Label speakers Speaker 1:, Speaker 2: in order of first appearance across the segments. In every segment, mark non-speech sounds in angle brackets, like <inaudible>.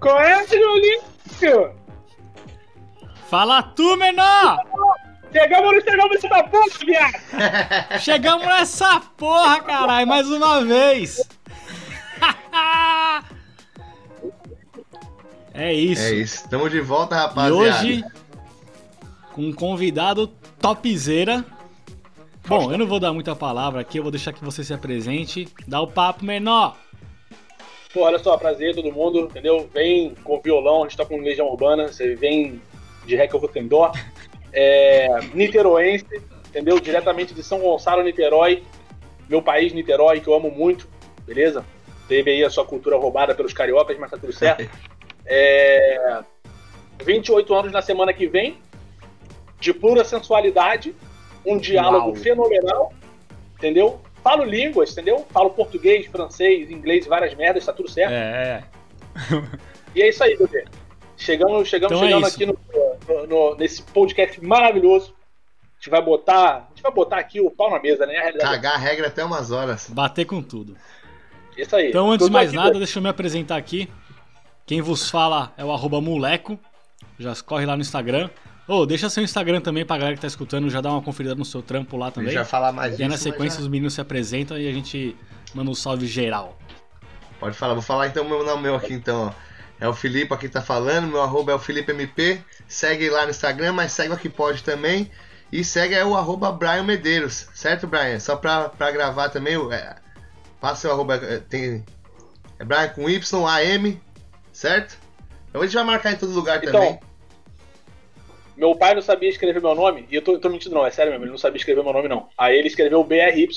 Speaker 1: Qual é, filho Olímpio?
Speaker 2: Fala tu, menor!
Speaker 1: Chegamos no chegamos nessa porra, viado!
Speaker 2: Chegamos nessa porra, caralho, mais uma vez! <laughs> é isso.
Speaker 3: É isso. Tamo de volta,
Speaker 2: E
Speaker 3: rapaziada.
Speaker 2: hoje, com um convidado topzera. Bom, eu não vou dar muita palavra aqui, eu vou deixar que você se apresente. Dá o papo menor.
Speaker 1: Pô, olha só, prazer todo mundo, entendeu? Vem com violão, a gente tá com Legião Urbana, você vem de Hack Rotendó, é, niteroense, entendeu? Diretamente de São Gonçalo, Niterói, meu país, Niterói, que eu amo muito, beleza? Teve aí a sua cultura roubada pelos cariocas, mas tá tudo certo. É, 28 anos na semana que vem, de pura sensualidade, um diálogo
Speaker 2: Uau.
Speaker 1: fenomenal, entendeu? Falo línguas, entendeu? Falo português, francês, inglês, várias merdas, tá tudo certo.
Speaker 2: É, é.
Speaker 1: E é isso aí, bebê. Chegamos, chegamos,
Speaker 2: Então é
Speaker 1: chegamos
Speaker 2: isso.
Speaker 1: aqui no, no- no- nesse podcast maravilhoso. A gente vai botar. A gente vai botar aqui o pau na mesa, né? A realidade
Speaker 3: Cagar a regra até umas horas.
Speaker 2: Bater com tudo.
Speaker 1: é isso aí.
Speaker 2: Então, antes de
Speaker 1: Tudo
Speaker 2: mais
Speaker 1: aqui,
Speaker 2: nada, deixa eu me apresentar aqui. Quem vos fala é o arroba moleco. Já corre lá no Instagram. Ô, deixa seu Instagram também pra galera que tá escutando, já dá uma conferida no seu trampo lá
Speaker 3: A gente
Speaker 2: também.
Speaker 3: vai falar mais
Speaker 2: E aí, na
Speaker 3: disso,
Speaker 2: sequência, os meninos se apresentam e a gente manda um salve geral.
Speaker 3: mas já- Pode falar. Vou falar então o meu nome meu aqui então, ó. É o Felipe aqui que tá falando, meu arroba é o Felipe MP. Segue lá no Instagram, mas segue o que pode também. E segue é o arroba Brian Medeiros, certo, Brian? Só pra, pra gravar também, o- é, passa o arroba. é, Tem, é Brian com Y, AM, certo? Então a gente vai marcar em todo lugar
Speaker 1: Então,
Speaker 3: também.
Speaker 1: Meu pai não sabia escrever meu nome, e eu tô, eu tô mentindo, não, é sério mesmo, ele não sabia escrever meu nome, não. Aí ele escreveu BRYAM,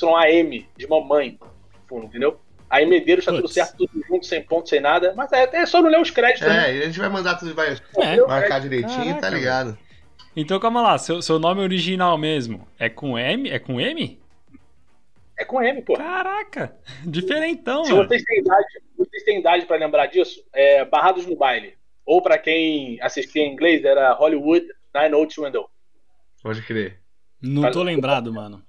Speaker 1: de mamãe, fundo, entendeu? Aí Medeiros tá tudo
Speaker 2: Putz.
Speaker 1: certo, tudo junto, sem ponto, sem nada, mas é, é só não ler os créditos, né?
Speaker 3: É, e a gente vai mandar tudo, vai
Speaker 2: É.
Speaker 3: marcar direitinho, tá
Speaker 4: Caraca,
Speaker 3: ligado?
Speaker 4: Então calma lá, seu, seu nome original mesmo é com M? É com M?
Speaker 1: É com M, pô.
Speaker 4: Caraca, diferentão,
Speaker 1: Se
Speaker 4: mano.
Speaker 1: vocês têm idade, vocês têm idade para lembrar disso, é Barrados no Baile. Ou para quem assistia em inglês, era Hollywood Nine Old Window.
Speaker 3: Pode crer.
Speaker 2: Não
Speaker 1: Fala-
Speaker 2: tô lembrado, mano.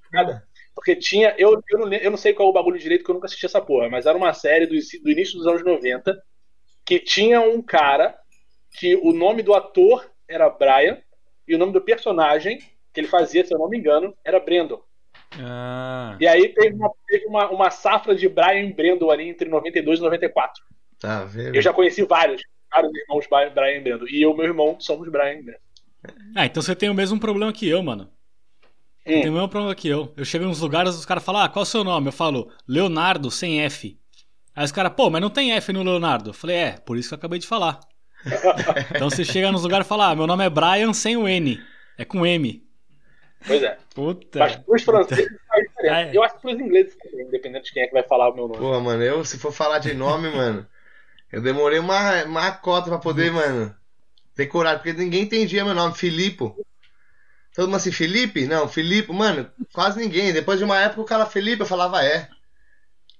Speaker 1: Porque tinha. Eu, eu, não, le- eu não sei qual é o bagulho direito, que eu nunca assisti essa porra, mas era uma série do, ici- do início dos anos 90 que tinha um cara que o nome do ator era Brian e o nome do personagem que ele fazia, se eu não me engano, era Brandon.
Speaker 4: Ah,
Speaker 1: E aí teve uma, teve uma, uma safra de Brian e Brandon ali entre 92 e 94.
Speaker 3: Tá vendo?
Speaker 1: Eu já conheci vários, vários irmãos Bra- Brian e Brando. E eu e meu irmão somos Brian e Brando.
Speaker 2: Ah, então você tem o mesmo problema que eu, mano.
Speaker 3: É.
Speaker 1: Hum.
Speaker 2: Tem o mesmo problema que eu. Eu chego nos lugares, os caras falam, ah, qual é o seu nome? Eu falo, Leonardo, sem F. Aí os caras, pô, mas não tem F no Leonardo. Eu falei, é, por isso que eu acabei de
Speaker 3: <laughs>
Speaker 2: falar. então você chega nos lugares e fala, ah, meu nome é Brian sem o N. É com M.
Speaker 1: Pois é.
Speaker 3: Tá
Speaker 4: puta.
Speaker 1: Mas pros franceses faz diferença.
Speaker 4: Tá. Ah, é.
Speaker 1: Eu acho que pros ingleses também, independente de quem é que vai falar o meu nome.
Speaker 3: Pô, mano, eu, se for falar de
Speaker 1: <laughs>
Speaker 3: nome, mano, eu demorei uma, uma cota pra poder, mano, decorar, porque ninguém entendia meu nome, Filipe. Todo mundo assim, Felipe? Não, Filipe, mano, quase ninguém. Depois de uma época o cara Felipe, eu falava é.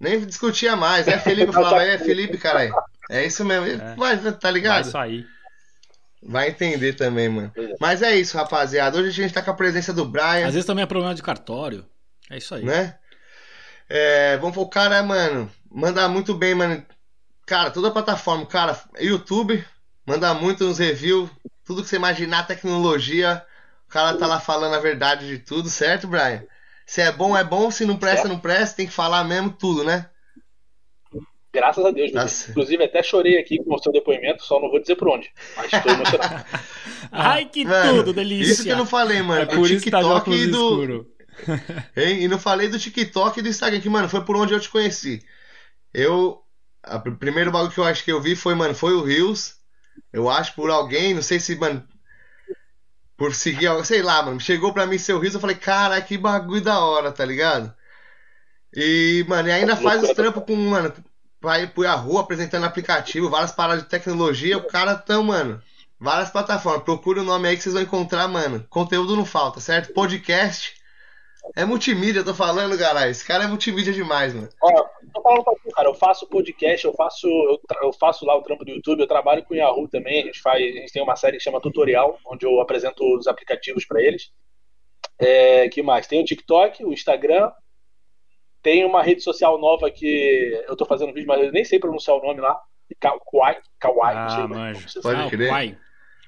Speaker 3: Nem discutia mais, é Felipe, eu falava é, Felipe, caralho. É isso mesmo,
Speaker 4: É.
Speaker 3: vai, tá
Speaker 4: Vai
Speaker 3: ligado?
Speaker 4: sair.
Speaker 3: Vai entender também, mano.
Speaker 1: Pois é.
Speaker 3: Mas é isso, rapaziada. Hoje a gente tá com a presença do Brian.
Speaker 2: Às vezes também é problema de cartório. É isso aí.
Speaker 3: né? É, vamos ver, o cara, mano, manda muito bem, mano. Cara, toda plataforma, cara, YouTube, manda muito nos reviews, tudo que você imaginar, tecnologia. O cara tá lá falando a verdade de tudo, certo, Brian? Se é bom, é bom, se não presta, não presta, tem que falar mesmo tudo, né?
Speaker 1: Graças a Deus,
Speaker 3: Tá
Speaker 1: Júlio.
Speaker 3: certo.
Speaker 1: Inclusive, até chorei aqui com o seu depoimento, só não vou dizer por onde. Mas tô emocionado.
Speaker 2: Ai, que
Speaker 3: Mano,
Speaker 2: tudo, delícia.
Speaker 3: Isso que eu não falei, mano.
Speaker 4: É
Speaker 3: do
Speaker 4: por isso que tá de
Speaker 3: TikTok
Speaker 4: óculos
Speaker 3: e do.
Speaker 4: escuro.
Speaker 3: Hein? E não falei do TikTok e do Instagram, que, mano, foi por onde eu te conheci. Eu. a- O primeiro bagulho que eu acho que eu vi foi, mano, foi o Rios. Eu acho por alguém, não sei se, mano. Por seguir alguém, sei lá, mano. Chegou pra mim seu Rios, eu falei, cara, que bagulho da hora, tá ligado? E, mano, e ainda faz os trampos com, mano, pra ir pra rua apresentando aplicativo, várias paradas de tecnologia. O cara tão, mano. Várias plataformas. Procura o nome aí que vocês vão encontrar, mano. Conteúdo não falta, certo? Podcast. É multimídia, eu tô falando, caralho. Esse cara é multimídia demais, mano.
Speaker 1: Ó, tô falando pra tu, cara. Eu faço podcast, eu faço, eu, tra- eu faço lá o trampo do YouTube, eu trabalho com o Yahoo também. A gente, faz, a gente tem uma série que chama Tutorial, onde eu apresento os aplicativos pra eles. É, que mais? Tem o TikTok, o Instagram. Tem uma rede social nova que eu tô fazendo vídeo, mas eu nem sei pronunciar o nome lá. Ka- Kwai. Kawai,
Speaker 2: Ah,
Speaker 1: não sei. mas-
Speaker 2: manjo.
Speaker 1: não sei se-
Speaker 5: Pode
Speaker 6: ah, o
Speaker 5: crer.
Speaker 6: Quai.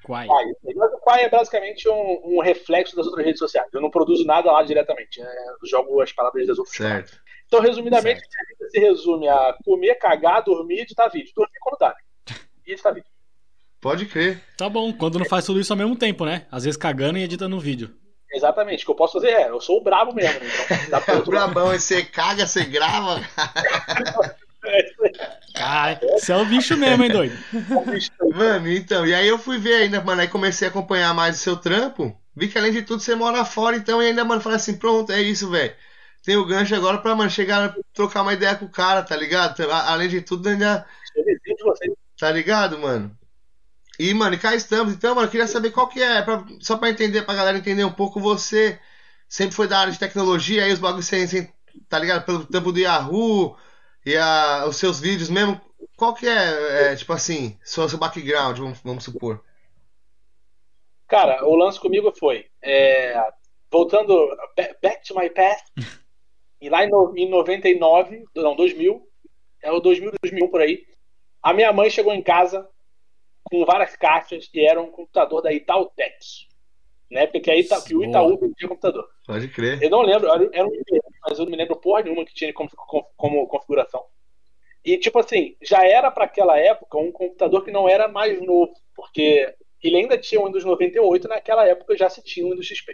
Speaker 6: Quai.
Speaker 1: Kwai. Mas o Kwai é basicamente um, um reflexo das outras redes sociais. Eu não produzo nada lá diretamente. é, eu jogo as palavras das outras.
Speaker 5: Certo.
Speaker 1: Então, resumidamente, minha vida se resume a comer, cagar, dormir, editar vídeo. Dormir quando dá. né? E editar vídeo.
Speaker 5: Pode crer.
Speaker 6: Tá bom, quando não faz tudo isso ao mesmo tempo, né? Às vezes cagando e editando
Speaker 2: um
Speaker 6: o vídeo.
Speaker 1: Exatamente. O que eu posso fazer é, eu sou o brabo mesmo. né? Então,
Speaker 3: <laughs>
Speaker 1: dá pra
Speaker 5: É
Speaker 1: outro lado.
Speaker 5: brabão, aí você caga, você grava.
Speaker 6: Cara, você é o bicho mesmo, hein, doido?
Speaker 1: um
Speaker 5: Mano, então, e aí eu fui ver ainda, mano, aí comecei a acompanhar mais o seu trampo. Vi que além de tudo você mora fora, então, e ainda, mano, falei assim, pronto, é isso, velho. Tem o gancho agora pra, mano, chegar, trocar uma ideia com o cara, tá ligado? A- Além de tudo, ainda,
Speaker 1: Eu desejo de vocês.
Speaker 5: tá ligado, mano? E, mano, e cá estamos. Então, mano, eu queria saber qual que é, pra- só pra entender, pra galera entender um pouco, você sempre foi da área de tecnologia, aí os bagulhos, você- você- tá ligado? Pelo tempo do Yahoo e a- os seus vídeos mesmo. Qual que é, é, tipo assim, seu, seu background, vamos- vamos supor?
Speaker 1: Cara, o lance comigo foi. é, voltando ba- back to my past. e lá em, no, em 99, não, 2000, é o 2000, 2001 por aí. A minha mãe chegou em casa com várias caixas que era um computador da Itautec. Né? Porque a Ita, que o Itaú vendia computador.
Speaker 5: Pode crer.
Speaker 1: Eu não lembro, era, era um IBM, mas eu não me lembro porra nenhuma que tinha como, como- como configuração. E, tipo assim, já era para aquela época um computador que não era mais novo, porque ele ainda tinha o Windows 98, naquela época já se tinha o Windows XP.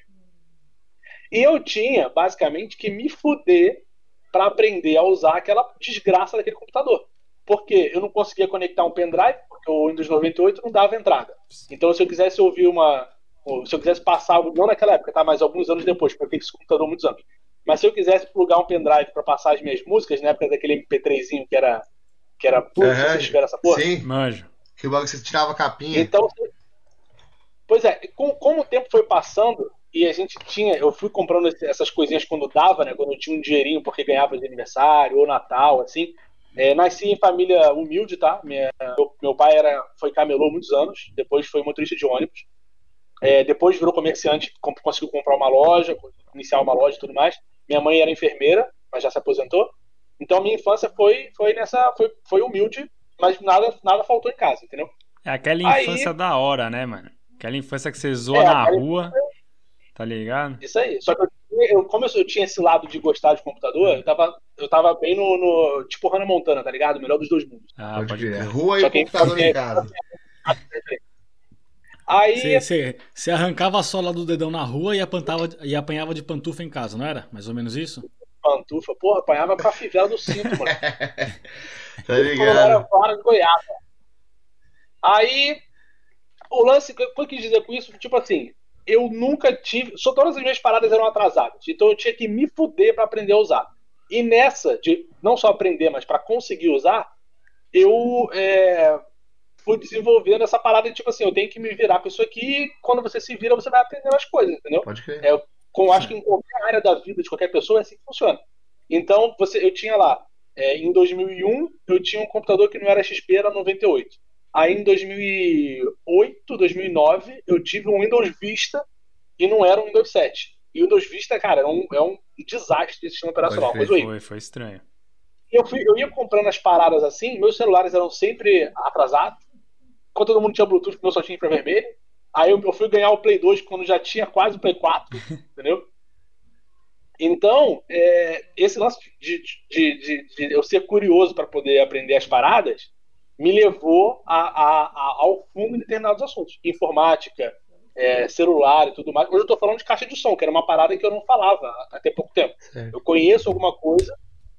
Speaker 1: E eu tinha, basicamente, que me fuder para aprender a usar aquela desgraça daquele computador. Porque eu não conseguia conectar um pendrive, porque o Windows 98 não dava entrada. Então, se eu quisesse ouvir uma. ou Se eu quisesse passar, algo- não naquela época, tá? Mas alguns anos depois, porque eu tenho esse computador há muitos anos. Mas se eu quisesse plugar um pendrive para passar as minhas músicas, na época daquele MP3zinho que era. que era. Blue, se
Speaker 5: Aham.
Speaker 1: vocês tiveram essa porra.
Speaker 5: Sim,
Speaker 2: <laughs> Manjo.
Speaker 5: que o bagulho você tirava a capinha.
Speaker 1: Então, pois é, com, como o tempo foi passando e a gente tinha, eu fui comprando esse- essas coisinhas quando dava, né? Quando eu tinha um dinheirinho porque ganhava de aniversário ou Natal, assim. É, nasci em família humilde, tá? Minha- meu, meu pai era, foi camelô muitos anos, depois foi motorista de ônibus, É, depois virou comerciante, com- conseguiu comprar uma loja, iniciar uma loja e tudo mais. Minha mãe era enfermeira, mas já se aposentou. Então minha infância foi foi nessa foi, foi humilde, mas nada nada faltou em casa, entendeu?
Speaker 2: É aquela
Speaker 1: Aí-
Speaker 2: infância da hora, né, mano? Aquela infância que você zoa
Speaker 1: É,
Speaker 2: na
Speaker 1: aquela-
Speaker 2: rua, tá ligado?
Speaker 1: Isso aí. Só que eu, tinha- eu- como eu, sou- eu tinha esse lado de gostar de computador, eu tava, eu tava bem no, no- Tipo Hannah Montana, tá ligado? O melhor dos dois mundos.
Speaker 2: Ah,
Speaker 5: Pode crer.
Speaker 2: crer.
Speaker 5: Rua e
Speaker 1: Só
Speaker 5: o
Speaker 1: que-
Speaker 5: computador
Speaker 1: porque-
Speaker 5: em casa.
Speaker 1: Aí.
Speaker 6: Você- Você você arrancava a sola do dedão na rua e, apantava, e apanhava de pantufa em casa, não era? Mais ou menos isso?
Speaker 1: Pantufa, porra, apanhava com a fivela do cinto, mano.
Speaker 5: Tá
Speaker 1: Quando eu era
Speaker 5: ligado?
Speaker 1: vara de goiaba. Aí, o lance que eu que eu quis dizer com isso, tipo assim, eu nunca tive. Só todas as minhas paradas eram atrasadas. Então eu tinha que me fuder pra aprender a usar. E nessa, de não só aprender, mas pra conseguir usar, eu é, fui desenvolvendo essa parada de tipo assim, eu tenho que me virar com isso aqui, e quando você se vira, você vai aprendendo as coisas, entendeu?
Speaker 5: Pode crer.
Speaker 1: É, com, acho que em qualquer área da vida de qualquer pessoa é assim que funciona. Então, você, eu tinha lá, é, em 2001, eu tinha um computador que não era XP, era 98. Aí em 2008, 2009, eu tive um Windows Vista e não era um Windows 7. E o Windows Vista, cara, é um, é um desastre de sistema operacional.
Speaker 5: Pode
Speaker 1: Mas,
Speaker 5: crer,
Speaker 1: oi,
Speaker 2: Foi, foi estranho.
Speaker 1: eu, fui- eu ia comprando as paradas assim, meus celulares eram sempre atrasados. Quando todo mundo tinha Bluetooth, o meu só tinha infravermelho. Aí eu, eu fui ganhar o Play 2 quando já tinha quase o Play 4, entendeu? Então, é, esse lance de, de- de- de eu ser curioso para poder aprender as paradas me levou a- a- a- ao fundo em determinados assuntos. Informática, é, celular e tudo mais. Hoje eu tô falando de caixa de som, que era uma parada que eu não falava até pouco tempo.
Speaker 5: Certo.
Speaker 1: Eu conheço alguma coisa,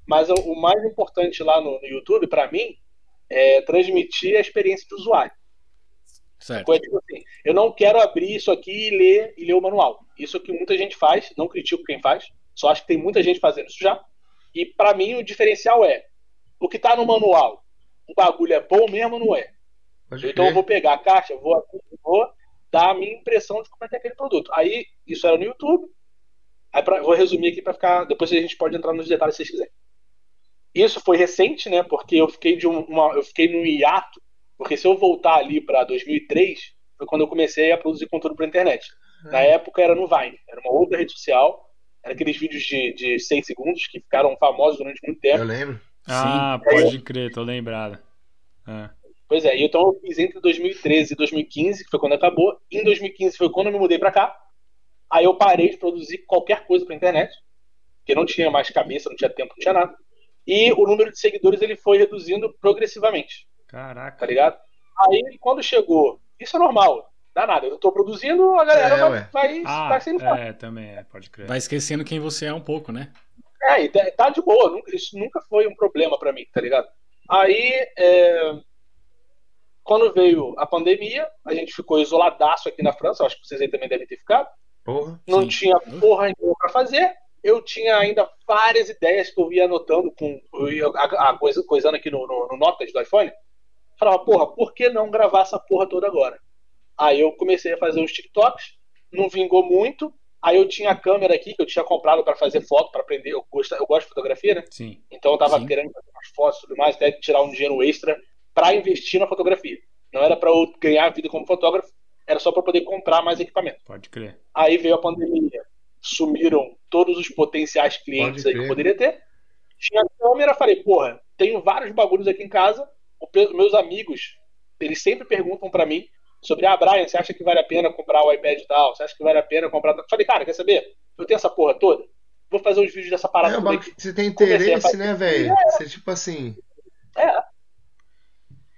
Speaker 1: mas o- o mais importante lá no, no YouTube, para mim, é transmitir a experiência do usuário.
Speaker 6: Certo.
Speaker 1: Coisa tipo assim, eu não quero abrir isso aqui e ler, e ler o manual. Isso é o que muita gente faz, não critico quem faz, só acho que tem muita gente fazendo isso já. E para mim o diferencial é, o que tá no manual, o bagulho é bom mesmo ou não é?
Speaker 5: Pode
Speaker 1: Então eu
Speaker 5: crer.
Speaker 1: vou pegar a caixa, vou, abrir, vou dar a minha impressão de como é que é aquele produto. Aí, isso era no YouTube. Aí pra- vou resumir aqui para ficar. Depois a gente pode entrar nos detalhes se vocês quiserem. Isso foi recente, né? Porque eu fiquei de um- uma, eu fiquei num hiato. Porque se eu voltar ali para 2003, foi quando eu comecei a produzir conteúdo para internet.
Speaker 5: É.
Speaker 1: Na época era no Vine, era uma outra rede social. Era aqueles vídeos de, de 6 segundos que ficaram famosos durante muito tempo.
Speaker 5: Eu lembro.
Speaker 2: Ah, pode crer, tô lembrado. Ah,
Speaker 1: Pois é, então eu fiz entre 2013 e 2015, que foi quando acabou. Em 2015 foi quando eu me mudei pra cá. Aí eu parei de produzir qualquer coisa pra internet, porque não tinha mais cabeça, não tinha tempo, não tinha nada. E o número de seguidores ele foi reduzindo progressivamente, tá
Speaker 2: Caraca.
Speaker 1: ligado? Aí quando chegou, isso é normal, dá nada. Eu tô produzindo, a galera
Speaker 5: É,
Speaker 1: vai,
Speaker 5: ué.
Speaker 1: vai,
Speaker 2: Ah,
Speaker 1: vai sendo
Speaker 2: é, também é, pode crer.
Speaker 6: tá Vai esquecendo quem você é um pouco, né?
Speaker 1: É, e tá- tá de boa, nunca- isso nunca foi um problema pra mim, tá ligado? Aí, é, quando veio a pandemia, a gente ficou isoladaço aqui na França, eu acho que vocês aí também devem ter ficado.
Speaker 5: Porra.
Speaker 1: Não
Speaker 6: Sim. Uhum.
Speaker 1: tinha porra nenhuma pra fazer. Eu tinha ainda várias ideias que eu ia anotando, com, eu ia a- a coisa, coisando aqui no, no, no Notas do iPhone. Falava, porra, por que não gravar essa porra toda agora? Aí eu comecei a fazer os TikToks, não vingou muito. Aí eu tinha a câmera aqui que eu tinha comprado pra fazer foto, pra aprender. Eu gosto, eu gosto de fotografia, né?
Speaker 2: Sim.
Speaker 1: Então eu tava
Speaker 6: Sim.
Speaker 1: querendo fazer umas fotos e tudo mais, até tirar um dinheiro extra pra investir na fotografia. Não era pra eu ganhar a vida como fotógrafo, era só pra poder comprar mais equipamento.
Speaker 2: Pode crer.
Speaker 1: Aí veio a pandemia, sumiram todos os potenciais clientes
Speaker 5: Pode
Speaker 1: aí que eu
Speaker 5: crer.
Speaker 1: poderia ter. Tinha câmera, falei, porra, tenho vários bagulhos aqui em casa. O pe- meus amigos, eles sempre perguntam pra mim sobre, ah, Brian, você acha que vale a pena comprar o iPad e tal? Você acha que vale a pena comprar. tal?" Falei, cara, quer saber? Eu tenho essa porra toda. Vou fazer uns vídeos dessa parada
Speaker 5: É, o
Speaker 1: toda
Speaker 5: bagulho
Speaker 1: aqui.
Speaker 5: que você tem
Speaker 1: Comecei a
Speaker 5: interesse,
Speaker 1: fazer-
Speaker 5: né, velho? Você, tipo assim.
Speaker 1: É.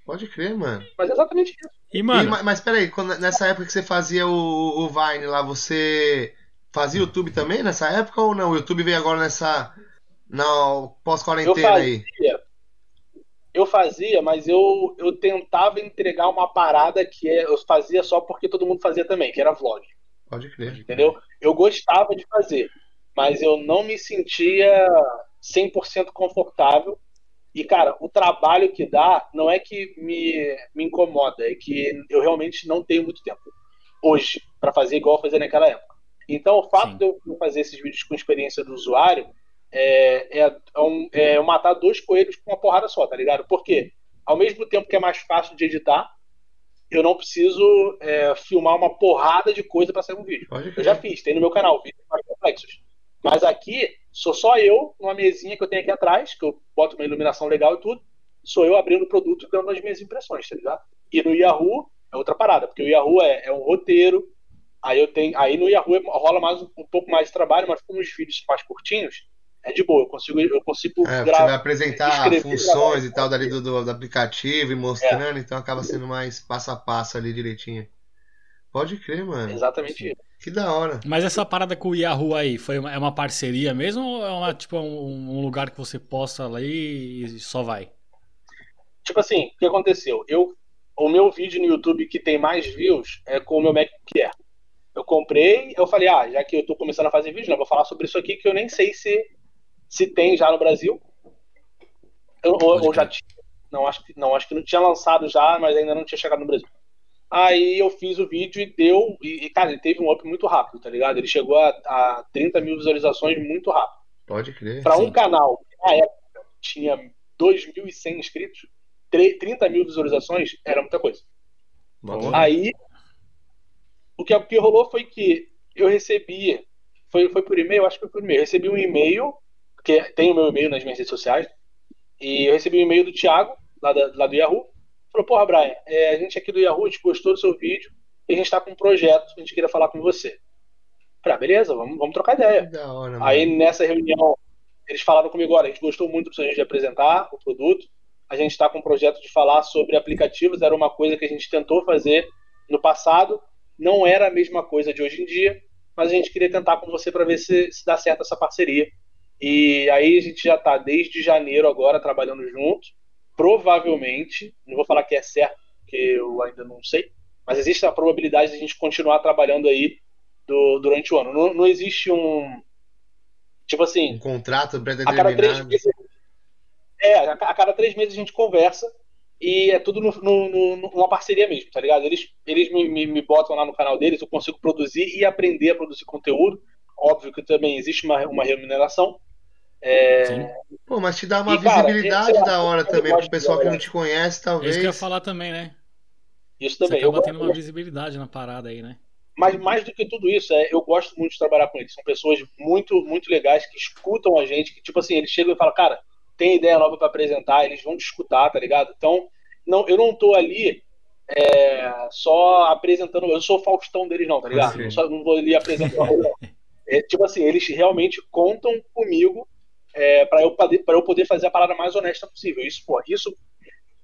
Speaker 5: Pode crer, mano.
Speaker 1: Mas é exatamente isso.
Speaker 2: E,
Speaker 5: E,
Speaker 2: mano,
Speaker 5: ma- mas peraí, quando- nessa época que você fazia o, o Vine lá, você fazia YouTube também nessa época ou não? O YouTube veio agora nessa. Na
Speaker 1: Eu
Speaker 5: pós-quarentena
Speaker 1: fazia.
Speaker 5: aí.
Speaker 1: Eu fazia, mas eu, eu tentava entregar uma parada que é- eu fazia só porque todo mundo fazia também, que era vlog.
Speaker 5: Pode crer.
Speaker 1: entendeu? Eu gostava de fazer, mas eu não me sentia 100% confortável. E, cara, o trabalho que dá não é que me, me incomoda, é que eu realmente não tenho muito tempo hoje para fazer igual eu fazia naquela época. Então, o fato
Speaker 6: Sim.
Speaker 1: de eu fazer esses vídeos com experiência do usuário é, é, é um- é eu matar dois coelhos com uma porrada só, tá ligado? Porque, ao mesmo tempo que é mais fácil de editar, eu não preciso é, filmar uma porrada de coisa para sair um vídeo.
Speaker 5: Pode
Speaker 1: Eu já
Speaker 5: crer.
Speaker 1: fiz, tem no meu canal, vídeos mais complexos. Mas aqui, sou só eu, numa mesinha que eu tenho aqui atrás, que eu boto uma iluminação legal e tudo. Sou eu abrindo o produto e dando as minhas impressões, tá ligado? E no Yahoo é outra parada, porque o Yahoo é, é um roteiro. Aí eu tenho. Aí no Yahoo é- rola mais um, um pouco mais de trabalho, mas como os vídeos são mais curtinhos, é de boa. Eu consigo, eu consigo
Speaker 5: É, porque você vai
Speaker 1: gravar.
Speaker 5: apresentar
Speaker 1: escrever,
Speaker 5: funções
Speaker 1: gravar,
Speaker 5: e tal dali do, do- do aplicativo e mostrando,
Speaker 1: É.
Speaker 5: então acaba sendo mais passo a passo ali direitinho. Pode crer, mano.
Speaker 1: Exatamente isso.
Speaker 5: Que da hora.
Speaker 6: Mas essa parada com o Yahoo aí, foi uma, é uma parceria mesmo ou é uma, tipo, um, um lugar que você posta lá e, e só vai?
Speaker 1: Tipo assim, o que aconteceu? Eu, o meu vídeo no YouTube que tem mais views é com o meu Mac Air. Eu comprei, eu falei, ah, já que eu tô começando a fazer vídeo, né, eu vou falar sobre isso aqui que eu nem sei se, se tem já no Brasil. Eu- ou,
Speaker 6: Pode
Speaker 1: ou já
Speaker 6: crer.
Speaker 1: tinha. Não acho, que, não, acho que não tinha lançado já, mas ainda não tinha chegado no Brasil. Aí eu fiz o vídeo e deu. E, e, cara, ele teve um up muito rápido, tá ligado? Ele chegou a, a 30 mil visualizações muito rápido.
Speaker 5: Pode crer.
Speaker 1: Pra um
Speaker 6: Sim.
Speaker 1: canal que na época tinha 2.100 inscritos, tre- 30 mil visualizações, era muita coisa.
Speaker 5: Bom.
Speaker 1: Aí, o que, o que rolou foi que eu recebi, foi, foi por e-mail, acho que foi por e-mail, eu recebi um e-mail, que é, tem o meu e-mail nas minhas redes sociais, e eu recebi um e-mail do Thiago, lá, da- lá do Yahoo, falou, porra, Brian, é, a gente aqui do Yahoo, a gente gostou do seu vídeo, e a gente tá com um projeto, a gente queria falar com você. Falei, ah, beleza, vamos, vamos trocar ideia.
Speaker 5: Que da hora, mano.
Speaker 1: é. Aí nessa reunião, eles falaram comigo: olha, a gente gostou muito do seu jeito de apresentar o produto. A gente está com um projeto de falar sobre aplicativos. Era uma coisa que a gente tentou fazer no passado. Não era a mesma coisa de hoje em dia, mas a gente queria tentar com você para ver se, se dá certo essa parceria. E aí a gente já está desde janeiro agora trabalhando junto. Provavelmente, não vou falar que é certo, porque eu ainda não sei, mas existe a probabilidade de a gente continuar trabalhando aí do- durante o ano. Não, não existe um. Tipo assim,
Speaker 5: Um contrato
Speaker 1: a cada três
Speaker 5: pré-determinado.
Speaker 1: meses. É, a ca- a cada três meses a gente conversa e é tudo no- no- no- numa parceria mesmo, tá ligado? Eles, eles me, me- me botam lá no canal deles, eu consigo produzir e aprender a produzir conteúdo. Óbvio que também existe uma, uma remuneração.
Speaker 6: Sim. É
Speaker 5: Pô, mas te dá uma
Speaker 1: E, assim, cara,
Speaker 5: visibilidade
Speaker 1: sei lá,
Speaker 5: da hora
Speaker 1: eu
Speaker 5: também
Speaker 1: gosto
Speaker 5: pro pessoal que
Speaker 1: de-
Speaker 5: não te conhece,
Speaker 6: É isso
Speaker 5: talvez.
Speaker 6: que eu ia falar também, né?
Speaker 1: Isso
Speaker 6: Você
Speaker 1: também. Eu
Speaker 6: acaba
Speaker 1: gosto-
Speaker 6: tendo uma visibilidade na parada aí, né?
Speaker 1: Mas mais do que tudo isso, é, eu gosto muito de trabalhar com eles. São pessoas muito, muito legais que escutam a gente, que tipo assim, eles chegam e falam, cara, tem ideia nova pra apresentar, eles vão te escutar, tá ligado? Então, não, eu não tô ali é, só apresentando. Eu sou o Faustão deles, não, tá ligado?
Speaker 2: Sim.
Speaker 1: Eu só não vou ali apresentar.
Speaker 6: <laughs>
Speaker 1: não. É, tipo assim, eles realmente contam comigo é, para eu, poder- pra eu poder fazer a parada mais honesta possível. Isso, pô, isso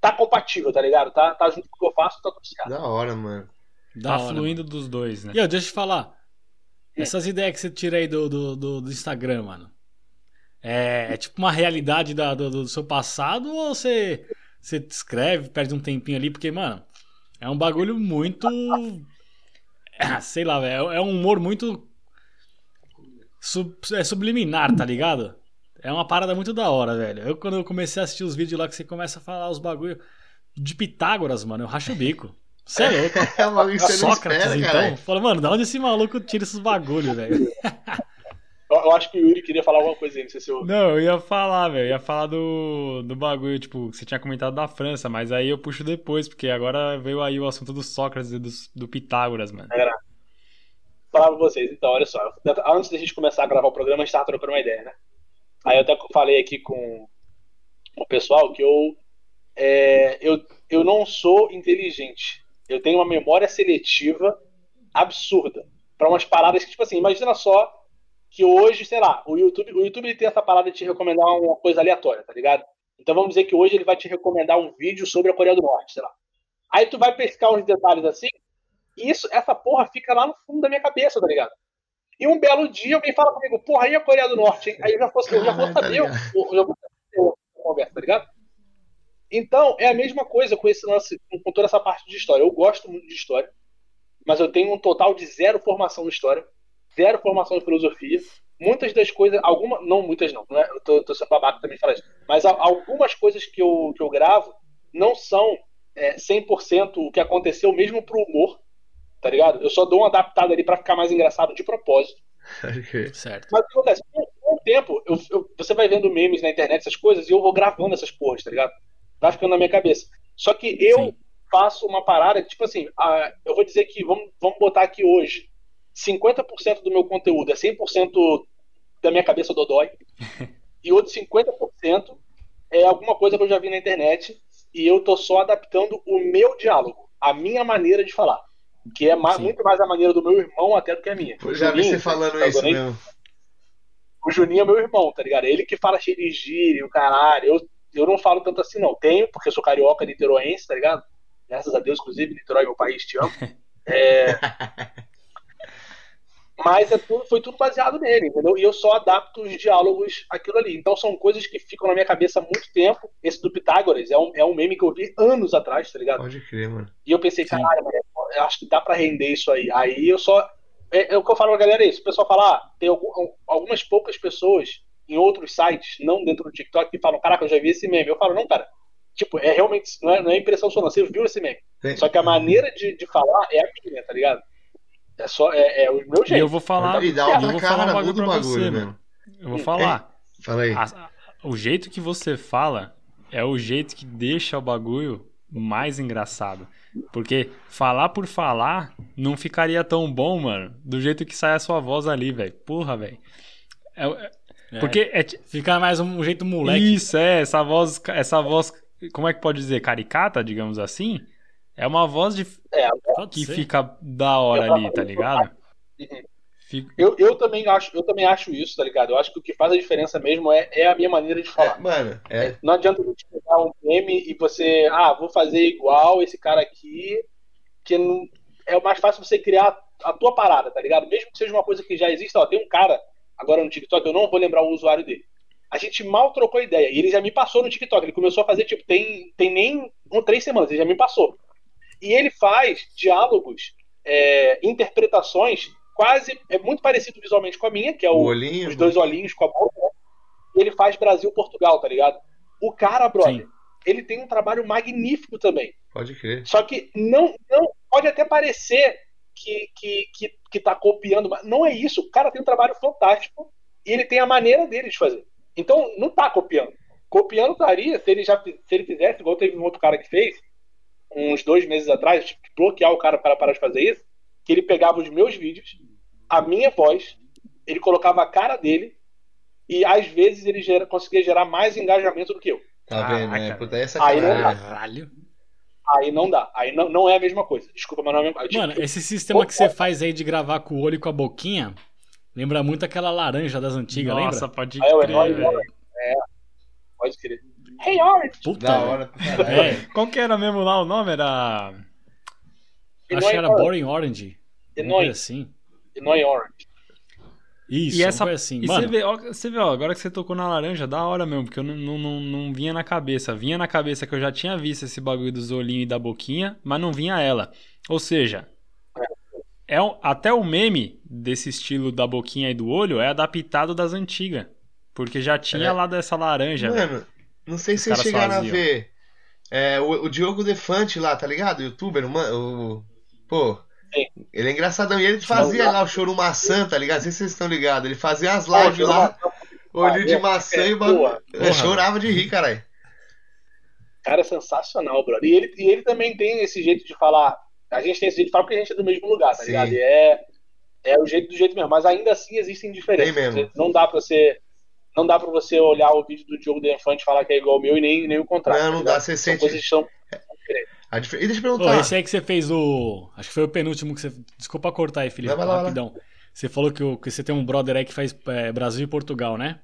Speaker 1: tá compatível, tá ligado? Tá, tá junto com o que eu faço, tá tudo certo.
Speaker 5: Da hora, mano. <laughs>
Speaker 6: Da
Speaker 2: Tá
Speaker 6: hora,
Speaker 2: fluindo dos dois, né? É.
Speaker 6: E eu, deixa eu te falar. Essas ideias que você tira aí do, do, do- do Instagram, mano. É, é tipo uma realidade da- do, do seu passado ou você, você escreve, perde um tempinho ali? Porque, mano, é um bagulho muito. <coughs> Ah, Sei lá, velho. É um humor muito. sub- é subliminar, tá ligado? É uma parada muito da hora, velho. Eu, quando eu comecei a assistir os vídeos lá que você começa a falar os bagulho de Pitágoras, mano, eu racho o bico. Você é louco.
Speaker 5: É uma que você não
Speaker 6: Sócrates,
Speaker 5: espera,
Speaker 6: então.
Speaker 5: caralho.
Speaker 6: Fala, mano, da onde esse maluco tira esses
Speaker 5: <laughs>
Speaker 6: bagulho, velho?
Speaker 1: Eu, eu acho que o Yuri queria falar alguma coisa aí, não sei se eu.
Speaker 2: Não, eu ia falar, velho. eu Ia falar do, do bagulho, tipo, que você tinha comentado da França, mas aí eu puxo depois, porque agora veio aí o assunto do Sócrates e do, do Pitágoras, mano.
Speaker 1: falar pra vocês. Então, olha só. eu- Antes da gente começar a gravar o programa, a gente tava trocando uma ideia, né? Aí eu até falei aqui com o pessoal que eu, é, eu, eu não sou inteligente. Eu tenho uma memória seletiva absurda. Pra umas paradas que, tipo assim, imagina só que hoje, sei lá, o YouTube, o YouTube ele tem essa parada de te recomendar uma coisa aleatória, tá ligado? Então vamos dizer que hoje ele vai te recomendar um vídeo sobre a Coreia do Norte, sei lá. Aí tu vai pescar uns detalhes assim, e isso, essa porra fica lá no fundo da minha cabeça, tá ligado? E um belo dia alguém fala comigo, porra, e a Coreia do Norte, hein? Aí eu já, fosse, eu já vou
Speaker 5: Caralho, tá
Speaker 1: saber, o- o- eu já vou saber a conversa, tá ligado? Então, é a mesma coisa com esse lance, com com toda essa parte de história. Eu gosto muito de história, mas eu tenho um total de zero formação em história, zero formação em filosofia. Muitas das coisas, alguma, não muitas não, não é, eu tô, tô sendo babaca também falar isso, mas a- algumas coisas que eu, que eu gravo não são é, 100% o que aconteceu mesmo pro humor, tá ligado? Eu só dou uma adaptada ali pra ficar mais engraçado de propósito.
Speaker 5: Pode crer.
Speaker 6: Certo.
Speaker 1: Mas o que acontece? Com com o tempo, eu- eu- você vai vendo memes na internet, essas coisas, e eu vou gravando essas porras, tá ligado? Vai ficando na minha cabeça. Só que eu
Speaker 6: Sim.
Speaker 1: faço uma parada, que, tipo assim, ah, eu vou dizer que, vamos, vamos botar aqui hoje, 50% do meu conteúdo é 100% da minha cabeça dodói, e outro 50% é alguma coisa que eu já vi na internet, e eu tô só adaptando o meu diálogo, a minha maneira de falar. Que é ma-
Speaker 6: Sim.
Speaker 1: muito mais a maneira do meu irmão até do que a minha.
Speaker 5: Eu já vi
Speaker 1: Juninho,
Speaker 5: você falando
Speaker 1: agora
Speaker 5: isso
Speaker 1: nem
Speaker 5: mesmo.
Speaker 1: o Juninho é meu irmão, tá ligado? É Ele que fala cheio de gíria, o caralho. Eu, eu não falo tanto assim, não. Tenho, porque eu sou carioca niteroense, tá ligado? Graças a Deus, inclusive, Niterói, meu país, te amo. É. Mas é tudo- foi tudo baseado nele, entendeu? E eu só adapto os diálogos àquilo ali. Então são coisas que ficam na minha cabeça há muito tempo. Esse do Pitágoras é um, é um meme que eu vi anos atrás, tá ligado?
Speaker 5: Pode crer, mano.
Speaker 1: E eu pensei, caralho, mano, eu acho que dá pra render isso aí. Aí eu só. É, é o que eu falo pra galera, é isso. O pessoal fala, ah, tem algum- algumas poucas pessoas em outros sites, não dentro do TikTok, que falam, caraca, eu já vi esse meme. Eu falo, não, cara. Tipo, é realmente. Não é, não é impressão sua, não. Você viu esse meme.
Speaker 5: Tem-
Speaker 1: Só que a maneira de, de falar é a minha, tá ligado? É só. É, é o meu
Speaker 2: E eu
Speaker 1: jeito.
Speaker 2: vou falar,
Speaker 5: E dá
Speaker 1: eu
Speaker 5: outra
Speaker 2: vou falar um
Speaker 5: cara,
Speaker 2: bagulho
Speaker 5: muda o
Speaker 2: pra
Speaker 5: bagulho,
Speaker 2: você,
Speaker 5: mano.
Speaker 2: eu vou
Speaker 5: é,
Speaker 2: falar.
Speaker 5: Fala aí.
Speaker 2: A- o jeito que você fala é o jeito que deixa o bagulho mais engraçado. Porque falar por falar não ficaria tão bom, mano, do jeito que sai a sua voz ali, velho. Porra, velho. É- é-
Speaker 6: É,
Speaker 2: porque é, ti-
Speaker 6: Fica mais um jeito moleque.
Speaker 2: Isso, é, essa voz, essa voz, como é que pode dizer, caricata, digamos assim, é uma voz de,
Speaker 1: É,
Speaker 6: Pode
Speaker 2: que
Speaker 6: ser.
Speaker 2: fica da hora ali, tá ligado?
Speaker 1: Uhum.
Speaker 2: Fica-
Speaker 1: eu, eu, também acho, eu também acho isso, tá ligado? Eu acho que o que faz a diferença mesmo é, é a minha maneira de falar.
Speaker 5: É, mano, é.
Speaker 1: Não adianta a gente pegar um meme e você, ah, vou fazer igual esse cara aqui, que não é mais fácil você criar a tua parada, tá ligado? Mesmo que seja uma coisa que já exista, ó, tem um cara agora no TikTok, eu não vou lembrar o usuário dele. A gente mal trocou ideia e ele já me passou no TikTok. Ele começou a fazer, tipo, tem, tem nem um, três semanas, ele já me passou. E ele faz diálogos, é, interpretações quase, é muito parecido visualmente com a minha, que é
Speaker 5: O
Speaker 1: o,
Speaker 5: olhinho.
Speaker 1: os dois olhinhos com a bola. né? E ele faz Brasil-Portugal, tá ligado? O cara, brother,
Speaker 6: Sim.
Speaker 1: ele tem um trabalho magnífico também.
Speaker 5: Pode crer.
Speaker 1: Só que não, não pode até parecer que, que, que, que tá copiando, mas não é isso. O cara tem um trabalho fantástico e ele tem a maneira dele de fazer. Então, não tá copiando. Copiando estaria se ele já fi- se ele fizesse, igual teve um outro cara que fez, uns dois meses atrás, tive que bloquear o cara para parar de fazer isso, que ele pegava os meus vídeos, a minha voz, ele colocava a cara dele, e às vezes ele gera- conseguia gerar mais engajamento do que eu.
Speaker 5: Tá vendo, né?
Speaker 2: Caraca.
Speaker 5: Puta, essa
Speaker 1: Aí não
Speaker 5: cara.
Speaker 1: dá.
Speaker 6: Caralho.
Speaker 1: Aí não dá. Aí não, não é a mesma coisa. Desculpa, mas não é a mesma coisa.
Speaker 6: Mano, esse sistema que você faz aí de gravar com o olho e com a boquinha lembra muito aquela laranja das antigas,
Speaker 2: Nossa,
Speaker 6: lembra?
Speaker 2: pode
Speaker 1: Aí, é o né?
Speaker 2: crer,
Speaker 1: enorme,
Speaker 2: velho.
Speaker 1: Pode querer. Hey, Orange!
Speaker 6: Puta.
Speaker 5: Da
Speaker 6: velho.
Speaker 5: hora.
Speaker 6: É,
Speaker 2: Qual que era mesmo lá o nome? Era.
Speaker 6: acho que era Boring Orange. Uma coisa
Speaker 1: Annoying,
Speaker 6: assim.
Speaker 1: annoying Orange.
Speaker 6: Isso,
Speaker 2: E essa.
Speaker 6: foi assim.
Speaker 2: e você
Speaker 6: Mano,
Speaker 2: vê, ó, você vê, ó, agora que você tocou na laranja, da hora mesmo, porque eu não, não, não, não vinha na cabeça. Vinha na cabeça que eu já tinha visto esse bagulho dos olhinhos e da boquinha, mas não vinha ela. Ou seja, é um- até o meme desse estilo da boquinha e do olho é adaptado das antigas. Porque já tinha
Speaker 5: É.
Speaker 2: lá dessa laranja, né? velho.
Speaker 5: Mano, não sei
Speaker 2: Os
Speaker 5: se vocês
Speaker 2: caras
Speaker 5: chegaram
Speaker 2: faziam.
Speaker 5: a ver. É, o, o Diogo Defante lá, tá ligado? Youtuber, mano. O, pô. Ele é engraçadão. E ele fazia
Speaker 1: Não,
Speaker 5: lá o choro maçã, tá ligado? Não sei se vocês estão ligados. Ele fazia as lives lá, olho de
Speaker 1: é,
Speaker 5: maçã e o
Speaker 1: boa.
Speaker 5: bagulho.
Speaker 2: Porra,
Speaker 5: Eu chorava de rir, caralho.
Speaker 1: Cara, é sensacional, brother. E ele, e ele também tem esse jeito de falar. A gente tem esse jeito de falar porque a gente é do mesmo lugar, tá
Speaker 5: Sim.
Speaker 1: ligado? E é, é o jeito do jeito mesmo. Mas ainda assim existem diferenças.
Speaker 5: Tem mesmo.
Speaker 1: Você- Não dá pra você. Não dá pra você olhar o vídeo do Diogo Defante e falar que é igual ao meu e nem, nem o contrário.
Speaker 5: Não,
Speaker 1: tá
Speaker 5: não
Speaker 1: ligado?
Speaker 5: dá, você
Speaker 1: São
Speaker 5: sente.
Speaker 1: coisas que são.
Speaker 5: a difer- E deixa eu
Speaker 6: Ô,
Speaker 5: perguntar.
Speaker 2: é
Speaker 6: esse aí que você fez o. Acho que foi o penúltimo que você. Desculpa cortar aí, Felipe.
Speaker 5: Vai, vai lá, vai lá.
Speaker 6: rapidão. Você falou que, o- que você tem um brother aí que faz é, Brasil e Portugal, né?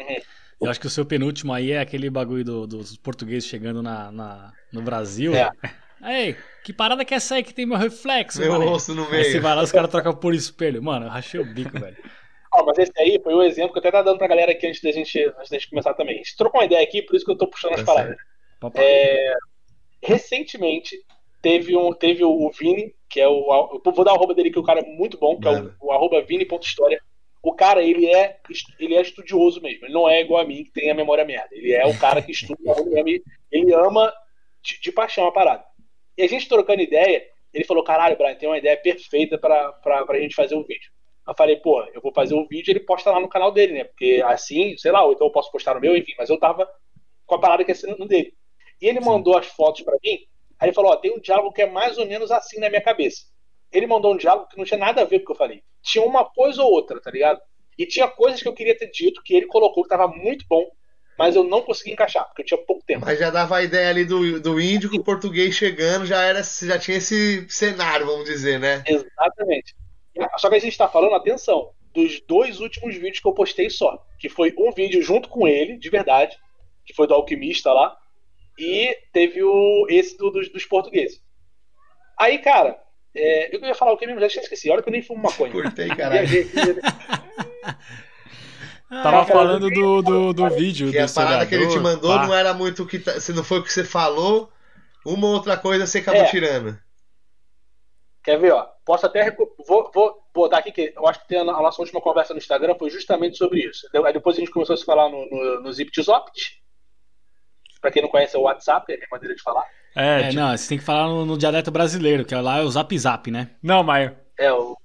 Speaker 1: Uhum.
Speaker 6: Eu acho que o seu penúltimo aí é aquele bagulho do- dos portugueses chegando na, na- no Brasil.
Speaker 1: É.
Speaker 6: Ei, que parada que é essa aí que tem meu reflexo,
Speaker 5: Meu
Speaker 6: mané?
Speaker 5: rosto no
Speaker 6: Aí você
Speaker 5: meio.
Speaker 6: vai lá, os caras trocam por espelho. Mano, eu rachei o bico, velho.
Speaker 1: Ó, mas esse aí foi o exemplo que eu até tá dando pra galera aqui antes da gente, antes da gente começar também. A gente trocou uma ideia aqui, por isso que eu tô puxando as
Speaker 5: Tá
Speaker 1: paradas.
Speaker 6: Papai.
Speaker 5: É,
Speaker 1: recentemente teve um teve o Vini, que é o eu vou dar o arroba dele que o cara é muito bom, que é
Speaker 5: Manda.
Speaker 1: o, o arroba vini.história. O cara, ele é est- ele é estudioso mesmo. Ele não é igual a mim que tem a memória merda. Ele é o cara que estuda, ele, ele ama de, de paixão a parada. E a gente trocando ideia, ele falou: "Caralho, Brian, tem uma ideia perfeita pra, pra, pra gente fazer um vídeo". Eu falei, pô, eu vou fazer um vídeo e ele posta lá no canal dele, né? Porque assim, sei lá, ou então eu posso postar no meu, enfim, mas eu tava com a parada que é no dele. E ele mandou as fotos pra mim. Aí ele falou: Ó, tem um diálogo que é mais ou menos assim na minha cabeça. Ele mandou um diálogo que não tinha nada a ver com o que eu falei. Tinha uma coisa ou outra, tá ligado? E tinha coisas que eu queria ter dito que ele colocou que tava muito bom, mas eu não consegui encaixar, porque eu tinha pouco tempo.
Speaker 5: Mas já dava a ideia ali do, do índio com o português chegando, já, era, já tinha esse cenário, vamos dizer, né?
Speaker 1: Exatamente. Só que a gente tá falando, atenção, dos dois últimos vídeos que eu postei só. Que foi um vídeo junto com ele, de verdade, que foi do Alquimista lá. E teve o, esse do- dos, dos portugueses. Aí, cara, é, eu ia falar o que mesmo, já esqueci. Olha que eu nem fumo maconha.
Speaker 5: Cortei, caralho.
Speaker 1: Viajei aqui, né?
Speaker 2: Tava
Speaker 1: Ah, cara,
Speaker 2: falando do, do, do vídeo
Speaker 5: E
Speaker 2: do
Speaker 5: a parada É. que ele te
Speaker 2: historiador,
Speaker 5: mandou
Speaker 2: pá.
Speaker 5: não era muito o que. tá- Se não foi o que você falou, uma ou outra coisa você acabou
Speaker 1: É.
Speaker 5: tirando.
Speaker 1: Quer ver, ó? Posso até. recu- Vou, vou botar aqui que eu acho que tem a, no- a nossa última conversa no Instagram foi justamente sobre isso. De- Aí depois a gente começou a se falar no, no, no Zip to Zopt. Pra quem não conhece é o WhatsApp, é a minha maneira de falar.
Speaker 2: É,
Speaker 6: É,
Speaker 2: tipo,
Speaker 6: não, você tem que falar no, no dialeto brasileiro, que lá é o zap zap, né?
Speaker 2: não, mas
Speaker 1: É o.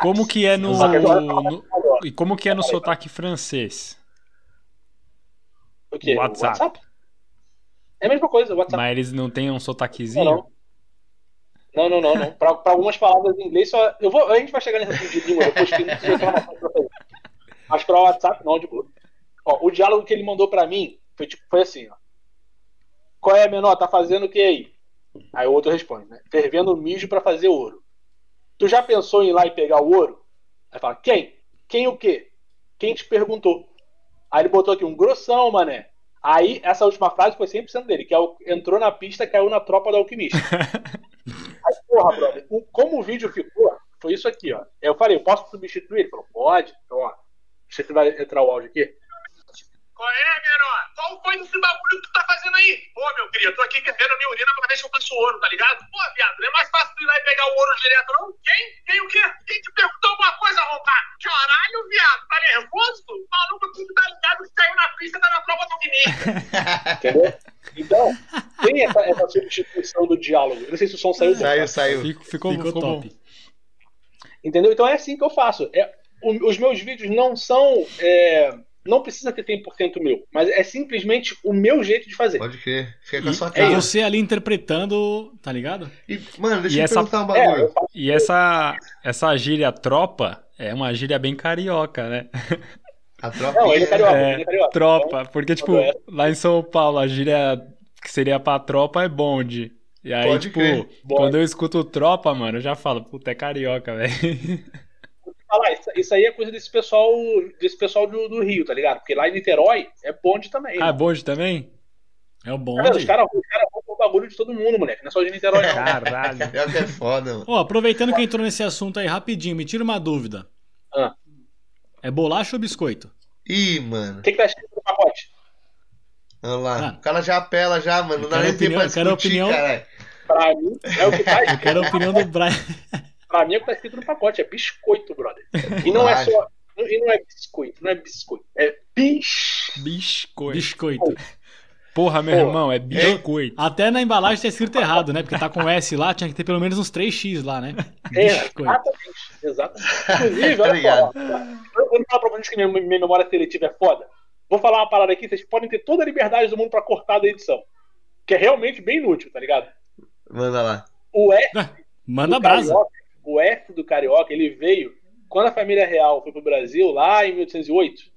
Speaker 2: como que é no,
Speaker 6: Só que
Speaker 1: agora-
Speaker 2: no- E como que é no sotaque francês?
Speaker 1: O quê? O
Speaker 2: WhatsApp.
Speaker 1: É a mesma coisa, o WhatsApp.
Speaker 2: Mas eles não têm um
Speaker 1: Não,
Speaker 2: sotaquezinho?
Speaker 1: não. Não, não, não, não. Pra, pra algumas palavras em inglês só. Eu vou, a gente vai chegar nesse assunto de língua depois que tem muitas reclamações pra fazer. Mas pra WhatsApp não, de boa. Ó, o diálogo que ele mandou pra mim foi tipo, foi assim, ó. Qual é, menor? Tá fazendo o que aí? Aí o outro responde, né? Fervendo mijo pra fazer ouro. Tu já pensou em ir lá e pegar o ouro? Aí fala, quem? Quem o quê? Quem te perguntou? Aí ele botou aqui um grossão, mané. Aí, essa última frase foi 100% dele, que é o entrou na pista, caiu na tropa do alquimista. Aí, porra, brother, o- como o vídeo ficou, foi isso aqui, ó. Eu falei, eu posso substituir? Ele falou, pode. Então, ó, deixa eu vai entrar o áudio aqui.
Speaker 7: Qual é, menor? Qual foi esse bagulho que tu tá fazendo aí? Pô, meu querido, eu tô aqui fervendo a minha urina pra ver se eu faço ouro, tá ligado? Pô, viado, não é mais fácil tu ir lá e pegar o ouro direto, não? Quem? Quem o quê? Quem te perguntou alguma coisa, arrombado? Caralho, viado, tá nervoso? Maluco, tu que tá ligado que caiu na pista, tá na prova do Guiné.
Speaker 1: Entendeu? Então, tem essa, essa substituição do diálogo. Eu não sei se o som saiu bom.
Speaker 5: Saiu, saiu.
Speaker 2: Fico- ficou
Speaker 6: Ficou
Speaker 2: ficou
Speaker 6: top.
Speaker 2: bom.
Speaker 1: Entendeu? Então é assim que eu faço. É, o- os meus vídeos não são. é, não precisa ter 100% meu, mas é simplesmente o meu jeito de fazer.
Speaker 5: Pode crer. Fica com a sua
Speaker 6: E, é
Speaker 5: cara.
Speaker 6: você ali interpretando, tá ligado?
Speaker 5: E, mano, deixa
Speaker 2: E
Speaker 5: eu
Speaker 2: essa-
Speaker 5: perguntar um
Speaker 1: É, eu
Speaker 5: bagulho.
Speaker 1: faço
Speaker 2: E essa, essa gíria tropa é uma gíria bem carioca, né?
Speaker 5: A tropa.
Speaker 1: Não, ele é carioca,
Speaker 2: É,
Speaker 1: ele é carioca.
Speaker 2: Tropa, porque tipo,
Speaker 1: quando é-
Speaker 2: lá em São Paulo a gíria que seria pra tropa é bonde. E aí,
Speaker 5: Pode
Speaker 2: tipo,
Speaker 5: crer.
Speaker 2: quando eu escuto o Tropa, mano, eu já falo, puta, é carioca, velho.
Speaker 1: Falar, isso, isso aí é coisa desse pessoal, desse pessoal do, do Rio, tá ligado? Porque lá em Niterói é bonde também.
Speaker 2: ah,
Speaker 1: né?
Speaker 2: bonde também?
Speaker 6: É
Speaker 1: Cara,
Speaker 6: o
Speaker 1: os
Speaker 6: bonde.
Speaker 1: caras os caras roubam o bagulho de todo mundo, moleque. Não é só de Niterói, não.
Speaker 2: Caralho.
Speaker 5: Carioca é foda, mano.
Speaker 6: Ó, aproveitando que entrou nesse assunto aí rapidinho, me tira uma dúvida.
Speaker 1: Ah.
Speaker 6: É bolacha ou biscoito?
Speaker 5: Ih, mano.
Speaker 1: O que, que tá escrito no pacote?
Speaker 5: Olha lá.
Speaker 6: Ah.
Speaker 5: O cara já apela já, mano. Não
Speaker 6: Eu
Speaker 5: dá
Speaker 6: quero
Speaker 5: nem tempo pra
Speaker 6: opinião, eu quero
Speaker 5: discutir,
Speaker 6: opinião.
Speaker 5: caralho.
Speaker 1: Pra mim, é o que tá escrito.
Speaker 6: Quero a opinião do Brian.
Speaker 1: <laughs> Pra mim é o que tá escrito no pacote, é biscoito, brother. E não é só. E não é biscoito, não é biscoito. É bis.
Speaker 2: Biscoito.
Speaker 6: Biscoito.
Speaker 2: Porra, meu
Speaker 1: Pô,
Speaker 2: irmão, é biscoito.
Speaker 6: Até na embalagem tá escrito errado, né? Porque tá com S lá, tinha que ter pelo menos uns 3x lá, né? Biscoito.
Speaker 1: é, Exatamente. Exatamente. Inclusive, olha só.
Speaker 5: Obrigado.
Speaker 1: ó, Eu vou falar pra vocês que minha, minha memória seletiva é foda. Vou falar uma parada aqui, vocês podem ter toda a liberdade do mundo pra cortar da edição. Que é realmente bem inútil, tá ligado?
Speaker 5: Manda lá.
Speaker 1: O S
Speaker 6: Manda
Speaker 1: do
Speaker 6: brasa.
Speaker 1: Carioca, o F do Carioca, ele veio quando a família real foi pro Brasil, lá em 1808. Se eu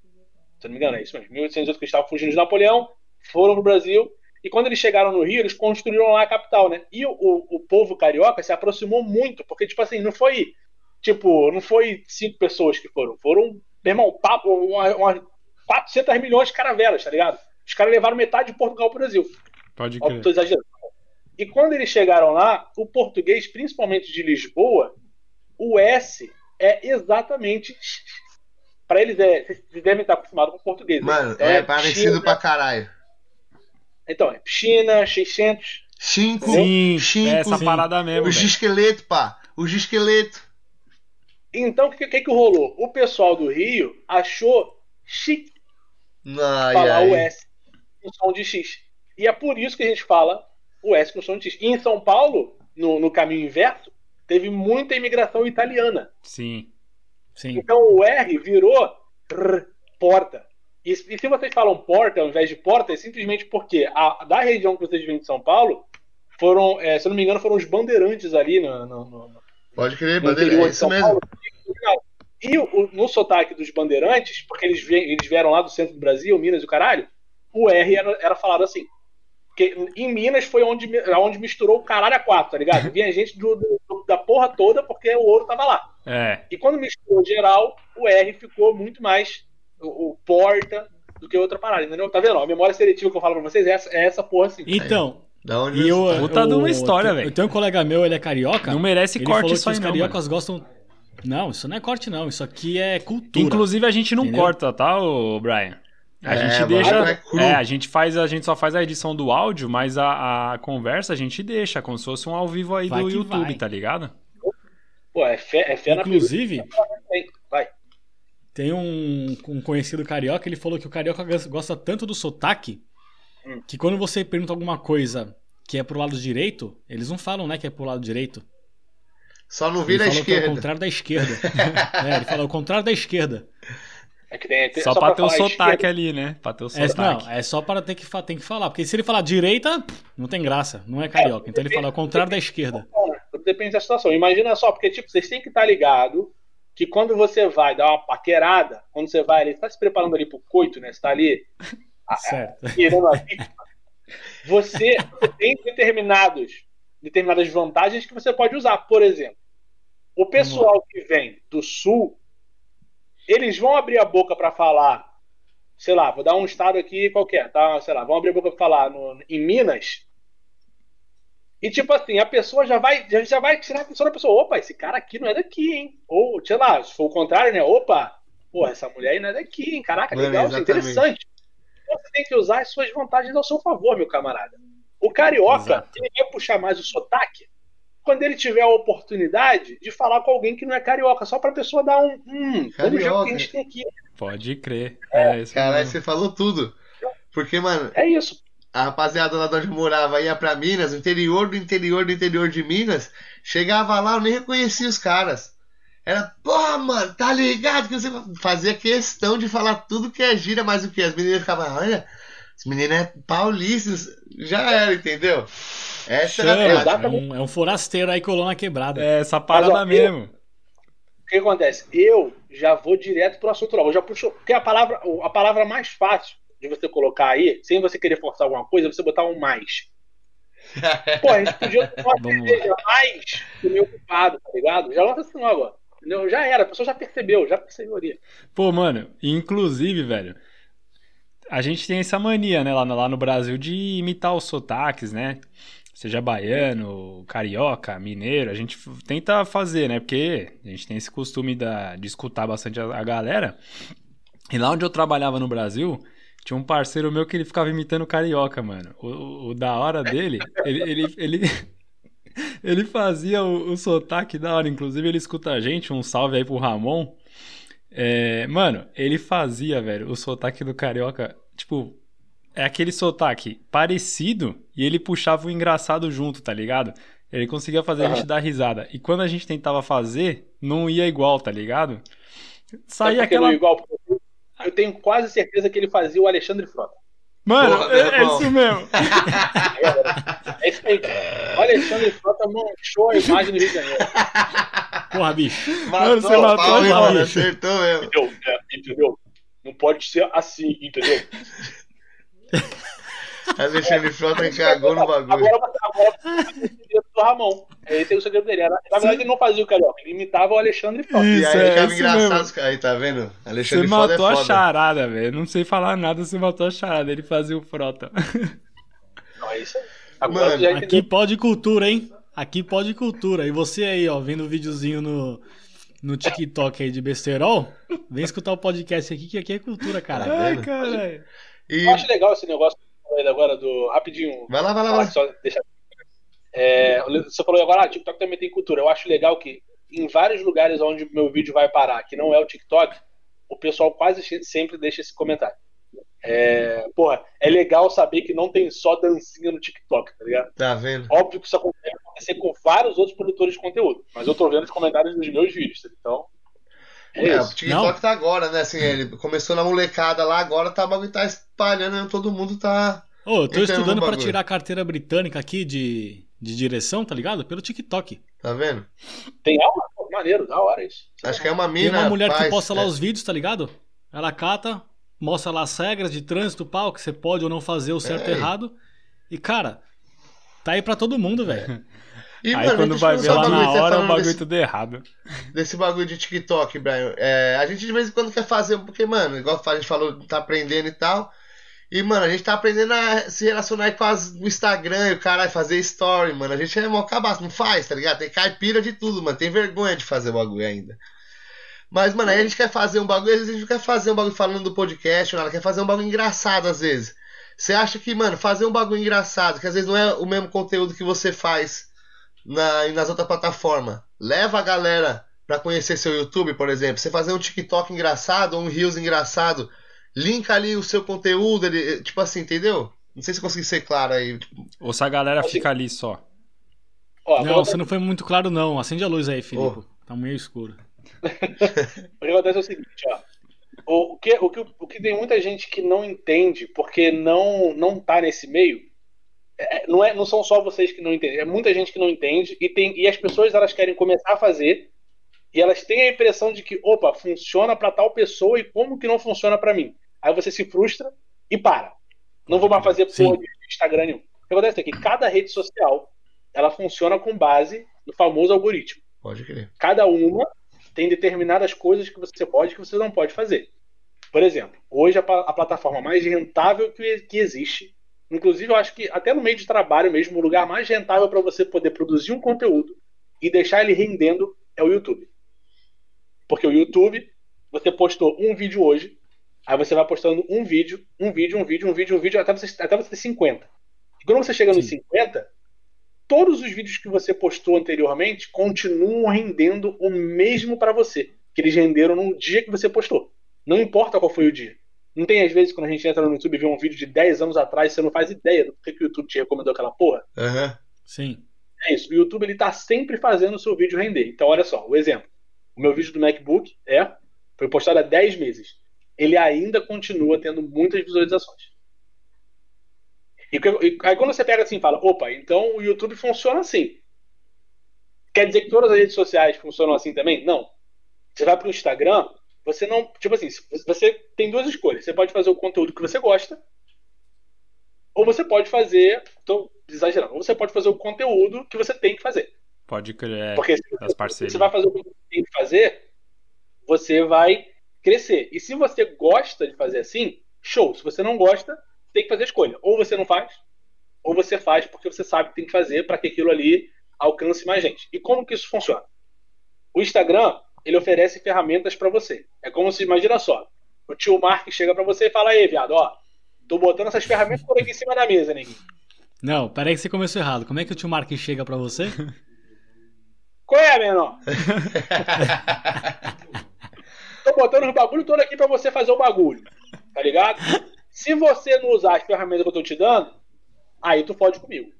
Speaker 1: não me engano, é isso mesmo. 1808 que eles estavam fugindo de Napoleão, foram pro Brasil. E quando eles chegaram no Rio, eles construíram lá a capital, né? E o, o- o povo carioca se aproximou muito, porque, tipo assim, não foi. Tipo, não foi cinco pessoas que foram. Foram, meu irmão, papo, uma, uma 400 milhões de caravelas, tá ligado? Os caras levaram metade de Portugal pro Brasil.
Speaker 2: Pode
Speaker 1: Óbvio, tô
Speaker 2: crer.
Speaker 1: exagerando. E quando eles chegaram lá, o português, principalmente de Lisboa, o S é exatamente. <laughs> Para eles é. Vocês devem estar acostumados com português. né?
Speaker 5: Mano,
Speaker 1: Então
Speaker 5: é parecido
Speaker 1: China-
Speaker 5: pra caralho.
Speaker 1: Então, é China, 600.
Speaker 5: Cinco.
Speaker 2: Sim,
Speaker 5: Cinco.
Speaker 2: é essa
Speaker 5: Sim.
Speaker 2: parada mesmo,
Speaker 5: Os
Speaker 2: velho.
Speaker 5: esqueletos, pá. Os esqueletos.
Speaker 1: Então, o que, que, que rolou? O pessoal do Rio achou chique
Speaker 5: Ai,
Speaker 1: falar
Speaker 5: ai.
Speaker 1: o S com som de X. E é por isso que a gente fala o S com som de X. E em São Paulo, no- no caminho inverso, teve muita imigração italiana.
Speaker 2: Sim.
Speaker 6: Sim.
Speaker 1: Então o R virou r, porta. E, se- e se vocês falam porta ao invés de porta, é simplesmente porque a, da região que vocês vêm de São Paulo, foram, eh, se eu não me engano, foram os bandeirantes ali no, no- no- no
Speaker 5: Pode crer,
Speaker 1: interior
Speaker 5: bandeira. É
Speaker 1: de
Speaker 5: isso
Speaker 1: São
Speaker 5: mesmo.
Speaker 1: Paulo. E o- o- no sotaque dos bandeirantes, porque eles, vêm- eles vieram lá do centro do Brasil, Minas e o caralho, o R era, era falado assim. Porque em Minas foi onde, mi- onde misturou o caralho a quatro, tá ligado? Vinha gente do- do- da porra toda porque o ouro tava lá.
Speaker 2: É.
Speaker 1: E quando misturou geral, o R ficou muito mais o, o porta do que outra parada, entendeu? Tá vendo? A memória seletiva que eu falo pra vocês é essa, é essa porra assim.
Speaker 6: Então,
Speaker 5: Da onde
Speaker 6: e eu.
Speaker 5: você tá?
Speaker 2: Puta de uma
Speaker 6: eu-
Speaker 2: história,
Speaker 6: eu-
Speaker 2: velho.
Speaker 6: Eu tenho um colega meu, ele é carioca.
Speaker 2: Não merece
Speaker 6: ele
Speaker 2: corte
Speaker 6: falou
Speaker 2: isso
Speaker 6: que
Speaker 2: aí,
Speaker 6: os
Speaker 2: não, mano.
Speaker 6: cariocas gostam. Não, isso não é corte, não. Isso aqui é cultura.
Speaker 2: Inclusive, a gente não
Speaker 6: Entendeu?
Speaker 2: corta, tá, ô Brian? A
Speaker 5: É,
Speaker 2: gente
Speaker 5: mano,
Speaker 2: deixa.
Speaker 5: é cru.
Speaker 2: É, a gente faz, a gente só faz a edição do áudio, mas a, a conversa a gente deixa, como se fosse um ao vivo aí
Speaker 6: Vai
Speaker 2: do
Speaker 6: que
Speaker 2: YouTube,
Speaker 6: vai.
Speaker 2: tá ligado?
Speaker 1: Pô, é fé, é fé na peruca
Speaker 6: Inclusive,
Speaker 1: também. Vai.
Speaker 6: Tem um, um conhecido carioca, ele falou que o carioca gos- gosta tanto do sotaque
Speaker 1: Hum.
Speaker 6: que quando você pergunta alguma coisa que é pro lado direito, eles não falam, né, que é pro lado direito.
Speaker 5: Só não
Speaker 6: Ele
Speaker 5: vira à
Speaker 6: falou que é o
Speaker 5: esquerda.
Speaker 6: contrário da esquerda. <laughs> é, ele falou o contrário da esquerda.
Speaker 1: É que tem, tem-
Speaker 2: Só, pra ter o
Speaker 1: falar
Speaker 2: sotaque
Speaker 1: esquerda,
Speaker 2: ali, né? Pra ter o
Speaker 6: É,
Speaker 2: sotaque.
Speaker 6: não, é só para ter que, fa- tem que falar. Porque se ele falar direita, não tem graça, não é carioca. Então ele fala o contrário da esquerda.
Speaker 1: não, né? Tudo Depende da situação. Imagina só, porque tipo, vocês têm que estar ligado que quando você vai dar uma paquerada, quando você vai ali, você tá se preparando ali pro coito, né? Você tá ali
Speaker 6: Certo.
Speaker 1: tirando a
Speaker 2: <laughs>
Speaker 1: vítima, você tem determinados, determinadas vantagens que você pode usar. Por exemplo, o pessoal que vem do sul, eles vão abrir a boca para falar, sei lá, vou dar um estado aqui qualquer, tá? Sei lá, vão abrir a boca para falar no- em Minas. E tipo assim, a pessoa já vai, já, já vai tirar a atenção da pessoa. Opa, esse cara aqui não é daqui, hein? Ou, sei lá, se for o contrário, né? Opa, porra, essa mulher aí não é daqui, hein? Caraca,
Speaker 5: Mano,
Speaker 1: legal, isso é
Speaker 5: exatamente.
Speaker 1: interessante. Então, Você tem que usar as suas vantagens ao seu favor, meu camarada. O carioca,
Speaker 2: Exato.
Speaker 1: ele vai puxar mais o sotaque quando ele tiver a oportunidade de falar com alguém que não é carioca, só pra pessoa dar um. Hum, vamos ver o que a gente tem aqui.
Speaker 2: Pode crer. É, isso
Speaker 5: Caralho,
Speaker 2: mesmo.
Speaker 5: você falou tudo. Porque, mano,
Speaker 1: É isso.
Speaker 5: a rapaziada lá de onde eu morava ia pra Minas, no interior do interior do interior de Minas. Chegava lá, eu nem reconhecia os caras. Era, porra, mano, tá ligado? Que você fazia questão de falar tudo que é gira, mas o que? As meninas ficavam, olha, esse menino é paulista. Já era, entendeu? Essa
Speaker 6: Chama,
Speaker 5: era a
Speaker 1: Exato.
Speaker 6: é, um, é um forasteiro aí colou na quebrada.
Speaker 2: É, essa parada
Speaker 1: Mas, ó, eu-
Speaker 2: mesmo.
Speaker 1: O que acontece? Eu já vou direto pro assunto logo. Eu já puxo. Porque a palavra, a palavra mais fácil de você colocar aí, sem você querer forçar alguma coisa, é você botar um mais. Pô, a gente podia tomar uma
Speaker 2: Vamos lá.
Speaker 1: cerveja a mais do meu culpado, tá ligado? Já assassinou agora. Entendeu? Já era, a pessoa já percebeu, já percebeu ali.
Speaker 2: Pô, mano, inclusive, velho, a gente tem essa mania, né, lá no, lá no Brasil, de imitar os sotaques, né? Seja baiano, carioca, mineiro, a gente f- tenta fazer, né? Porque a gente tem esse costume da, de escutar bastante a, a galera. E lá onde eu trabalhava no Brasil, tinha um parceiro meu que ele ficava imitando carioca, mano. O, o- o da hora dele, ele, ele, ele, ele fazia o, o sotaque da hora. Inclusive, ele escuta a gente, um salve aí pro Ramon. É, mano, ele fazia, velho, o sotaque do carioca, tipo, é aquele sotaque parecido e ele puxava o engraçado junto, tá ligado? Ele conseguia fazer a
Speaker 1: Aham.
Speaker 2: gente dar risada. E quando a gente tentava fazer, não ia igual, tá ligado?
Speaker 1: Sabe
Speaker 2: Saía
Speaker 1: por que não
Speaker 2: aquela.
Speaker 1: é igual pro Brasil? eu tenho quase certeza que ele fazia o Alexandre Frota.
Speaker 2: Mano,
Speaker 3: Porra, meu
Speaker 2: é, é
Speaker 3: irmão.
Speaker 2: isso mesmo.
Speaker 1: É isso aí, cara. O Alexandre Frota manchou a imagem do Rio de Janeiro.
Speaker 6: Porra, bicho.
Speaker 2: Mano, você matou
Speaker 3: pau,
Speaker 2: a
Speaker 3: hein, mano?
Speaker 2: pau.
Speaker 3: Acertou mesmo.
Speaker 1: Entendeu? É, entendeu? Não pode ser assim, entendeu?
Speaker 3: Alexandre Frota cagou no bagulho.
Speaker 1: Agora, você- agora você tem o segredo do Ramon. Esse é o segredo dele. Era- Na verdade, ele não fazia o carioca, ele imitava o Alexandre
Speaker 2: <laughs>
Speaker 1: Frota.
Speaker 2: Isso,
Speaker 3: E aí
Speaker 2: é,
Speaker 3: ficava
Speaker 2: isso
Speaker 3: engraçado
Speaker 2: mesmo.
Speaker 3: os caras aí, tá vendo?
Speaker 2: Você
Speaker 3: Alexandre Frota é
Speaker 2: matou a
Speaker 3: foda.
Speaker 2: charada, velho. Não sei falar nada, você matou a charada. Ele fazia o frota.
Speaker 1: Não, é isso aí. Agora
Speaker 3: Mano,
Speaker 1: você já
Speaker 6: Aqui
Speaker 1: entendeu.
Speaker 6: pode cultura, hein? Aqui pode cultura. E você aí, ó, vendo o videozinho no, no TikTok aí de besterol, vem escutar o podcast aqui, que aqui é cultura, cara.
Speaker 2: Ai,
Speaker 3: vendo?
Speaker 2: caralho.
Speaker 3: E...
Speaker 1: Eu acho legal esse negócio que você falou aí agora do. Rapidinho,
Speaker 3: Vai lá, vai lá, vai
Speaker 1: falar,
Speaker 3: lá.
Speaker 1: só deixar. É, você falou agora, ah, TikTok também tem cultura. Eu acho legal que em vários lugares onde meu vídeo vai parar, que não é o TikTok, o pessoal quase che- sempre deixa esse comentário. É, porra, é legal saber que não tem só dancinha no TikTok, tá ligado?
Speaker 3: Tá vendo?
Speaker 1: Óbvio que isso acon- deve acontecer com vários outros produtores de conteúdo, mas eu tô vendo os comentários dos meus vídeos, então. É
Speaker 3: É, o
Speaker 1: isso.
Speaker 3: TikTok
Speaker 6: Não.
Speaker 3: tá agora, né? Assim, ele começou na molecada lá, agora tá o bagulho tá espalhando, né? todo mundo tá.
Speaker 6: Ô, eu tô
Speaker 3: Então,
Speaker 6: estudando
Speaker 3: no
Speaker 6: pra
Speaker 3: bagulho.
Speaker 6: tirar a carteira britânica aqui de, de direção, tá ligado? Pelo TikTok.
Speaker 3: Tá vendo?
Speaker 1: Tem aula? Pô, maneiro, da hora isso.
Speaker 3: Acho que é uma
Speaker 6: Tem
Speaker 3: mina.
Speaker 6: uma mulher que
Speaker 3: faz-
Speaker 6: posta lá
Speaker 3: é,
Speaker 6: os vídeos, tá ligado? Ela cata, mostra lá as regras de trânsito, pau, que você pode ou não fazer o certo e
Speaker 3: É.
Speaker 6: o errado. E, cara, tá aí pra todo mundo, velho.
Speaker 2: Aí
Speaker 3: E, mano,
Speaker 2: quando
Speaker 3: deixa eu
Speaker 2: vai
Speaker 3: te
Speaker 2: ver lá
Speaker 3: perguntar um
Speaker 2: na
Speaker 3: bagulho, você
Speaker 2: hora, o
Speaker 3: falando
Speaker 2: bagulho
Speaker 3: desse-
Speaker 2: tudo errado.
Speaker 3: desse bagulho de TikTok, Brian. É, a gente de vez em quando quer fazer, porque, mano, igual a gente falou, tá aprendendo e tal. E, mano, a gente tá aprendendo a se relacionar com as, o Instagram e o caralho, fazer story, mano. A gente é mó cabaço, não faz, tá ligado? Tem caipira de tudo, mano. Tem vergonha de fazer o bagulho ainda. Mas, mano, aí a gente quer fazer um bagulho, às vezes a gente quer fazer um bagulho falando do podcast, ou nada, quer fazer um bagulho engraçado às vezes. Você acha que, mano, fazer um bagulho engraçado, que às vezes não é o mesmo conteúdo que você faz na, nas outras plataformas. Leva a galera pra conhecer seu YouTube, por exemplo. Você fazer um TikTok engraçado ou um Reels engraçado, linka ali o seu conteúdo, ele, eh, tipo assim, entendeu? Não sei se eu consegui ser claro aí. Tipo,
Speaker 2: Ou se a galera fica ali só.
Speaker 1: Ó,
Speaker 6: Não,
Speaker 1: agora-
Speaker 6: você não foi muito claro, não. Acende a luz aí, Filipe. Tá meio escuro.
Speaker 1: O que acontece é o seguinte, ó. O, o que, o, que, o que tem muita gente que não entende, porque não não tá nesse meio, é- não, é, não são só vocês que não entendem, é muita gente que não entende, e, tem, e as pessoas elas querem começar a fazer, e elas têm a impressão de que, opa, funciona pra tal pessoa e como que não funciona pra mim? Aí você se frustra e para. Não vou mais fazer
Speaker 6: Sim.
Speaker 1: porra de Instagram nenhum. O que acontece é que cada rede social ela funciona com base no famoso algoritmo
Speaker 3: pode crer.
Speaker 1: cada um uma tem determinadas coisas que você pode e que você não pode fazer. Por exemplo, hoje a, pa- a plataforma mais rentável que, que existe, inclusive eu acho que até no meio de trabalho mesmo, o lugar mais rentável para você poder produzir um conteúdo e deixar ele rendendo é o YouTube. Porque o YouTube, você postou um vídeo hoje, aí você vai postando um vídeo, um vídeo, um vídeo, um vídeo, um vídeo, até você, até você ter 50. E quando você chega nos
Speaker 6: Sim.
Speaker 1: 50, todos os vídeos que você postou anteriormente continuam rendendo o mesmo para você que eles renderam no dia que você postou. Não importa qual foi o dia. Não tem às vezes quando a gente entra no YouTube e vê um vídeo de 10 anos atrás, você não faz ideia do porquê que o YouTube te recomendou aquela porra.
Speaker 3: Aham.
Speaker 6: Sim.
Speaker 1: É isso. O YouTube ele tá sempre fazendo o seu vídeo render. Então olha só, o exemplo. O meu vídeo do MacBook é foi postado há 10 meses. Ele ainda continua tendo muitas visualizações. E, que- e aí quando você pega assim e fala, opa, então o YouTube funciona assim. Quer dizer que todas as redes sociais funcionam assim também? Não. Você vai pro Instagram, você não. Tipo assim, você tem duas escolhas. Você pode fazer o conteúdo que você gosta, ou você pode fazer. Então, exagerando. Você pode fazer o conteúdo que você tem que fazer.
Speaker 2: Pode crer.
Speaker 1: Porque se
Speaker 2: das
Speaker 1: você,
Speaker 2: parcerias.
Speaker 1: você vai fazer o que você tem que fazer, você vai crescer. E se você gosta de fazer assim, show. Se você não gosta, tem que fazer a escolha. Ou você não faz, ou você faz porque você sabe que tem que fazer para que aquilo ali alcance mais gente. E como que isso funciona? O Instagram, ele oferece ferramentas para você. É como se, imagina só, o tio Mark chega para você e fala, aí, viado, ó, tô botando essas ferramentas por aqui em cima da mesa, neguinho.
Speaker 6: Não, peraí que você começou errado. Como é que o tio Mark chega pra você?
Speaker 1: Qual é, menor? Tô botando os bagulho todo aqui pra você fazer o bagulho. Tá ligado? Se você não usar as ferramentas que eu tô te dando, aí tu fode comigo.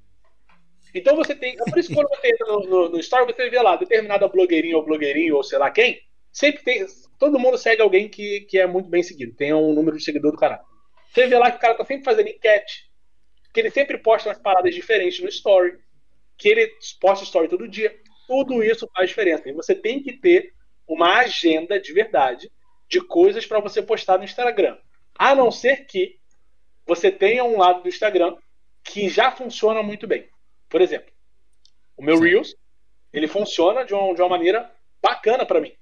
Speaker 1: Então você tem. É por isso que quando você entra no, no, no story, você vê lá determinada blogueirinha ou blogueirinho ou sei lá quem. Sempre tem. Todo mundo segue alguém que, que é muito bem seguido. Tem um número de seguidor do canal. Você vê lá que o cara tá sempre fazendo enquete. Que ele sempre posta umas paradas diferentes no story. Que ele posta story todo dia. Tudo isso faz diferença. E você tem que ter uma agenda de verdade de coisas para você postar no Instagram. A não ser que você tenha um lado do Instagram que já funciona muito bem. Por exemplo, o meu
Speaker 6: Sim.
Speaker 1: Reels, ele funciona de uma, de uma maneira bacana para mim.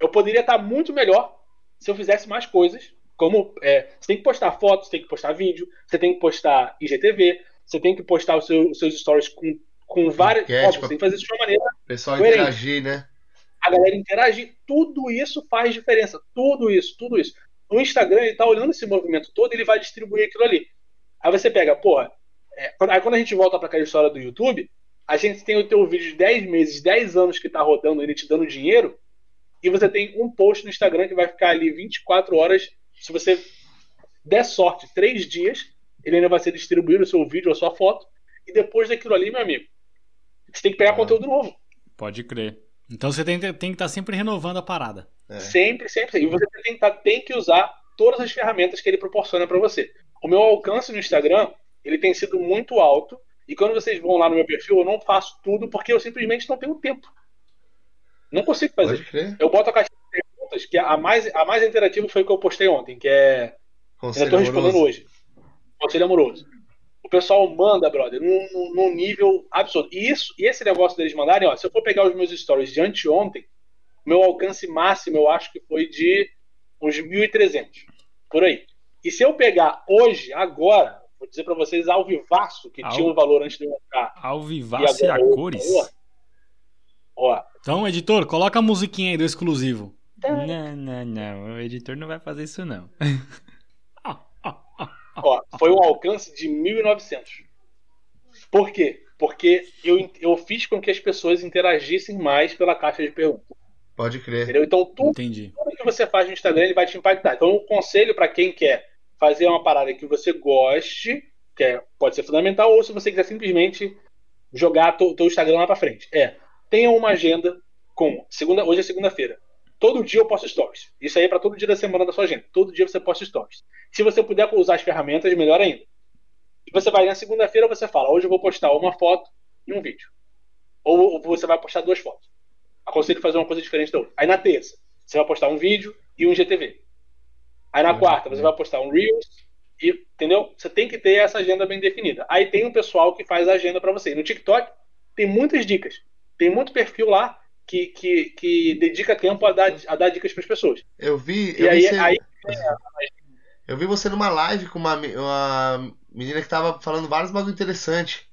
Speaker 1: Eu poderia estar muito melhor se eu fizesse mais coisas, como é, você tem que postar fotos, tem que postar vídeo, você tem que postar IGTV, você tem que postar os seus, os seus stories com, com várias.
Speaker 5: Enquete, pra-
Speaker 1: óbvio, você tem que fazer isso de uma maneira
Speaker 5: Pessoal
Speaker 1: Coerente.
Speaker 5: interagir, né?
Speaker 1: a galera interagir, tudo isso faz diferença. Tudo isso, tudo isso. No Instagram, ele tá olhando esse movimento todo ele vai distribuir aquilo ali. Aí você pega, porra. é, quando- aí quando a gente volta para aquela história do YouTube, a gente tem o teu vídeo de 10 meses, 10 anos que tá rodando, ele te dando dinheiro, e você tem um post no Instagram que vai ficar ali 24 horas. Se você der sorte, 3 dias, ele ainda vai ser distribuído o seu vídeo, a sua foto, e depois daquilo ali, meu amigo, você tem que pegar conteúdo novo.
Speaker 2: Pode crer.
Speaker 6: Então você tem, tem que estar sempre renovando a parada.
Speaker 5: É.
Speaker 1: Sempre, sempre. sempre. E você tem que, tá- tem que usar todas as ferramentas que ele proporciona para você. O meu alcance no Instagram, ele tem sido muito alto. E quando vocês vão lá no meu perfil, eu não faço tudo porque eu simplesmente não tenho tempo. Não consigo fazer.
Speaker 5: Pode crer.
Speaker 1: Eu boto a caixinha de perguntas, que a mais, a mais interativa foi o que eu postei ontem, que é eu ainda
Speaker 5: Conselho
Speaker 1: tô respondendo
Speaker 5: amoroso.
Speaker 1: hoje. Conselho amoroso. O pessoal manda, brother, num, num- num nível absurdo. E, isso, e esse negócio deles mandarem, ó, se eu for pegar os meus stories de anteontem, meu alcance máximo eu acho que foi de uns 1.300, por aí. E se eu pegar hoje, agora, vou dizer pra vocês ao vivaço, que
Speaker 2: Ao-
Speaker 1: tinha um valor antes de eu entrar,
Speaker 2: Ao vivasse
Speaker 1: E
Speaker 2: a
Speaker 1: agora,
Speaker 2: cores.
Speaker 1: boa. ó,
Speaker 6: Então, editor, coloca a musiquinha aí do exclusivo.
Speaker 2: Não, não, não. O editor não vai fazer isso, não.
Speaker 1: Ó, foi um alcance de 1.900. Por quê? Porque eu, eu fiz com que as pessoas interagissem mais pela caixa de perguntas.
Speaker 5: Pode crer.
Speaker 1: Entendeu? Então, tudo,
Speaker 6: Entendi.
Speaker 1: tudo que você faz no Instagram ele vai te impactar. Então, um conselho para quem quer fazer uma parada que você goste, que é- pode ser fundamental, ou se você quiser simplesmente jogar o teu Instagram lá para frente, é tenha uma agenda com. Segunda, hoje é segunda-feira. Todo dia eu posto stories. Isso aí é para todo dia da semana da sua agenda. Todo dia você posta stories. Se você puder usar as ferramentas, melhor ainda. E você vai na segunda-feira você fala, hoje eu vou postar uma foto e um vídeo. Ou, ou você vai postar duas fotos. Aconselho fazer uma coisa diferente da outra. Aí na terça, você vai postar um vídeo e um GTV. Aí na
Speaker 5: Uhum.
Speaker 1: quarta, você vai postar um Reels e, entendeu? Você tem que ter essa agenda bem definida. Aí tem um pessoal que faz a agenda para você. E No TikTok tem muitas dicas. Tem muito perfil lá que, que, que dedica tempo a dar, a dar dicas para as pessoas.
Speaker 5: Eu vi.
Speaker 1: E
Speaker 5: eu vi
Speaker 1: aí,
Speaker 5: você-
Speaker 1: aí
Speaker 5: Eu vi você numa live com uma, me- uma menina que tava falando vários bagulho interessante.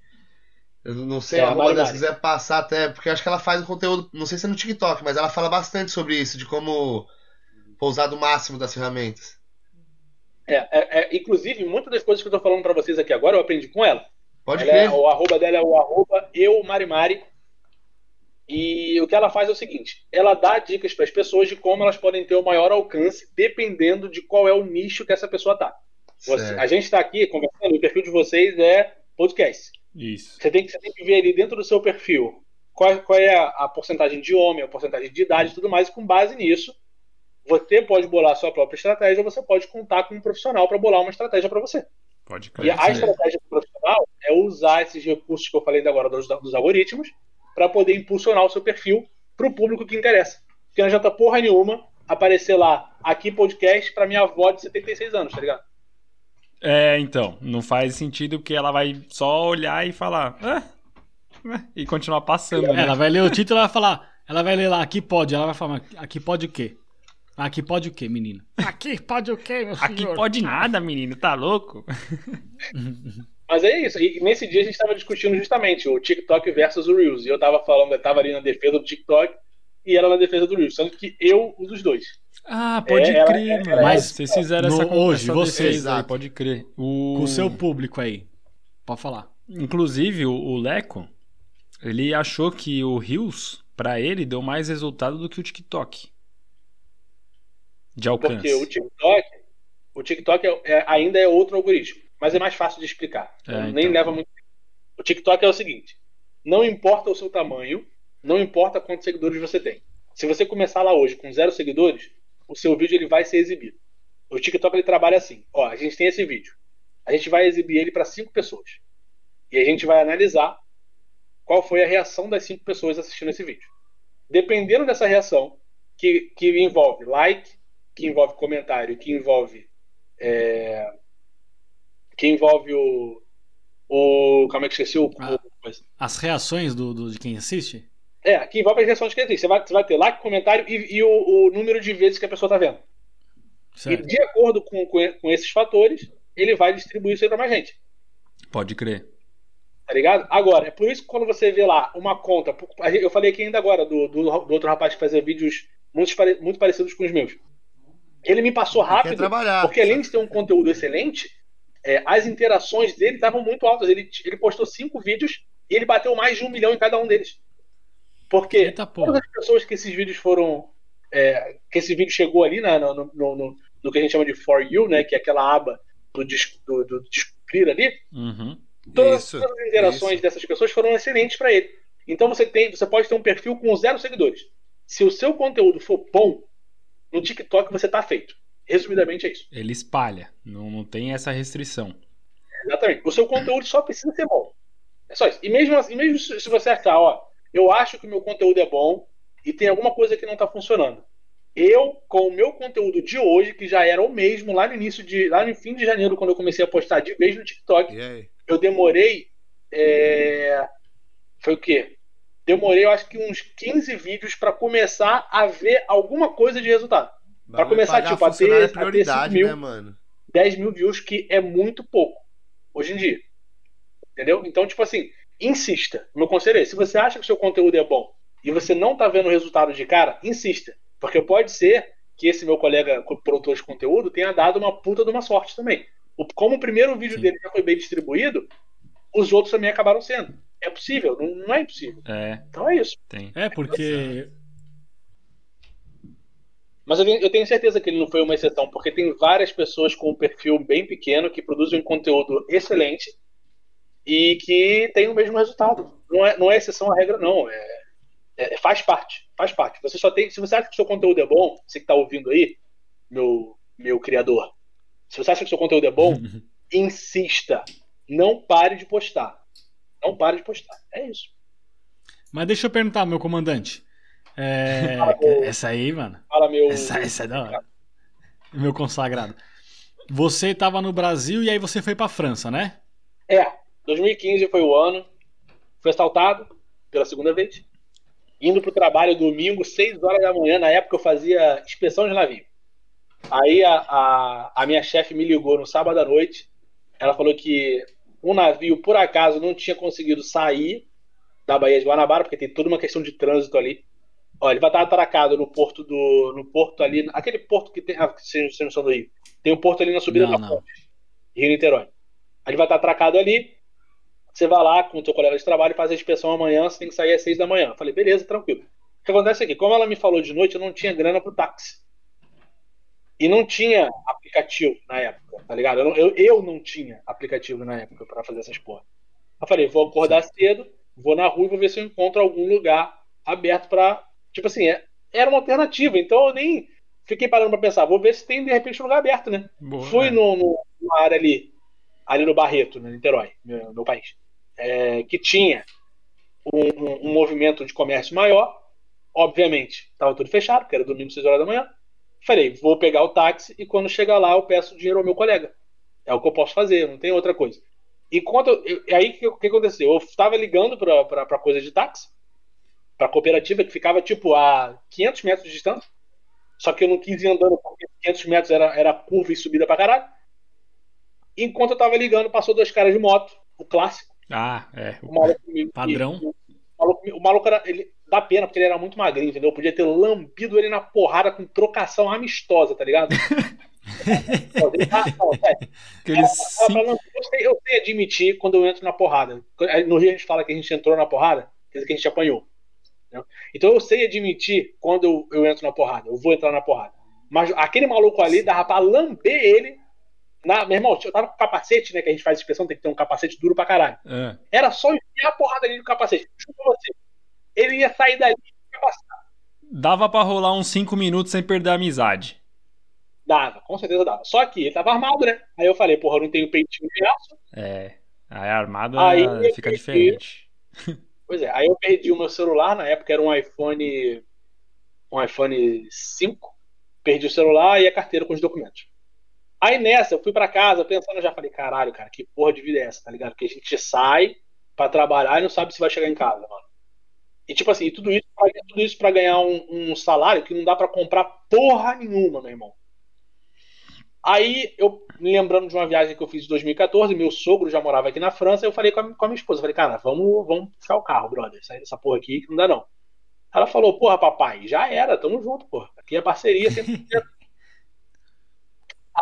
Speaker 5: Eu não sei
Speaker 1: É,
Speaker 5: a
Speaker 1: a
Speaker 5: arroba dela,
Speaker 1: Marinari.
Speaker 5: se quiser passar até, porque eu acho que ela faz um conteúdo, não sei se é no TikTok, mas ela fala bastante sobre isso, de como pousar do máximo das ferramentas.
Speaker 1: é, é, é, inclusive, muitas das coisas que eu tô falando para vocês aqui agora, eu aprendi com ela.
Speaker 5: Pode
Speaker 1: Ela é-
Speaker 5: crer.
Speaker 1: o arroba dela é o arroba eumarimari. E o que ela faz é o seguinte: ela dá dicas para as pessoas de como elas podem ter o maior alcance, dependendo de qual é o nicho que essa pessoa tá. Você-
Speaker 5: Certo.
Speaker 1: a gente está aqui conversando, o perfil de vocês é podcast.
Speaker 2: Isso.
Speaker 1: Você tem que, você tem que ver ali dentro do seu perfil qual, é- qual é a, a porcentagem de homem, a porcentagem de idade e tudo mais, e com base nisso, você pode bolar a sua própria estratégia ou você pode contar com um profissional para bolar uma estratégia para você.
Speaker 2: Pode
Speaker 1: E
Speaker 2: crer.
Speaker 1: a estratégia do profissional é usar esses recursos que eu falei ainda agora dos, dos algoritmos para poder impulsionar o seu perfil para o público que interessa. Porque não adianta porra nenhuma aparecer lá, aqui podcast, para minha avó de 76 anos, tá ligado?
Speaker 2: É, então, não faz sentido porque ela vai só olhar e falar. "Ah, ah", e continuar passando,
Speaker 6: É,
Speaker 2: né?
Speaker 6: Ela vai ler o título e ela vai falar. Ela vai ler lá, aqui pode. Ela vai falar, "Mas aqui pode o quê? "Ah, Aqui pode o quê, menina? Aqui pode o quê, meu
Speaker 2: Aqui pode nada, menino, tá louco?
Speaker 1: Mas é isso. E nesse dia a gente estava discutindo justamente o TikTok versus o Reels. E eu tava falando, eu tava ali na defesa do TikTok e ela na defesa do Reels. Sando que eu uso os dois.
Speaker 2: Ah, pode
Speaker 1: É, ela-
Speaker 2: crer,
Speaker 1: ela-
Speaker 2: mano.
Speaker 6: Mas
Speaker 2: vocês fizeram
Speaker 6: no-
Speaker 2: essa com-
Speaker 6: hoje,
Speaker 2: essa
Speaker 6: vocês,
Speaker 2: defesa aí,
Speaker 5: exato.
Speaker 2: pode crer. O,
Speaker 6: Com o seu público aí. Pode falar.
Speaker 2: Inclusive, o, o Leco, ele achou que o Rios, pra ele, deu mais resultado do que o TikTok. De alcance.
Speaker 1: Porque o TikTok, o TikTok é- é- ainda é outro algoritmo, mas é mais fácil de explicar.
Speaker 2: É,
Speaker 1: Então,
Speaker 2: então.
Speaker 1: Nem leva muito tempo. O TikTok é o seguinte: não importa o seu tamanho, não importa quantos seguidores você tem. Se você começar lá hoje com zero seguidores, o seu vídeo ele vai ser exibido. O TikTok ele trabalha assim: ó, a gente tem esse vídeo, a gente vai exibir ele para cinco pessoas e a gente vai analisar qual foi a reação das cinco pessoas assistindo esse vídeo. Dependendo dessa reação, que, que envolve like, que envolve comentário, que envolve. é, que envolve o. o como é que eu esqueci o.
Speaker 6: Ah.
Speaker 1: coisa.
Speaker 6: As reações do, do- de quem assiste?
Speaker 1: É, que envolve as reações que ele tem. Você vai, você vai ter like, comentário e, e o, o número de vezes que a pessoa tá vendo. E
Speaker 6: Certo.
Speaker 1: de acordo com, com, e- com esses fatores, ele vai distribuir isso aí pra mais gente.
Speaker 2: Pode crer.
Speaker 1: Tá ligado? Agora, é por isso que quando você vê lá uma conta. Eu falei aqui ainda agora do, do, do outro rapaz que fazia vídeos muito, pare- muito parecidos com os meus. Ele me passou
Speaker 5: Quer
Speaker 1: rápido
Speaker 5: trabalhar.
Speaker 1: Porque além de ter um conteúdo excelente, é, as interações dele estavam muito altas. Ele, ele postou cinco vídeos e ele bateu mais de um milhão em cada um deles. Porque
Speaker 6: Eita porra.
Speaker 1: todas as pessoas que esses vídeos foram. é, que esse vídeo chegou ali na- no, no- no- no- no que a gente chama de For You, né? Que é aquela aba do, dis- do- do descobrir ali.
Speaker 2: Uhum.
Speaker 1: Todas,
Speaker 3: Isso,
Speaker 1: todas as interações
Speaker 3: isso.
Speaker 1: dessas pessoas foram excelentes para ele. Então você tem, você pode ter um perfil com zero seguidores. Se o seu conteúdo for bom, no TikTok você tá feito. Resumidamente é isso.
Speaker 2: Ele espalha. Não, não tem essa restrição.
Speaker 1: Exatamente. O seu conteúdo só precisa ser bom. É só isso. E mesmo, assim- mesmo se se você achar, ó, eu acho que o meu conteúdo é bom e tem alguma coisa que não tá funcionando. Eu, com o meu conteúdo de hoje, que já era o mesmo lá no início de. lá no fim de janeiro, quando eu comecei a postar de vez no TikTok,
Speaker 3: E aí?
Speaker 1: eu demorei. é, Foi o quê? Demorei, eu acho que uns 15 vídeos para começar a ver alguma coisa de resultado. Pra começar,
Speaker 3: Pagar
Speaker 1: tipo, a ter-
Speaker 3: funcionário
Speaker 1: a
Speaker 3: é
Speaker 1: ter
Speaker 3: prioridade,
Speaker 1: 5 mil.
Speaker 3: né, mano?
Speaker 1: 10 mil views, que é muito pouco hoje em dia. Entendeu? Então, tipo assim, insista. Meu conselho é: se você acha que o seu conteúdo é bom e você não tá vendo o resultado de cara, insista. Porque pode ser que esse meu colega co- produtor de conteúdo tenha dado uma puta de uma sorte também. O- Como o primeiro vídeo
Speaker 2: Sim.
Speaker 1: dele já foi bem distribuído, os outros também acabaram sendo. É possível, não, não é impossível.
Speaker 2: É,
Speaker 1: Então é isso.
Speaker 2: tem.
Speaker 6: É, porque.
Speaker 1: Mas eu tenho, eu tenho certeza que ele não foi uma exceção, porque tem várias pessoas com um perfil bem pequeno que produzem um conteúdo excelente e que tem o mesmo resultado. Não é, não é exceção à regra, não. É, é- faz parte, faz parte. Você só tem, se você acha que o seu conteúdo é bom, você que está ouvindo aí, meu, meu criador, se você acha que o seu conteúdo é
Speaker 6: <laughs>
Speaker 1: bom, insista. Não pare de postar. Não pare de postar. É isso.
Speaker 6: Mas deixa eu perguntar, meu comandante. É, Essa aí, mano.
Speaker 1: Fala, meu.
Speaker 6: Essa, essa é da hora. Meu consagrado. Você tava no Brasil e aí você foi pra França, né?
Speaker 1: É, 2015 foi o ano. Fui assaltado pela segunda vez. Indo pro trabalho domingo, 6 horas da manhã. Na época eu fazia inspeção de navio. Aí a, a- a minha chefe me ligou no sábado à noite. Ela falou que um navio, por acaso, não tinha conseguido sair da Baía de Guanabara, porque tem toda uma questão de trânsito ali. Ó, ele vai estar atracado no porto do. no porto ali. Aquele porto que tem. Ah, que vocês vocês não são do Rio. Tem um porto ali na subida
Speaker 6: Não,
Speaker 1: da
Speaker 6: não.
Speaker 1: ponte. Rio Niterói. Aí ele vai estar atracado ali. Você vai lá com o teu colega de trabalho, faz a inspeção amanhã, você tem que sair às seis da manhã. Eu falei, beleza, tranquilo. O que acontece é que, como ela me falou de noite, eu não tinha grana pro táxi. E não tinha aplicativo na época, tá ligado? Eu não, eu- eu não tinha aplicativo na época pra fazer essas porra. Eu falei, vou acordar cedo, vou na rua e vou ver se eu encontro algum lugar aberto pra. Tipo assim, é- era uma alternativa, então eu nem fiquei parando pra pensar, vou ver se tem de repente um lugar aberto, né?
Speaker 2: Boa,
Speaker 1: Fui
Speaker 2: é.
Speaker 1: no, no- numa área ali, ali no Barreto, no Niterói, meu, meu país, é, que tinha um, um- um movimento de comércio maior. Obviamente, estava tudo fechado, porque era domingo, 6 horas da manhã. Falei, vou pegar o táxi e quando chegar lá eu peço dinheiro ao meu colega. É o que eu posso fazer, não tem outra coisa. Enquanto. eu- e aí o que, o que aconteceu? Eu estava ligando pra, pra, pra coisa de táxi, pra cooperativa, que ficava tipo a 500 metros de distância. Só que eu não quis ir andando porque 500 metros era, era curva e subida pra caralho. Enquanto eu tava ligando, passou dois caras de moto, o clássico,
Speaker 2: Ah, é.
Speaker 1: o maluco me-
Speaker 6: Padrão.
Speaker 1: me- o maluco, me- o maluco era. Ele, dá pena, porque ele era muito magrinho, entendeu? Eu podia ter lambido ele na porrada com trocação amistosa, tá ligado? Ele tá- ó, é,
Speaker 2: Aquele
Speaker 1: ela
Speaker 2: sim.
Speaker 1: fala, "Não, eu, sei, eu sei admitir quando eu entro na porrada. Aí No Rio a gente fala que a gente entrou na porrada, quer dizer que a gente apanhou. né? Então eu sei admitir quando eu, eu entro na porrada, eu vou entrar na porrada. Mas aquele maluco ali dava pra lamber ele. Na, meu irmão, eu tava com capacete, né? Que a gente faz inspeção, tem que ter um capacete duro pra caralho.
Speaker 2: Ah,
Speaker 1: Era só enfiar a porrada ali no capacete. Juro pra você. Ele ia sair dali com o capacete.
Speaker 2: dava pra rolar uns 5 minutos sem perder a amizade.
Speaker 1: Dava, com certeza dava. Só que ele tava armado, né? Aí eu falei, porra, eu não tenho peitinho de aço.
Speaker 2: É. Aí a armada
Speaker 1: Aí
Speaker 2: fica
Speaker 1: eu-
Speaker 2: diferente.
Speaker 1: Pois é, aí eu perdi o meu celular, na época era um iPhone. Um iPhone 5. Perdi o celular e a carteira com os documentos. Aí nessa, eu fui pra casa pensando, eu já falei, caralho, cara, que porra de vida é essa, tá ligado? Porque a gente sai pra trabalhar e não sabe se vai chegar em casa, mano. E tipo assim, tudo isso pra, tudo isso pra ganhar um, um salário que não dá pra comprar porra nenhuma, meu irmão. Aí eu, me lembrando de uma viagem que eu fiz em 2014, meu sogro já morava aqui na França, eu falei com a, com a minha esposa, eu falei, cara, vamos, vamos puxar o carro, brother, sair dessa porra aqui que não dá não. Ela falou, porra, papai, já era, tamo junto, porra. Aqui é parceria, 100%.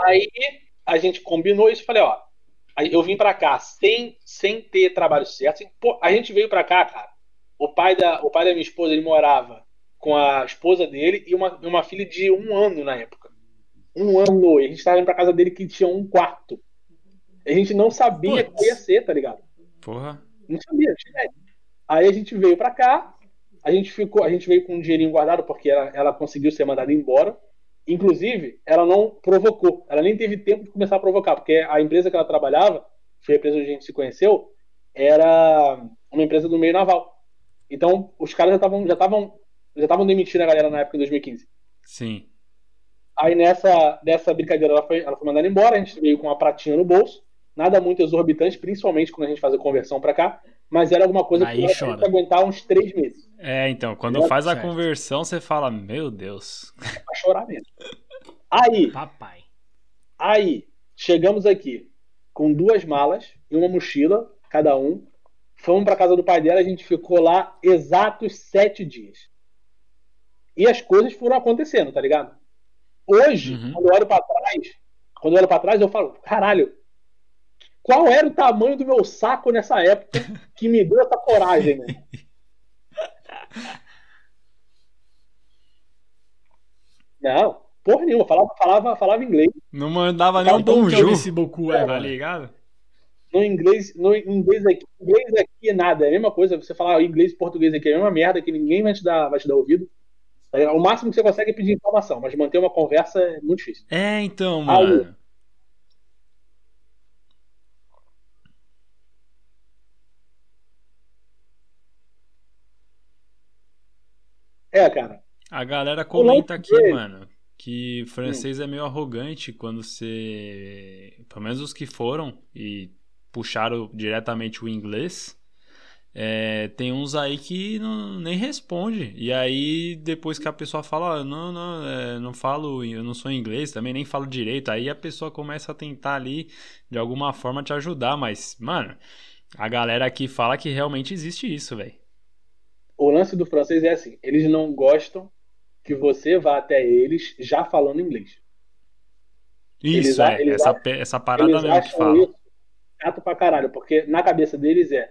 Speaker 1: Aí a gente combinou isso, eu falei, ó, aí eu vim pra cá sem, sem ter trabalho certo. sem- pô, a gente veio pra cá, cara, o pai da, o pai da minha esposa, ele morava com a esposa dele e uma, uma filha de um ano na época um ano e a gente tava indo pra casa dele que tinha um quarto. A gente não sabia
Speaker 6: Putz.
Speaker 1: que ia ser, tá ligado?
Speaker 2: Porra.
Speaker 1: Não sabia, tinha ideia. Aí a gente veio pra cá, a gente ficou, a gente veio com um dinheirinho guardado porque ela, ela conseguiu ser mandada embora. Inclusive, ela não provocou, ela nem teve tempo de começar a provocar, porque a empresa que ela trabalhava, foi a empresa onde a gente se conheceu, era uma empresa do meio naval. Então, os caras já estavam já estavam já estavam demitindo a galera na época em 2015.
Speaker 2: Sim.
Speaker 1: Aí nessa, nessa brincadeira ela foi, ela foi mandada embora, a gente veio com uma pratinha no bolso, nada muito exorbitante, principalmente quando a gente faz a conversão pra cá, mas era alguma coisa
Speaker 6: Aí
Speaker 1: que ela tinha
Speaker 6: chora.
Speaker 1: que aguentar uns três meses,
Speaker 2: É, então,
Speaker 1: Tá
Speaker 2: quando faz a
Speaker 6: Certo.
Speaker 2: conversão, você fala, meu Deus.
Speaker 1: pra chorar mesmo. Aí,
Speaker 6: Papai.
Speaker 1: aí, chegamos aqui com duas malas e uma mochila, cada um, fomos pra casa do pai dela, a gente ficou lá exatos sete dias. E as coisas foram acontecendo, tá ligado? Hoje,
Speaker 2: Uhum.
Speaker 1: quando eu olho pra trás, quando eu olho pra trás, eu falo, caralho, qual era o tamanho do meu saco nessa época que me deu essa coragem, né? Não, porra nenhuma, falava, falava, falava inglês.
Speaker 2: Não mandava nem
Speaker 6: Tá
Speaker 2: um
Speaker 6: bom que eu
Speaker 2: bonjour,
Speaker 6: nesse
Speaker 1: é,
Speaker 6: Boku
Speaker 2: tá
Speaker 6: agora.
Speaker 2: ligado?
Speaker 1: No inglês, no inglês aqui, inglês aqui é nada, é a mesma coisa. Você falar inglês e português aqui é a mesma merda que ninguém vai te dar, vai te dar ouvido. É, O máximo que você consegue é pedir informação, mas manter uma conversa é muito difícil.
Speaker 2: É, então,
Speaker 1: Aí.
Speaker 2: mano.
Speaker 1: É, cara.
Speaker 2: A galera comenta aqui,
Speaker 1: dele-
Speaker 2: mano, que francês é meio arrogante quando você. Pelo menos os que foram e puxaram diretamente o inglês. é, tem uns aí que não, nem responde. E aí, depois que a pessoa fala, "Ah, não, não, é, não falo, eu não sou inglês também, nem falo direito. Aí a pessoa começa a tentar ali, de alguma forma, te ajudar. Mas, mano, a galera aqui fala que realmente existe isso, velho.
Speaker 1: O lance do francês é assim: eles não gostam que você vá até eles já falando inglês. Eles
Speaker 2: Isso,
Speaker 1: a-
Speaker 2: é,
Speaker 1: eles
Speaker 2: essa, pe- essa parada
Speaker 1: eles
Speaker 2: mesmo que fala.
Speaker 1: isso chato pra caralho, porque na cabeça deles é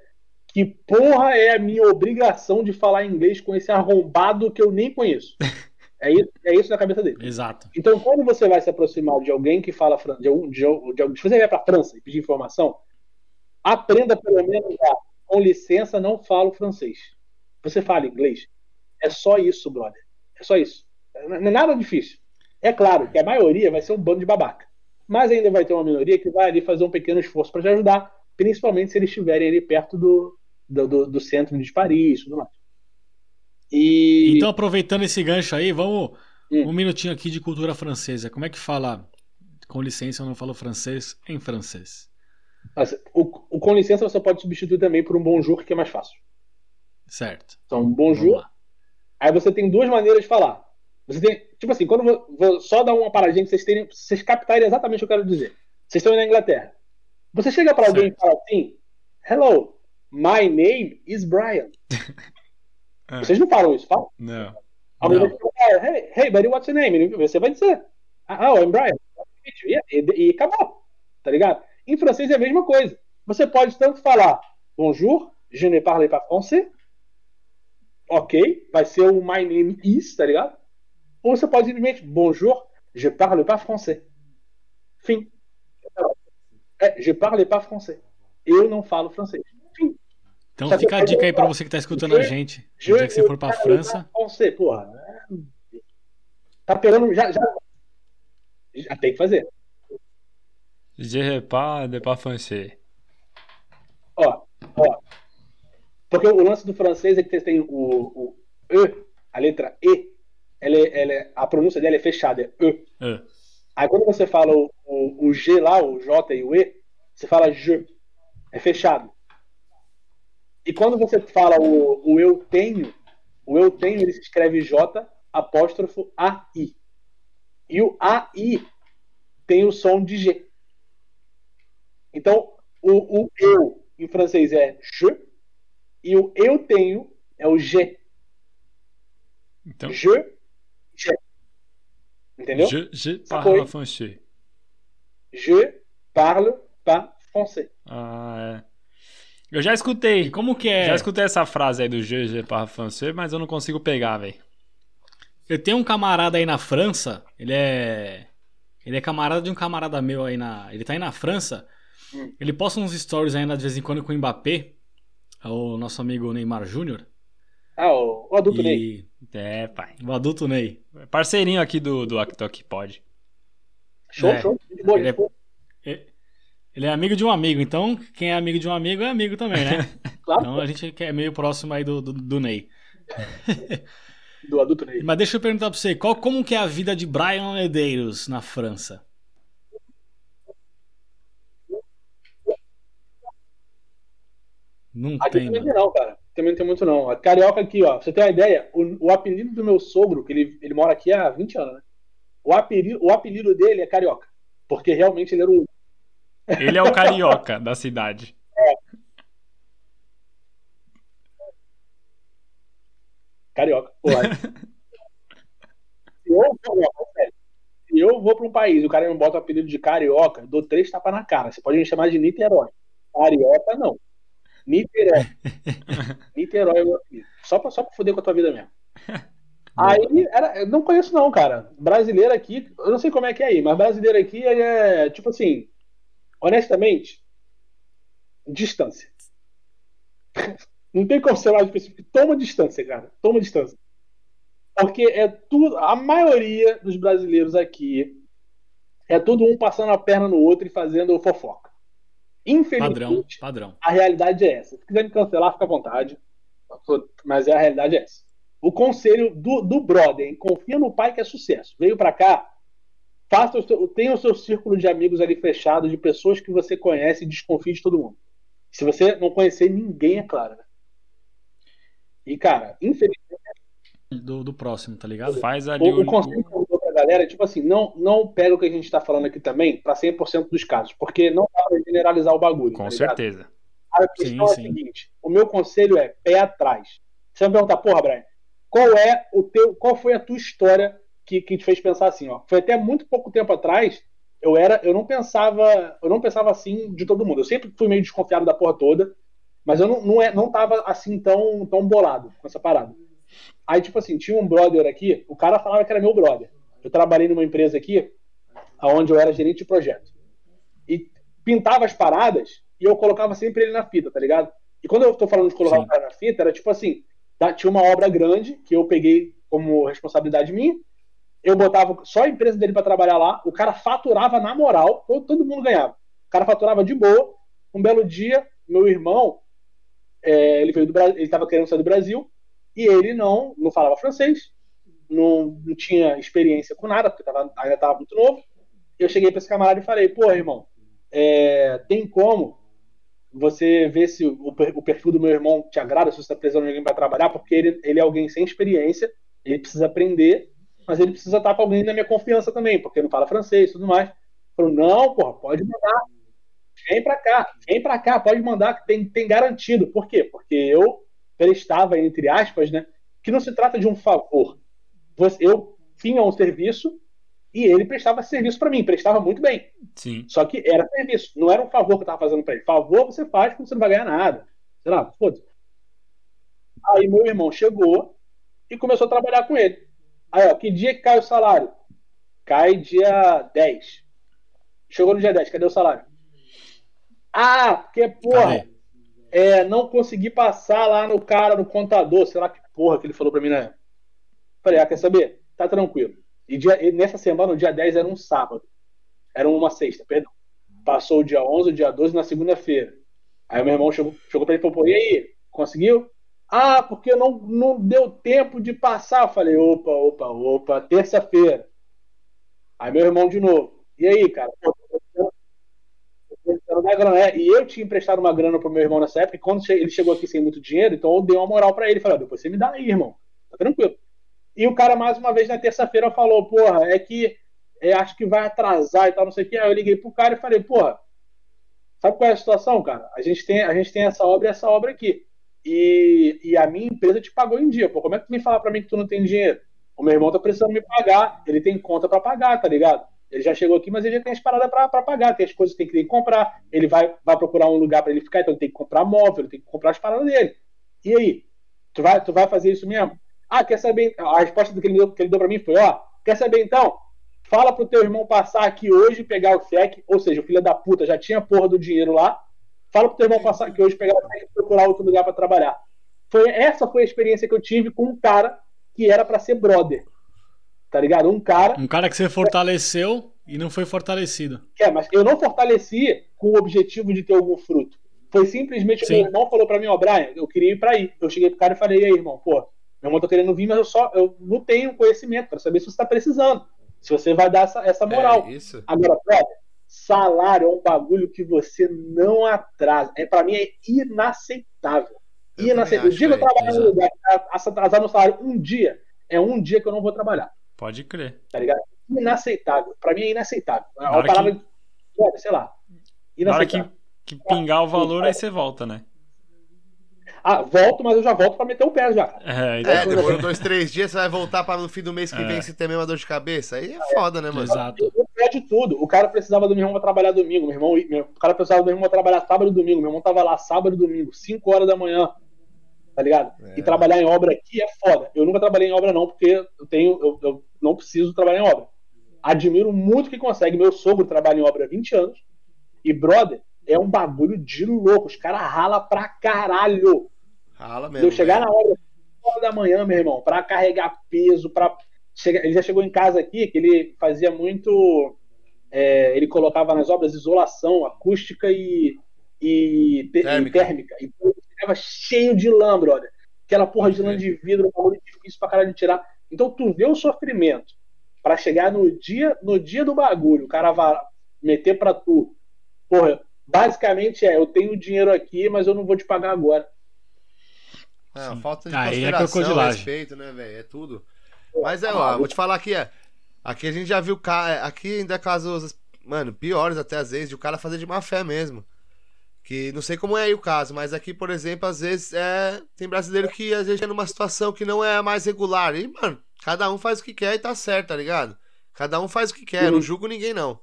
Speaker 1: que porra é a minha obrigação de falar inglês com esse arrombado que eu
Speaker 2: <laughs>
Speaker 1: nem conheço. É isso, é isso na cabeça deles.
Speaker 6: Exato.
Speaker 1: Então, quando você vai se aproximar de alguém que fala fran- de algum, de, algum- de algum- se você vier para a França e pedir informação, aprenda pelo menos a, com licença, não falo francês. Você fala inglês. É só isso, brother. É só isso. Não é nada difícil. É claro que a maioria vai ser um bando de babaca. Mas ainda vai ter uma minoria que vai ali fazer um pequeno esforço para te ajudar, principalmente se eles estiverem ali perto do, do, do- do centro de Paris e tudo mais. E...
Speaker 6: Então, aproveitando esse gancho aí, vamos
Speaker 1: Hum.
Speaker 6: um minutinho aqui de cultura francesa. Como é que fala? Com licença, eu não falo francês em francês.
Speaker 1: Mas o, o com licença você pode substituir também por um bonjour, que é mais fácil.
Speaker 6: Certo.
Speaker 1: Então,
Speaker 6: Vamos
Speaker 1: bonjour.
Speaker 6: lá.
Speaker 1: Aí você tem duas maneiras de falar. Você tem, tipo assim, quando vou, vou só dar uma paradinha que vocês terem, pra vocês captarem exatamente o que eu quero dizer. Vocês estão aí na Inglaterra. Você chega pra alguém e fala assim: "Hello, my name is
Speaker 6: <laughs>
Speaker 1: Brian".
Speaker 2: Ah.
Speaker 1: Vocês não falam isso, falam?
Speaker 2: Não.
Speaker 1: Alguém
Speaker 6: É. Não.
Speaker 1: vai falar, hey, hey, buddy, what's your name? E você vai dizer, ah, oh, I'm Brian. E, e, e acabou, tá ligado? Em francês é a mesma coisa. Você pode tanto falar, bonjour, je ne parle pas français, ok, vai ser o my name is, tá ligado? Ou você pode simplesmente, bonjour, je parle pas français. Fim. É, je parle pas français. Eu não falo francês. Fim.
Speaker 6: Então
Speaker 1: Só que
Speaker 6: fica a
Speaker 1: eu-
Speaker 6: dica aí pra você que tá escutando a
Speaker 1: Je-
Speaker 6: gente.
Speaker 1: Je
Speaker 6: O dia que você for pra
Speaker 1: parle pas
Speaker 6: França,
Speaker 1: français, porra. né? Tá pegando. Já, já, já tem que fazer.
Speaker 2: Je repas de pas français.
Speaker 1: Ó, ó. Porque o lance do francês é que você tem o, o E, a letra E, ela é- ela é- a pronúncia dela é fechada, é E.
Speaker 2: Ah,
Speaker 1: Aí quando você fala o, o, o G lá, o J e o E, você fala J. É fechado. E quando você fala o, o eu tenho, o eu tenho ele se escreve J apóstrofo AI. E o AI tem o som de G. Então, o, o eu em francês é je e o eu tenho é o G.
Speaker 2: Então,
Speaker 1: Je, G. Entendeu?
Speaker 2: je, je
Speaker 1: Sacou,
Speaker 2: parle
Speaker 1: hein?
Speaker 2: français.
Speaker 1: Je parle pas français.
Speaker 2: Ah, é. Eu já escutei.
Speaker 6: como que é?
Speaker 2: Já escutei essa frase aí do je, je parle français, mas eu não consigo pegar, velho.
Speaker 6: Eu tenho um camarada aí na França, ele é. Ele é camarada de um camarada meu aí na. Ele tá aí na França.
Speaker 1: Hum.
Speaker 6: Ele posta uns stories ainda de vez em quando com o Mbappé, é o nosso amigo Neymar Júnior.
Speaker 1: Ah, o, o adulto dele.
Speaker 6: E
Speaker 2: É, pai.
Speaker 6: o adulto Ney.
Speaker 2: Parceirinho aqui do, do Aktok Pod.
Speaker 1: Show,
Speaker 6: É.
Speaker 1: show. De boa,
Speaker 6: Ele é-
Speaker 1: de boa.
Speaker 6: Ele é amigo de um amigo, então quem é amigo de um amigo é amigo também, né?
Speaker 1: <laughs> Claro.
Speaker 6: Então a gente é meio próximo aí do, do, do Ney.
Speaker 1: Do adulto dele.
Speaker 6: Mas deixa eu perguntar pra você, qual, como que é a vida de Brian Medeiros na França? Não
Speaker 1: Aqui
Speaker 6: tem,
Speaker 1: também
Speaker 6: mano.
Speaker 1: tem não, cara. Também não tem muito não. A carioca aqui, ó. pra Você tem uma ideia? O, o apelido do meu sogro, que ele, ele mora aqui há 20 anos, né? O apelido, o apelido dele é carioca. Porque realmente ele era um.
Speaker 2: Ele é o carioca da cidade.
Speaker 1: Carioca. Porra. Se eu, vou- ó, sério. Se eu vou pra um país e o cara me bota o apelido de carioca, eu dou três tapas na cara. Você pode me chamar de Niterói. Carioca, não. Niterói. Niterói é o meu apelido. Só pra, só pra foder com a tua vida mesmo. Aí, era, eu não conheço não, cara. Brasileiro aqui, eu não sei como é que é aí, mas brasileiro aqui ele é, tipo assim, honestamente, distância. <laughs> Não tem como ser mais específico. Toma distância, cara. Toma distância. Porque é tudo. A maioria dos brasileiros aqui é todo um passando a perna no outro e fazendo fofoca. Infelizmente,
Speaker 6: Padrão, padrão.
Speaker 1: a realidade é essa. Se quiser me cancelar, fica à vontade. Mas a realidade é essa. O conselho do, do brother, hein? confia no pai que é sucesso. Veio pra cá, faça o seu, tenha o seu círculo de amigos ali fechado, de pessoas que você conhece e desconfie de todo mundo. Se você não conhecer ninguém, é claro. Né? E, cara, infelizmente,
Speaker 6: Do, do próximo, tá ligado?
Speaker 2: Faz ali
Speaker 1: o,
Speaker 2: o.
Speaker 1: o conselho que eu dou pra galera é tipo assim: não, não pega o que a gente tá falando aqui também pra 100% dos casos, porque não dá pra generalizar o bagulho.
Speaker 2: Com
Speaker 1: tá ligado?
Speaker 2: certeza.
Speaker 1: A questão
Speaker 6: Sim,
Speaker 1: é a
Speaker 6: sim.
Speaker 1: seguinte: o meu conselho é pé atrás. Você vai me perguntar, porra, Brian, qual é o teu, qual foi a tua história que, que te fez pensar assim? Ó? Foi até muito pouco tempo atrás, eu era, eu não pensava, eu não pensava assim de todo mundo. Eu sempre fui meio desconfiado da porra toda, mas eu não, não, é, não tava assim tão, tão bolado com essa parada. Aí, tipo assim, tinha um brother aqui, o cara falava que era meu brother. Eu trabalhei numa empresa aqui, onde eu era gerente de projeto. E pintava as paradas e eu colocava sempre ele na fita, tá ligado? E quando eu tô falando de colocar
Speaker 2: Sim.
Speaker 1: o cara na fita, era tipo assim, tá, tinha uma obra grande que eu peguei como responsabilidade minha, eu botava só a empresa dele pra trabalhar lá, o cara faturava na moral, todo todo mundo ganhava. O cara faturava de boa. Um belo dia, meu irmão, é, ele veio do Brasil, ele tava querendo sair do Brasil, e ele não, não falava francês, não, não tinha experiência com nada, porque tava- ainda estava muito novo. eu cheguei pra esse camarada e falei, pô, irmão, é, tem como você ver se o, per- o perfil do meu irmão te agrada, se você está precisando de alguém para trabalhar, porque ele, ele é alguém sem experiência, ele precisa aprender, mas ele precisa estar com alguém da minha confiança também, porque não fala francês e tudo mais. Falou, não, porra, pode mandar. Vem pra cá, vem pra cá, pode mandar, que tem, tem garantido. Por quê? Porque eu prestava, entre aspas, né? Que não se trata de um favor. Você- Eu tinha um serviço e ele prestava serviço para mim, prestava muito bem.
Speaker 2: Sim.
Speaker 1: Só que era serviço, não era um favor que eu tava fazendo pra ele. Favor você faz quando você não vai ganhar nada. Sei lá, foda-se. Aí meu irmão chegou e começou a trabalhar com ele. Aí, ó, que dia que cai o salário? Cai dia 10. Chegou no dia 10, cadê o salário? Ah, porque, porra,
Speaker 6: Cadê?
Speaker 1: é, não consegui passar lá no cara, no contador, sei lá que porra que ele falou pra mim na época. Falei, ah, quer saber? Tá tranquilo. E, dia- e nessa semana, o dia 10 era um sábado. Era uma sexta, perdão. Passou o dia 11, o dia 12, na segunda-feira. Aí meu irmão chegou, chegou pra ele e falou, pô, e aí, conseguiu? Ah, porque não, não deu tempo de passar. Eu falei, opa, opa, opa, terça-feira. Aí meu irmão de novo. E aí, cara? Pô, tô precisando- tô precisando da grana. É, E eu tinha emprestado uma grana pro meu irmão nessa época, e quando che- ele chegou aqui sem muito dinheiro, então eu dei uma moral pra ele. Falei, ó, depois você me dá aí, irmão. Tá tranquilo. E o cara, mais uma vez, na terça-feira, falou, porra, é que é, acho que vai atrasar e tal, não sei o que. Aí eu liguei pro cara e falei, porra, sabe qual é a situação, cara? A gente tem, a gente tem essa obra e essa obra aqui. E, e a minha empresa te pagou em dia. Pô, como é que tu me fala pra mim que tu não tem dinheiro? O meu irmão tá precisando me pagar, ele tem conta pra pagar, tá ligado? Ele já chegou aqui, mas ele já tem as paradas pra, pra pagar, tem as coisas que tem que comprar, ele vai, vai procurar um lugar pra ele ficar, então ele tem que comprar móvel, ele tem que comprar as paradas dele. E aí? Tu vai, tu vai fazer isso mesmo? Ah, quer saber? A resposta que ele deu, que ele deu pra mim foi, ó, quer saber então? Fala pro teu irmão passar aqui hoje e pegar o cheque, ou seja, o filho da puta já tinha a porra do dinheiro lá. Fala pro teu irmão passar aqui hoje pegar o cheque e procurar outro lugar pra trabalhar. Foi, essa foi a experiência que eu tive com um cara que era pra ser brother. Tá ligado? Um cara
Speaker 6: Um cara que você fortaleceu e não foi fortalecido.
Speaker 1: é, mas eu não fortaleci com o objetivo de ter algum fruto. Foi simplesmente o
Speaker 6: Sim.
Speaker 1: meu irmão falou pra mim, ó, Brian, eu queria ir pra aí. Eu cheguei pro cara e falei, e aí, irmão, pô, meu irmão tá querendo vir, mas eu só eu não tenho conhecimento pra saber se você tá precisando. Se você vai dar essa, essa moral.
Speaker 3: É isso?
Speaker 1: Agora, brother, salário é um bagulho que você não atrasa. É, pra mim é inaceitável.
Speaker 3: Eu
Speaker 1: inaceitável. O
Speaker 3: também
Speaker 1: dia que eu
Speaker 3: acho,
Speaker 1: trabalho no
Speaker 6: exato.
Speaker 1: lugar, atrasar meu salário um dia, é um dia que eu não vou trabalhar
Speaker 2: Pode crer.
Speaker 1: tá ligado? Inaceitável. Pra mim é inaceitável. É
Speaker 2: Na hora
Speaker 1: uma palavra. Olha, sei lá.
Speaker 2: Na hora que,
Speaker 1: Inaceitável.
Speaker 2: que pingar o valor, aí você volta, né?
Speaker 1: Ah, volto, mas eu já volto pra meter o pé já. cara.
Speaker 2: É, então-
Speaker 3: É, demorou dois, três dias, você vai voltar para no fim do mês que
Speaker 2: É.
Speaker 3: vem se ter a mesma dor de cabeça. Aí é foda, né, mano?
Speaker 6: Exato.
Speaker 1: Eu perde tudo. O cara precisava do meu irmão pra trabalhar domingo. Meu irmão, meu- o cara precisava do meu irmão pra trabalhar sábado e domingo. Meu irmão tava lá sábado e domingo, 5 horas da manhã. Tá ligado?
Speaker 3: É.
Speaker 1: E trabalhar em obra aqui é foda. Eu nunca trabalhei em obra, não, porque eu tenho. Eu, eu não preciso trabalhar em obra. Admiro muito que consegue. Meu sogro trabalha em obra há 20 anos. E, brother, é um bagulho de louco. Os caras ralam pra caralho.
Speaker 3: Rala
Speaker 1: De
Speaker 3: mesmo.
Speaker 1: eu chegar
Speaker 3: né?
Speaker 1: na hora, hora da manhã, meu irmão, pra carregar peso, para ele já chegou em casa aqui, que ele fazia muito, é, ele colocava nas obras isolação acústica e, e, te- e
Speaker 3: Térmica.
Speaker 1: térmica. E então, ele ficava cheio de lã, brother. Aquela porra de lã de vidro, um bagulho difícil pra caralho de tirar. Então tu vê o sofrimento pra chegar no dia, no dia do bagulho, o cara vai meter pra tu. Porra, basicamente é, eu tenho dinheiro aqui, mas eu não vou te pagar agora.
Speaker 3: Ah, falta de
Speaker 6: Aí é
Speaker 3: consideração,
Speaker 6: crocodilagem.
Speaker 3: respeito, né, velho? É tudo. Mas é, ó, vou te falar aqui, é. Aqui a gente já viu. ca- Aqui ainda é casos, mano, piores até às vezes, de o cara fazer de má fé mesmo. Que não sei como é aí o caso, mas aqui, por exemplo, às vezes é. Tem brasileiro que às vezes é numa situação que não é a mais regular. E, mano, cada um faz o que quer e tá certo, tá ligado? Cada um faz o que quer, eu não julgo ninguém, não.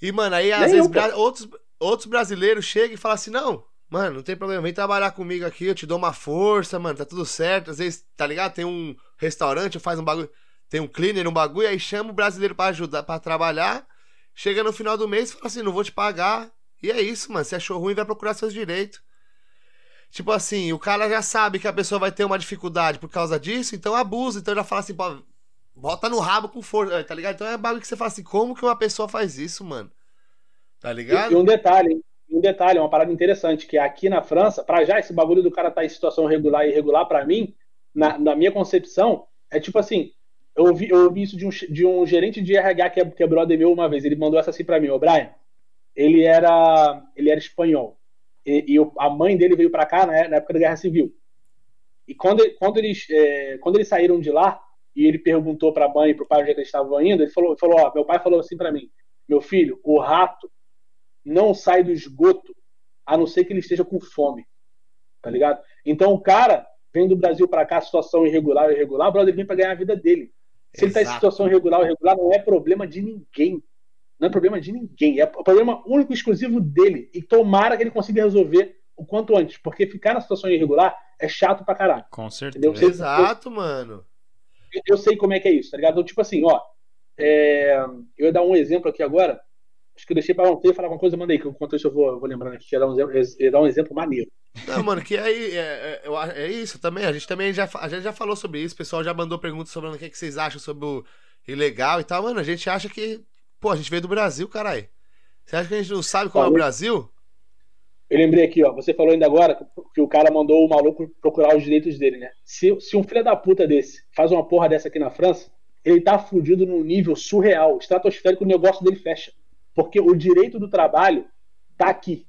Speaker 3: E, mano, aí às
Speaker 1: Nem
Speaker 3: vezes
Speaker 1: eu, pô.
Speaker 3: bra- outros, outros brasileiros chegam e falam assim: não, mano, não tem problema, vem trabalhar comigo aqui, eu te dou uma força, mano, tá tudo certo. Às vezes, tá ligado? Tem um restaurante, faz um bagulho, tem um cleaner, um bagulho, aí chama o brasileiro pra ajudar, pra trabalhar. Chega no final do mês e fala assim: não vou te pagar. E é isso, mano, se achou ruim, vai procurar seus direitos. Tipo assim, o cara já sabe que a pessoa vai ter uma dificuldade por causa disso, então abusa. Então já fala assim, pô, bota no rabo com força, tá ligado? Então é bagulho que você fala assim, como que uma pessoa faz isso, mano? Tá
Speaker 1: E, e
Speaker 3: ligado?
Speaker 1: um detalhe, hein? E um detalhe, uma parada interessante, que aqui na França, pra já, esse bagulho do cara tá em situação regular e irregular, pra mim, na, na minha concepção, é tipo assim, Eu ouvi, eu ouvi isso de um, che- de um gerente de RH que é, que é brother meu uma vez. Ele mandou essa assim pra mim, ô Brian. Ele era, ele era espanhol. E, e o- a mãe dele veio pra cá né, na época da Guerra Civil. E quando, ele- quando, eles, é, quando eles saíram de lá, e ele perguntou pra mãe e pro pai onde é que eles estavam indo, ele falou, falou ó, meu pai falou assim pra mim, meu filho, o rato não sai do esgoto a não ser que ele esteja com fome. Tá ligado? Então o cara vem do Brasil pra cá, situação irregular, irregular, brother, ele vem pra ganhar a vida dele. Se ele tá em
Speaker 3: Exato.
Speaker 1: situação irregular, irregular, não é problema de ninguém. Não é problema de ninguém. É problema único e exclusivo dele. E tomara que ele consiga resolver o quanto antes. Porque ficar na situação irregular é chato pra caralho.
Speaker 2: Com
Speaker 1: Entendeu?
Speaker 2: certeza.
Speaker 1: Você-
Speaker 3: Exato, mano.
Speaker 1: eu- eu sei como é que é isso, tá ligado? Então, tipo assim, ó. é, eu ia dar um exemplo aqui agora. Acho que eu deixei pra não ter falar alguma coisa, manda aí, que enquanto isso eu vou, vou lembrando aqui, que ia dar um, exe- ia dar um exemplo maneiro.
Speaker 3: Não, mano, que aí é, é, eu acho- é isso também. A gente também já, fa- a gente já falou sobre isso. O pessoal já mandou perguntas sobre o que, que vocês acham sobre o ilegal e tal. Mano, a gente acha que. Pô, a gente veio do Brasil, caralho. Você acha que a gente não sabe como é o Brasil?
Speaker 1: Eu lembrei aqui, ó. Você falou ainda agora que, que o cara mandou o maluco procurar os direitos dele, né? Se, se um filho da puta desse faz uma porra dessa aqui na França, ele tá fudido num nível surreal, estratosférico, o negócio dele fecha. Porque o direito do trabalho tá aqui,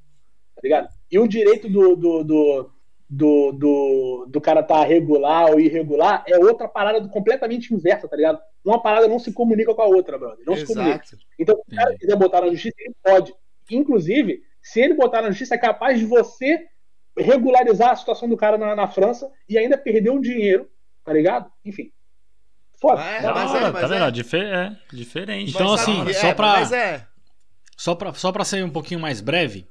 Speaker 1: tá ligado? E o direito do, do, do, do, do, do cara tá regular ou irregular é outra parada do- completamente inversa, tá ligado? Uma parada não se comunica com a outra, brother. Não se comunica.
Speaker 3: Exato.
Speaker 1: Então, se o cara
Speaker 6: Entendi.
Speaker 1: quiser botar na justiça, ele pode. Inclusive, se ele botar na justiça, é capaz de você regularizar a situação do cara na, na França e ainda perder um dinheiro, tá ligado? Enfim. Foda.
Speaker 3: É,
Speaker 2: Da
Speaker 1: Foda.
Speaker 3: mas
Speaker 2: hora,
Speaker 3: mas
Speaker 2: tá vendo?
Speaker 3: é.
Speaker 2: É dife- é, diferente.
Speaker 6: Então,
Speaker 3: Mas sabe
Speaker 6: assim,
Speaker 3: que
Speaker 6: só
Speaker 3: é,
Speaker 6: pra-
Speaker 3: Mas é.
Speaker 6: Só pra, só pra ser um pouquinho mais breve,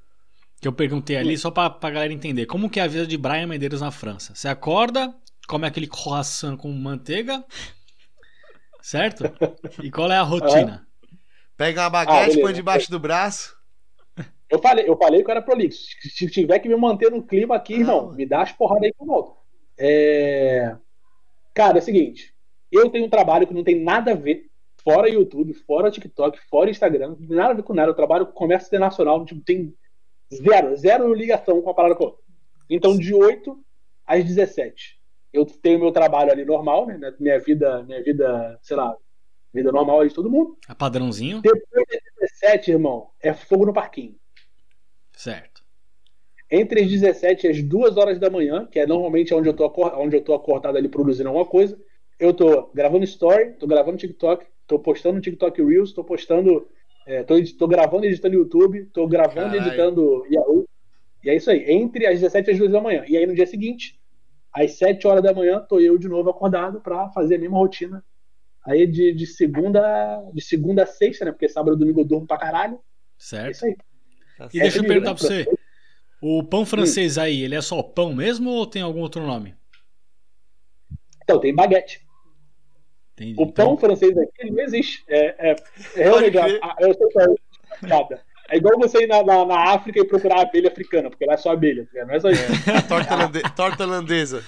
Speaker 6: que eu perguntei ali, só pra, pra galera entender. Como que é a vida de Brian Medeiros na França? Você acorda, come aquele croissant com manteiga, certo? E qual é a rotina?
Speaker 3: Pega uma
Speaker 1: Ah,
Speaker 3: baguete,
Speaker 1: beleza.
Speaker 3: põe debaixo do braço.
Speaker 1: Eu falei, eu falei que eu era prolixo. Se tiver que me manter no clima aqui,
Speaker 3: Ah,
Speaker 1: irmão,
Speaker 3: mano.
Speaker 1: me dá as porradas aí que eu volto. É... Cara, é o seguinte. Eu tenho um trabalho que não tem nada a ver, fora YouTube, fora TikTok, fora Instagram, não tem nada a ver com nada. Eu trabalho com comércio internacional, tipo, tem zero, zero ligação com a parada com a outra. Então, de 8 às 17. Eu tenho meu trabalho ali normal, né? Minha vida, minha vida, sei lá, vida normal ali de todo mundo.
Speaker 6: É padrãozinho?
Speaker 1: Depois das 17, irmão, é fogo no parquinho
Speaker 6: Certo.
Speaker 1: entre as 17 e as 2 horas da manhã, que é normalmente onde eu tô, acor- onde eu tô acordado ali produzindo alguma coisa, eu tô gravando story, tô gravando TikTok, tô postando TikTok Reels, tô postando, é, tô, edi- tô gravando e editando YouTube, tô gravando e
Speaker 3: Caralho.
Speaker 1: editando Yahoo. E é isso aí, entre as 17 e as 2 da manhã. E aí no dia seguinte, às 7 horas da manhã, tô eu de novo acordado pra fazer a mesma rotina. Aí de, de segunda de segunda a sexta, né? Porque sábado e domingo eu durmo pra caralho. É
Speaker 6: Certo.
Speaker 1: isso aí.
Speaker 6: E
Speaker 1: Essa
Speaker 6: deixa eu
Speaker 1: é a
Speaker 6: perguntar pra
Speaker 1: vida,
Speaker 6: você: o pão francês aí, ele é só pão mesmo ou tem algum outro nome?
Speaker 1: Então, tem baguete.
Speaker 6: Entendi.
Speaker 1: O pão
Speaker 6: Então,
Speaker 1: francês aqui ele não existe. É, é, é realmente,
Speaker 3: Pode crer.
Speaker 1: a- a- eu sei que é uma piada. É igual você ir na, na, na África e procurar a abelha africana, porque lá é só abelha, tá ligado? não é só isso.
Speaker 3: A torta, holande- torta holandesa.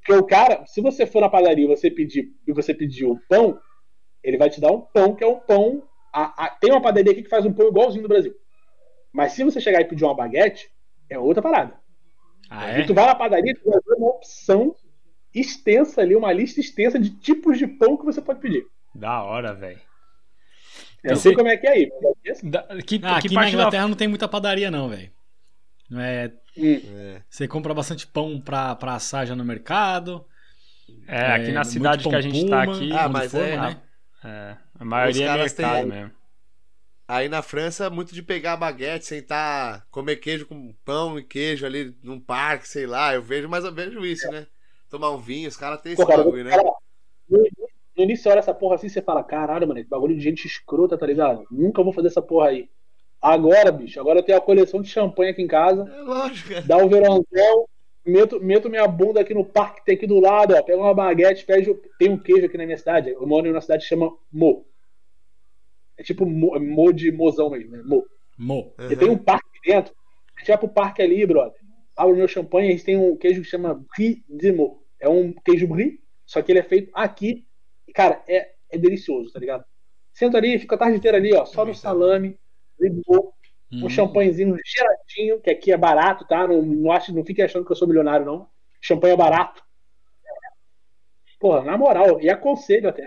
Speaker 1: Porque o cara, se você for na padaria e você pedir, e você pedir o pão, ele vai te dar um pão que é um pão. a- a- tem uma padaria aqui que faz um pão igualzinho do Brasil. Mas se você chegar e pedir uma baguete, é outra parada.
Speaker 6: ah,
Speaker 1: E
Speaker 6: é?
Speaker 1: tu vai na padaria, tu vai ver uma opção extensa ali, uma lista extensa de tipos de pão que você pode pedir.
Speaker 6: é-
Speaker 2: Da hora, velho.
Speaker 1: Eu não
Speaker 2: Você-
Speaker 1: sei como é que é aí, mas é assim.
Speaker 2: Da- Que,
Speaker 6: Ah,
Speaker 2: que
Speaker 6: aqui na
Speaker 2: parte da
Speaker 6: Inglaterra não tem muita padaria, não, velho. Não é
Speaker 1: Hum.
Speaker 6: Você compra bastante pão pra, pra assar já no mercado.
Speaker 2: É, aqui na
Speaker 6: muito
Speaker 2: cidade que
Speaker 6: pão
Speaker 2: a gente tá
Speaker 6: puma,
Speaker 2: aqui,
Speaker 3: Ah,
Speaker 6: onde
Speaker 3: mas
Speaker 6: for,
Speaker 3: é-
Speaker 6: né?
Speaker 2: é, a maioria é
Speaker 3: Os caras têm-
Speaker 2: mercado mesmo.
Speaker 3: Aí na França, muito de pegar baguete, sentar, comer queijo com pão e queijo ali num parque, sei lá. Eu vejo, mas eu vejo isso, né? Tomar um vinho, os caras têm esse
Speaker 1: Pô, cara,
Speaker 3: bagulho, né?
Speaker 1: cara, no, início- no início você olha essa porra assim, você fala, caralho, mano, que bagulho de gente escrota, tá ligado? Nunca vou fazer essa porra aí. Agora, bicho, agora eu tenho a coleção de champanhe aqui em casa,
Speaker 3: É lógico, cara.
Speaker 1: dá o verãozão, meto, meto minha bunda aqui no parque que tem aqui do lado, ó, pego uma baguete, pego, tem um queijo aqui na minha cidade, eu moro numa cidade que chama Mo. É tipo Mo, Mo de mozão mesmo, né? Mo.
Speaker 6: Mo.
Speaker 1: Você tem um parque dentro, a gente vai pro parque ali, brother. Abre o meu champanhe, a gente tem um queijo que chama Brie de Meaux. É um queijo brie, só que ele é feito aqui. E, cara, é, é delicioso, tá ligado? Senta ali, fica a tarde inteira ali, ó, só no salame, de boa, um
Speaker 6: Hum.
Speaker 1: champanhezinho geladinho, que aqui é barato, tá? Não, não, acho, não fique achando que eu sou milionário, não. Champanhe é barato. Porra, na moral, e aconselho até.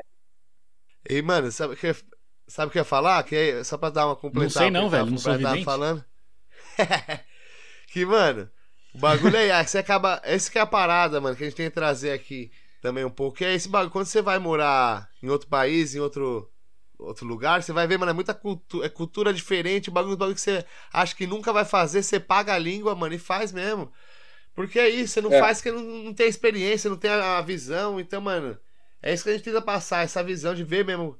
Speaker 3: E, mano, sabe o que, sabe o que eu ia falar? Que é- só pra dar uma completada.
Speaker 6: sei não,
Speaker 3: que eu
Speaker 6: velho, não sou
Speaker 3: tava
Speaker 6: vidente.
Speaker 3: falando. <laughs> que, mano, o bagulho é. aí Você acaba. Essa que é a parada, mano, que a gente tem que trazer aqui também um pouco. Que é esse bagulho. Quando você vai morar em outro país, em outro. Outro lugar, você vai ver, mano, é muita cultura, é cultura diferente, bagulho, bagulho que você acha que nunca vai fazer, você paga a língua, mano, e faz mesmo. Porque é isso, você não
Speaker 1: É.
Speaker 3: faz porque não, não tem experiência, não tem a, a visão, então, mano, é isso que a gente tenta passar, essa visão de ver mesmo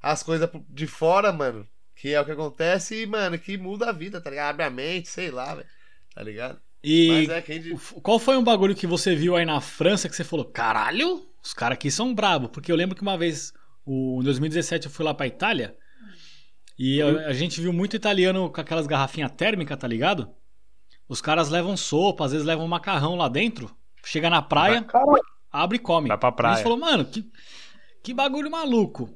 Speaker 3: as coisas pro- de fora, mano, que é o que acontece e, mano, que muda a vida, tá ligado? Abre a mente, sei lá, velho, tá ligado?
Speaker 6: E
Speaker 3: Mas é quem de...
Speaker 6: f- qual foi um bagulho que você viu aí na França que você falou, caralho, os caras aqui são brabo Porque eu lembro que uma vez, o, em 2017, eu fui lá pra Itália e
Speaker 3: Uhum.
Speaker 6: eu- a gente viu muito italiano com aquelas garrafinhas térmicas, tá ligado? Os caras levam sopa, às vezes levam macarrão lá dentro, chega na praia,
Speaker 1: Caralho,
Speaker 6: abre e come.
Speaker 2: Vai pra praia.
Speaker 6: A gente falou, mano, que, que bagulho maluco.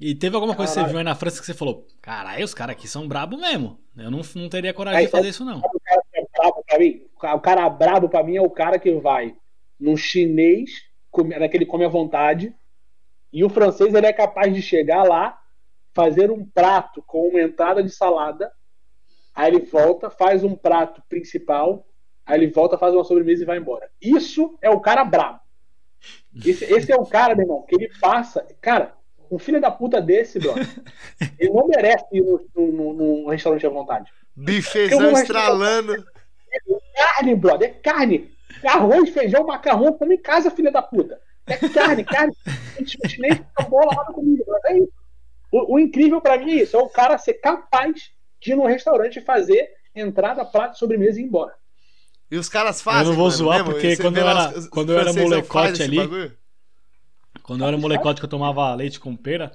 Speaker 6: E teve alguma coisa que você
Speaker 1: Caralho.
Speaker 6: viu aí na França que você falou, caralho, os caras aqui são brabo mesmo. Eu não, não teria coragem
Speaker 1: Aí,
Speaker 6: de fazer isso, não.
Speaker 1: o cara que é brabo pra mim. O cara brabo pra mim é o cara que vai num chinês, come- é daquele come à vontade, e o francês ele é capaz de chegar lá, fazer um prato com uma entrada de salada, aí ele volta, faz um prato principal, aí ele volta, faz uma sobremesa e vai embora. Isso é o cara brabo. Esse, esse é o cara, meu irmão, que ele passa. Cara, um filho da puta desse, brother, ele não merece ir num- num- num restaurante à vontade Eu
Speaker 3: bifezão
Speaker 1: vou-
Speaker 3: estralando.
Speaker 1: carne, brother. É carne. Arroz, feijão, macarrão, come em casa, filha da puta. É carne, <laughs> carne. O chinês fica bola lá na comida. Mas é isso. O, o incrível pra mim é isso. É o cara ser capaz de ir num restaurante e fazer entrada, prato, sobremesa e ir embora.
Speaker 3: E os caras fazem.
Speaker 6: Eu não vou
Speaker 3: mano,
Speaker 6: zoar,
Speaker 3: mesmo,
Speaker 6: porque
Speaker 3: você
Speaker 6: quando
Speaker 3: vê
Speaker 6: eu
Speaker 3: lá,
Speaker 6: era-
Speaker 3: os- os
Speaker 6: quando eu era
Speaker 3: franceses não fazem
Speaker 6: molecote
Speaker 3: esse
Speaker 6: ali,
Speaker 3: bagulho.
Speaker 6: Quando eu era molecote que eu tomava leite com pera,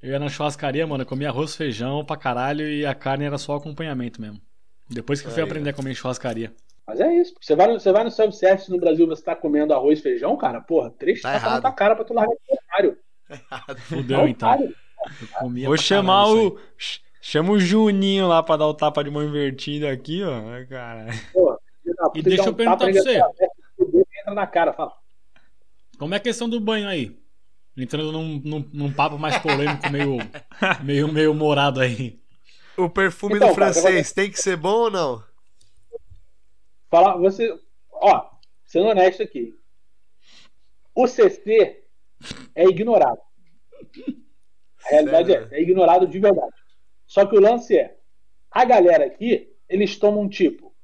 Speaker 6: eu ia na churrascaria, mano, eu comia arroz, feijão pra caralho e a carne era só acompanhamento mesmo. Depois que eu fui
Speaker 3: Aí,
Speaker 6: aprender a comer em churrascaria.
Speaker 1: Mas é isso. Você vai, no- você vai no self-service no Brasil, você tá comendo arroz, feijão, cara, porra, três
Speaker 3: Tá
Speaker 1: tapas na
Speaker 3: errado.
Speaker 1: tua cara pra tu largar de otário. É
Speaker 6: Fudeu então.
Speaker 1: otário.
Speaker 6: Eu comia
Speaker 2: Vou
Speaker 6: pra
Speaker 2: chamar
Speaker 6: caralho isso
Speaker 2: o. ch- Chama o Juninho lá pra dar o tapa de mão invertida aqui, ó. Ai, Cara.
Speaker 1: Filho da puta,
Speaker 6: deixa
Speaker 1: dá
Speaker 6: eu perguntar
Speaker 1: tapa,
Speaker 6: pra
Speaker 1: ele
Speaker 6: você.
Speaker 1: Entra na cara, fala.
Speaker 6: aí. Como é a questão do banho aí? Entrando num, num, num papo mais
Speaker 2: <laughs>
Speaker 6: polêmico, meio, meio, meio morado aí.
Speaker 3: O perfume
Speaker 1: Então,
Speaker 3: do
Speaker 1: cara,
Speaker 3: francês tem que ser bom ou não?
Speaker 1: Falar, você. Ó, sendo honesto aqui. O CC é ignorado. A realidade
Speaker 3: Sério,
Speaker 1: é, é ignorado de verdade. Só que o lance é: a galera aqui, eles tomam tipo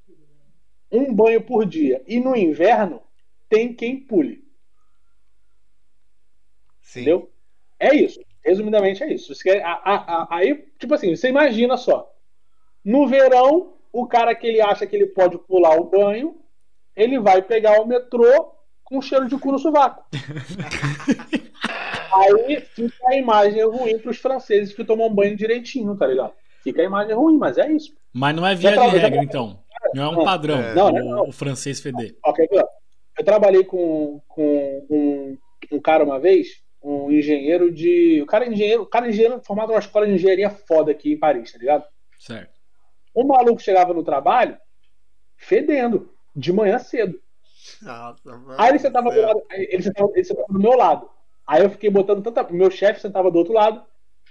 Speaker 1: um banho por dia. E no inverno, tem quem pule,
Speaker 3: Sim.
Speaker 1: entendeu? É isso. Resumidamente, é isso. Isso que é- a- a- a- Aí, tipo assim, você imagina só. No verão, o cara que ele acha que ele pode pular o banho, ele vai pegar o metrô com cheiro de cu no sovaco. Aí fica a imagem ruim pros franceses que tomam banho direitinho, tá ligado? Fica a imagem ruim, mas é isso.
Speaker 6: Mas não é via
Speaker 1: Já
Speaker 6: de
Speaker 1: tava- já
Speaker 6: regra,
Speaker 1: tava-
Speaker 6: então. Não é um padrão
Speaker 3: É.
Speaker 1: Não,
Speaker 6: o,
Speaker 1: não, não.
Speaker 6: o francês feder.
Speaker 1: Ó, quer ver, ó? Eu trabalhei com, com um, um cara uma vez, um engenheiro de. O cara é engenheiro, o cara é engenheiro formado numa escola de engenharia foda aqui em Paris, tá ligado?
Speaker 6: Certo.
Speaker 1: Um maluco chegava no trabalho fedendo, de manhã cedo.
Speaker 3: Nossa, mano
Speaker 1: Aí ele sentava,
Speaker 3: do
Speaker 1: do
Speaker 3: céu.
Speaker 1: lado- aí ele, sentava, ele sentava do meu lado. Aí eu fiquei botando tanta. Meu chefe sentava do outro lado.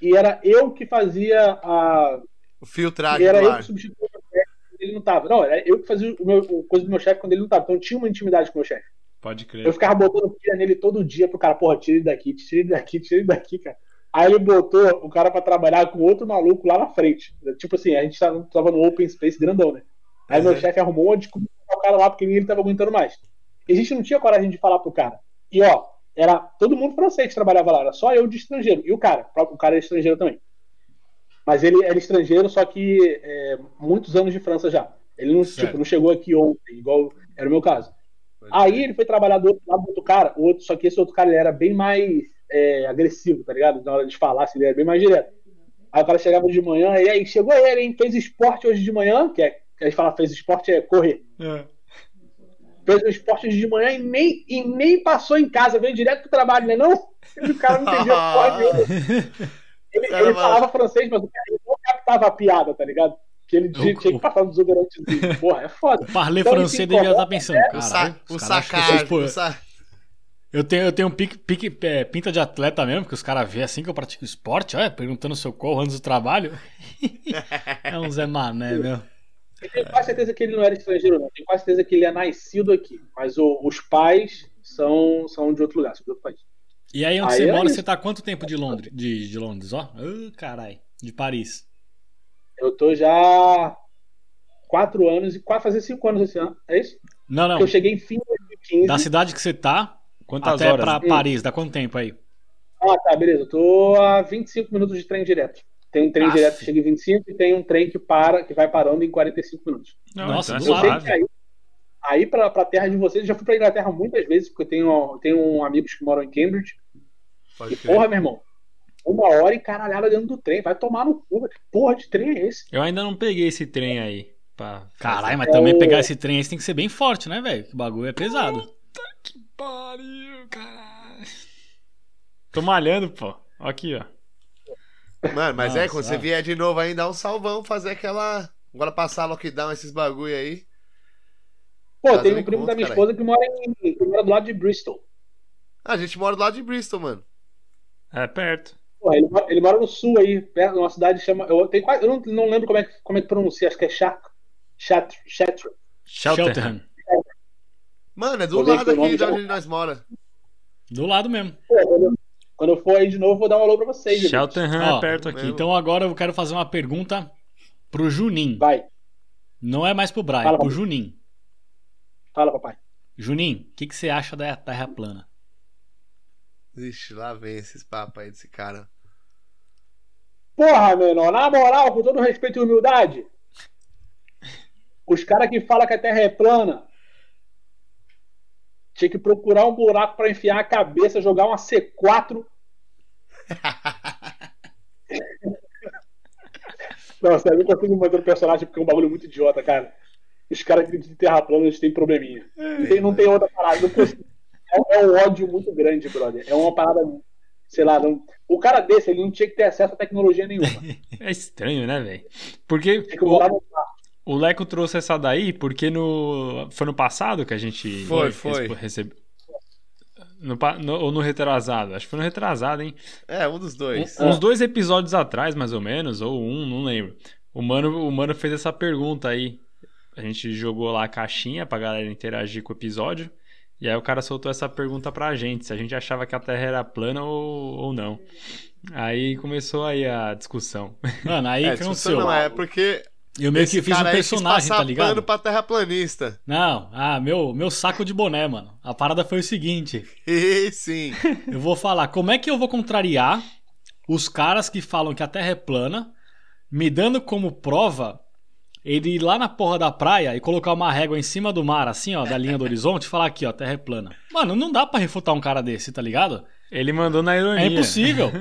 Speaker 1: E era eu que fazia a. E
Speaker 3: Filtragem
Speaker 1: era
Speaker 3: do
Speaker 1: eu que
Speaker 3: ar.
Speaker 1: substituía o meu chefe quando ele não tava. Não, era eu que fazia o meu, o coisa do meu chefe quando ele não tava. Então eu tinha uma intimidade com o meu chefe.
Speaker 2: Pode crer.
Speaker 1: Eu ficava botando pilha nele todo dia pro cara, porra, tira ele daqui, tira ele daqui, tira ele daqui, cara. Aí ele botou o cara pra trabalhar com outro maluco lá na frente. Tipo assim, a gente tava, tava no open space grandão, né? Aí meu
Speaker 3: Uhum.
Speaker 1: chefe arrumou uma desculpa pra colocar o cara lá porque ninguém tava aguentando mais. E a gente não tinha coragem de falar pro cara. E ó, era todo mundo francês que trabalhava lá, era só eu de estrangeiro. E o cara, o cara era estrangeiro também. Mas ele era estrangeiro, só que é, muitos anos de França já. Ele não,
Speaker 2: Certo.
Speaker 1: tipo, não chegou aqui ontem, igual era o meu caso. Aí ele foi trabalhar do outro lado do outro cara, o outro, só que esse outro cara ele era bem mais é, agressivo, tá ligado? Na hora de falar, assim, ele era bem mais direto. Aí o cara chegava de manhã, e aí chegou ele, hein? Fez esporte hoje de manhã, que é, que a gente fala fez esporte é correr.
Speaker 2: É.
Speaker 1: Fez o esporte hoje de manhã e nem, e nem passou em casa, veio direto pro trabalho, né? Não, o cara
Speaker 2: <laughs>
Speaker 1: não
Speaker 3: <laughs>
Speaker 1: entendia porra nenhuma. Ele,
Speaker 3: Cara,
Speaker 1: ele
Speaker 3: mas-
Speaker 1: falava francês, mas o cara ele não captava a piada, tá ligado? Que ele tinha, tinha que passar um desodorante. Porra, é foda.
Speaker 6: Parler
Speaker 1: Então, isso
Speaker 6: francês devia
Speaker 1: incomoda,
Speaker 6: estar pensando,
Speaker 3: O,
Speaker 6: cara.
Speaker 3: sa o sacar. O sa
Speaker 6: Eu tenho, eu tenho um pique, pique- é, pinta de atleta mesmo, que os caras vêem assim que eu pratico esporte, olha, perguntando se eu corro antes do trabalho. <laughs> é um Zé Mané, meu.
Speaker 1: Eu tenho quase certeza que ele não era estrangeiro, não. Eu Tenho quase certeza que ele é nascido aqui. Mas o- os pais são, são de outro lugar, são de outro país.
Speaker 6: E aí onde
Speaker 1: Aí
Speaker 6: você
Speaker 1: é
Speaker 6: mora,
Speaker 1: isso.
Speaker 6: você tá há quanto tempo de Londres? De, de Londres, ó. Ah, carai. De Paris.
Speaker 1: Eu tô já quatro anos e quase fazer cinco anos esse ano. É isso?
Speaker 6: Não, não.
Speaker 1: Porque eu cheguei em fim de 2015.
Speaker 6: Da cidade que você tá
Speaker 2: Quantas
Speaker 6: até
Speaker 2: horas?
Speaker 6: pra Paris, dá quanto tempo aí?
Speaker 1: Ah, tá, beleza. Eu tô a 25 minutos de trem direto. Tem um trem
Speaker 6: Aff.
Speaker 1: direto que chega em 25 e tem um trem que para, que vai parando em 45 minutos.
Speaker 2: Não, então
Speaker 6: Nossa,
Speaker 2: é
Speaker 6: do
Speaker 1: Eu sei
Speaker 6: lado.
Speaker 2: suave.
Speaker 1: que aí, aí pra, pra terra de vocês, eu já fui pra Inglaterra muitas vezes, porque eu tenho, tenho amigos que moram em Cambridge.
Speaker 3: Pode
Speaker 1: E
Speaker 3: crer.
Speaker 1: porra, meu irmão, uma hora encaralhada dentro do trem, vai tomar no cu. velho. Que Porra de trem é esse?
Speaker 2: Eu ainda não peguei esse trem aí. pra fazer.
Speaker 6: Caralho, mas
Speaker 1: É
Speaker 6: também
Speaker 1: o-
Speaker 6: pegar esse trem aí você tem que ser bem forte, né, velho? Que bagulho é pesado.
Speaker 2: Que pariu, caralho. Tô malhando, pô. Ó Aqui, ó.
Speaker 3: Mano, mas é, quando
Speaker 6: Nossa. ah.
Speaker 3: você vier de novo ainda, dá um salvão, fazer aquela. Agora passar lockdown, esses bagulho aí.
Speaker 1: Pô,
Speaker 3: Mas
Speaker 1: tem
Speaker 3: eu
Speaker 1: um primo
Speaker 3: encontro,
Speaker 1: da minha
Speaker 3: caralho.
Speaker 1: esposa que mora, em, que mora do lado de Bristol.
Speaker 3: Ah, a gente mora do lado de Bristol, mano.
Speaker 2: É perto.
Speaker 1: Pô, ele, mora- ele mora no sul aí, perto de uma cidade que chama. Eu, tenho quase- eu não, não lembro como é, que- como é que pronuncia, acho que é Shat. Shat. Shat.
Speaker 2: Shelter.
Speaker 6: Cheltenham.
Speaker 3: Mano, é do
Speaker 1: Vou ver
Speaker 3: lado
Speaker 1: aqui o nome
Speaker 3: aqui de
Speaker 1: já
Speaker 3: onde nós mora.
Speaker 6: Do lado mesmo.
Speaker 1: Pô, quando eu- Quando eu for aí de novo, eu vou dar um alô pra vocês. gente.
Speaker 2: Shelterham
Speaker 6: Ó,
Speaker 2: é perto aqui.
Speaker 3: mesmo.
Speaker 6: Então agora eu quero fazer uma pergunta pro Juninho.
Speaker 1: Vai,
Speaker 6: Não é mais pro Brian,
Speaker 1: Fala,
Speaker 6: pro
Speaker 1: papai.
Speaker 6: Juninho.
Speaker 1: fala, papai.
Speaker 6: Juninho, o que, que você acha da Terra plana?
Speaker 3: Ixi, lá vem esses papos aí desse cara.
Speaker 1: Porra, menor, na moral, com todo respeito e humildade, os caras que falam que a Terra é plana tinha que procurar um buraco pra enfiar a cabeça, jogar uma
Speaker 6: <laughs>
Speaker 1: C4. Não, sério, eu não consigo manter o personagem porque é um bagulho muito idiota, cara. Os caras que de terra plana, eles têm probleminha.
Speaker 6: É,
Speaker 1: Não tem, não tem outra parada. Não consigo. é, é um ódio muito grande, brother. É uma parada, sei lá, não, o cara desse, ele não tinha que ter acesso a tecnologia nenhuma.
Speaker 2: É estranho, né, velho? Porque
Speaker 1: Tinha que morar
Speaker 2: o,
Speaker 1: no mar.
Speaker 2: o Leco trouxe essa daí porque no foi no passado que a gente
Speaker 3: Foi,
Speaker 2: rece-
Speaker 3: foi.
Speaker 2: recebeu. No pa- no- ou no retrasado? Acho que foi no retrasado, hein?
Speaker 3: É, um dos dois.
Speaker 2: Um- uns dois episódios atrás, mais ou menos, ou um, não lembro. O mano, o mano fez essa pergunta aí. A gente jogou lá a caixinha pra galera interagir com o episódio. E aí o cara soltou essa pergunta pra gente, se a gente achava que a Terra era plana ou, ou não. Aí começou aí a discussão.
Speaker 6: Mano, aí
Speaker 3: é,
Speaker 6: que
Speaker 3: discussão
Speaker 6: aconteceu.
Speaker 3: não é porque
Speaker 6: Eu meio que
Speaker 3: esse
Speaker 6: fiz um
Speaker 3: cara aí quis
Speaker 6: personagem,
Speaker 3: passar
Speaker 6: tá
Speaker 3: pano
Speaker 6: ligado?
Speaker 3: pra terraplanista. <laughs>
Speaker 6: Não, ah, meu, meu saco de boné, mano. A parada foi o seguinte:
Speaker 3: E sim.
Speaker 6: eu vou falar como é que eu vou contrariar os caras que falam que a Terra é plana, me dando como prova ele ir lá na porra da praia e colocar uma régua em cima do mar, assim, ó, da linha do horizonte, e falar aqui, ó, Terra é plana. Mano, não dá pra refutar um cara desse, tá ligado?
Speaker 2: Ele mandou na ironia.
Speaker 6: É
Speaker 2: <laughs>
Speaker 6: impossível.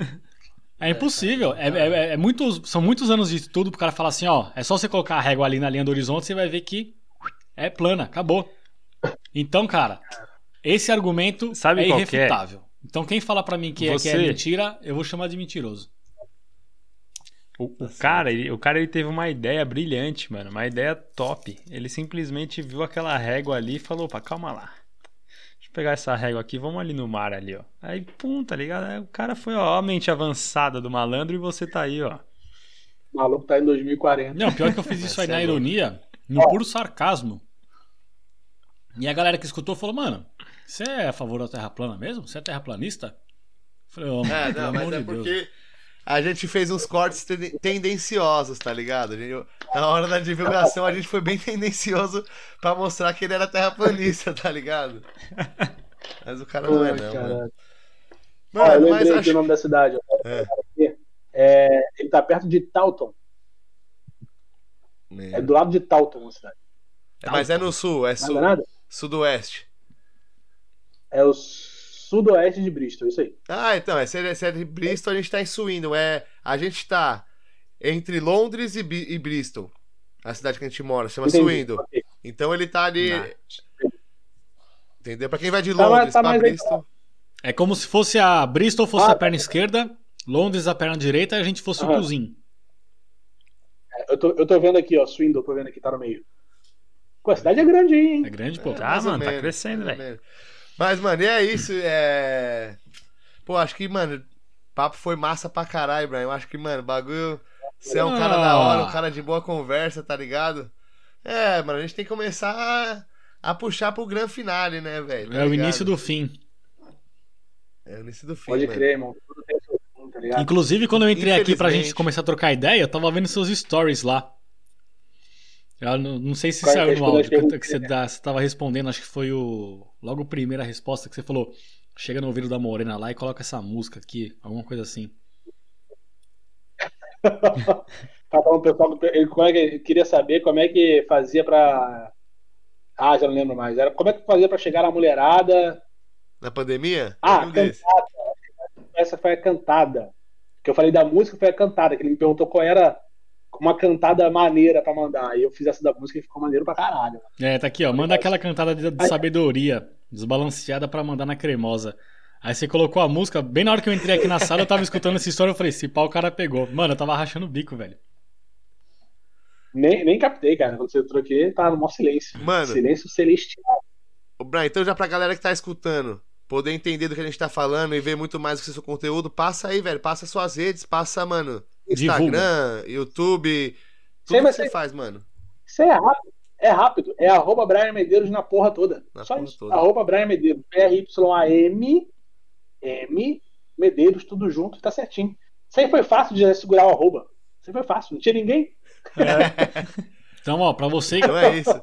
Speaker 6: É impossível. É, é- é- é muitos, são muitos anos de estudo pro cara falar assim, ó, é só você colocar a régua ali na linha do horizonte, você vai ver que é plana, acabou. Então, cara, esse argumento
Speaker 2: Sabe
Speaker 6: é
Speaker 2: qual que é?
Speaker 6: irrefutável. Então, quem falar pra mim que, é- que é
Speaker 2: Você-
Speaker 6: mentira, eu vou chamar de mentiroso.
Speaker 2: O,
Speaker 3: Tá
Speaker 2: o cara, ele, o cara ele teve uma ideia brilhante, mano. Uma ideia top. Ele simplesmente viu aquela régua ali e falou: opa, calma lá. Deixa eu pegar essa régua aqui, vamos ali no mar ali, ó. Aí, pum, tá ligado? Aí o cara foi, ó, a mente avançada do malandro e você tá aí, ó.
Speaker 1: O maluco tá em 2040.
Speaker 6: Não, pior que
Speaker 2: <laughs>
Speaker 6: eu fiz isso aí
Speaker 3: Essa é
Speaker 6: na
Speaker 3: louca.
Speaker 6: ironia, no puro sarcasmo. E a galera que escutou falou, mano, você é a favor da terra plana mesmo? Você é terraplanista? Eu Falei, ô, mano,
Speaker 3: É,
Speaker 6: <laughs> pelo
Speaker 3: não, mas
Speaker 6: amor
Speaker 3: é
Speaker 6: de Deus.
Speaker 3: porque a gente fez uns cortes ten- tendenciosos, tá ligado? A gente- na hora da divulgação a gente foi bem tendencioso pra mostrar que ele era terraplanista, tá ligado? Mas o cara não é,
Speaker 1: Ai,
Speaker 3: não.
Speaker 1: caralho.
Speaker 3: Mano,
Speaker 1: Ah, eu
Speaker 3: mano mas
Speaker 1: lembrei aqui o
Speaker 3: acho.
Speaker 1: nome da cidade. ó.
Speaker 3: É.
Speaker 1: É, ele tá perto de Tauton. É
Speaker 3: Man.
Speaker 1: do lado de Tauton a cidade.
Speaker 3: Mas é no sul, é
Speaker 1: Não é
Speaker 3: sul,
Speaker 1: nada?
Speaker 3: sudoeste.
Speaker 1: É o sudoeste de Bristol, isso aí.
Speaker 3: Ah, então, é série, série Bristol, a gente tá em Swindon. É, a gente tá entre Londres e, Bi- e Bristol. A cidade que a gente mora, chama
Speaker 1: Entendi.
Speaker 3: Swindon.
Speaker 1: Ok.
Speaker 3: Então ele tá ali.
Speaker 2: Nice.
Speaker 3: Entendeu? Pra quem vai de
Speaker 1: Tá mais-
Speaker 3: Londres
Speaker 1: tá
Speaker 3: pra
Speaker 1: mais
Speaker 3: Bristol.
Speaker 6: É como se fosse a Bristol fosse
Speaker 1: Ah,
Speaker 6: a perna esquerda, Londres a perna direita e a gente fosse o
Speaker 1: Aham.
Speaker 6: cozinho.
Speaker 1: Eu tô, eu tô vendo aqui, ó. Swindon, tô vendo aqui, tá no meio. Pô, a cidade é grande, hein?
Speaker 6: É grande, pô.
Speaker 3: mais ou
Speaker 2: mano, tá
Speaker 3: menos,
Speaker 2: crescendo,
Speaker 3: mais ou
Speaker 2: velho.
Speaker 3: menos. Mas, mano, e é isso. É. Pô, acho que, mano, o papo foi massa pra caralho, Brian. Eu acho que, mano, o bagulho. Você é um cara da hora, um cara de boa conversa, tá ligado? É, mano, a gente tem que começar a, a puxar pro grande finale, né, velho? Tá
Speaker 6: É o
Speaker 3: ligado?
Speaker 6: início do fim.
Speaker 3: É o início do fim.
Speaker 1: Pode
Speaker 3: mano.
Speaker 1: crer, irmão. Tudo tem seu fundo, tá ligado?
Speaker 6: Inclusive, quando eu entrei aqui pra
Speaker 3: Infelizmente.
Speaker 6: gente começar a trocar ideia, eu tava vendo seus stories lá. Eu não, não sei se
Speaker 1: Vai,
Speaker 6: saiu no
Speaker 1: responde
Speaker 6: áudio
Speaker 1: a pergunta,
Speaker 6: que, que você, dá, você tava respondendo, acho que foi o. Logo a primeira resposta que você falou. Chega no ouvido da Morena lá e coloca essa música aqui, alguma coisa assim.
Speaker 1: Tá falando pro pessoal, ele- como é que ele queria saber como é que fazia pra. Ah, já não lembro mais. Era como é que fazia pra chegar na mulherada.
Speaker 3: Na pandemia? um
Speaker 1: Ah,
Speaker 3: Eu disse.
Speaker 1: cantada. Essa foi a cantada. Que eu falei da música, foi a cantada. Que ele me perguntou qual era uma cantada maneira pra mandar. E eu fiz essa da música e ficou maneiro pra caralho.
Speaker 6: É, tá aqui, ó. Manda aquela cantada de, de sabedoria, desbalanceada pra mandar na cremosa. Aí você colocou a música, bem na hora que eu entrei aqui na sala, eu tava escutando essa história, eu falei, se pau o cara pegou. Mano, eu tava rachando o bico, velho.
Speaker 1: Nem, nem captei, cara. Quando você entrou aqui, tava no maior silêncio.
Speaker 3: Mano.
Speaker 1: Silêncio celestial.
Speaker 3: Ô, Brian, então já pra galera que tá escutando, poder entender do que a gente tá falando e ver muito mais do seu conteúdo, passa aí, velho. Passa suas redes, passa, mano, Instagram, YouTube, tudo
Speaker 1: Sim,
Speaker 3: que
Speaker 1: mas
Speaker 3: você
Speaker 1: sim.
Speaker 3: faz,
Speaker 1: <laughs>
Speaker 3: mano.
Speaker 1: Isso é rápido. É rápido. É arroba Brian Medeiros na porra toda.
Speaker 3: Na
Speaker 1: Só
Speaker 3: porra
Speaker 1: isso.
Speaker 3: toda.
Speaker 1: Arroba Brian Medeiros. R-Y-A-M M Medeiros, tudo junto, tá certinho. Sempre foi fácil de segurar o arroba. Sempre foi fácil. Não tinha ninguém. É.
Speaker 6: Então, ó, pra você
Speaker 3: Então é
Speaker 1: <laughs>
Speaker 3: isso.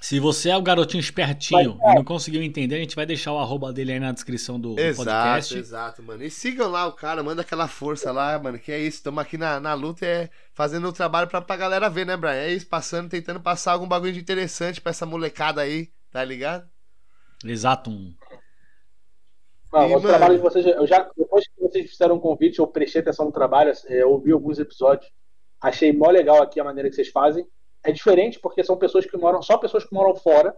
Speaker 6: Se você é o garotinho espertinho e não conseguiu entender, a gente vai deixar o arroba dele aí na descrição do, do
Speaker 3: exato,
Speaker 6: podcast.
Speaker 3: exato, mano. E sigam lá o cara, manda aquela força lá, mano, que é isso. Tamo aqui na, na luta é fazendo um trabalho pra, pra galera ver, né, Brian? É isso, passando, tentando passar algum bagulho de interessante pra essa molecada aí, tá ligado?
Speaker 6: Exato. um.
Speaker 1: Não,
Speaker 3: E,
Speaker 1: o
Speaker 3: mano-
Speaker 1: trabalho de vocês, eu já, depois que vocês fizeram o convite, eu prestei atenção no trabalho, é, ouvi alguns episódios, achei mó legal aqui a maneira que vocês fazem. É diferente porque são pessoas que moram, só pessoas que moram fora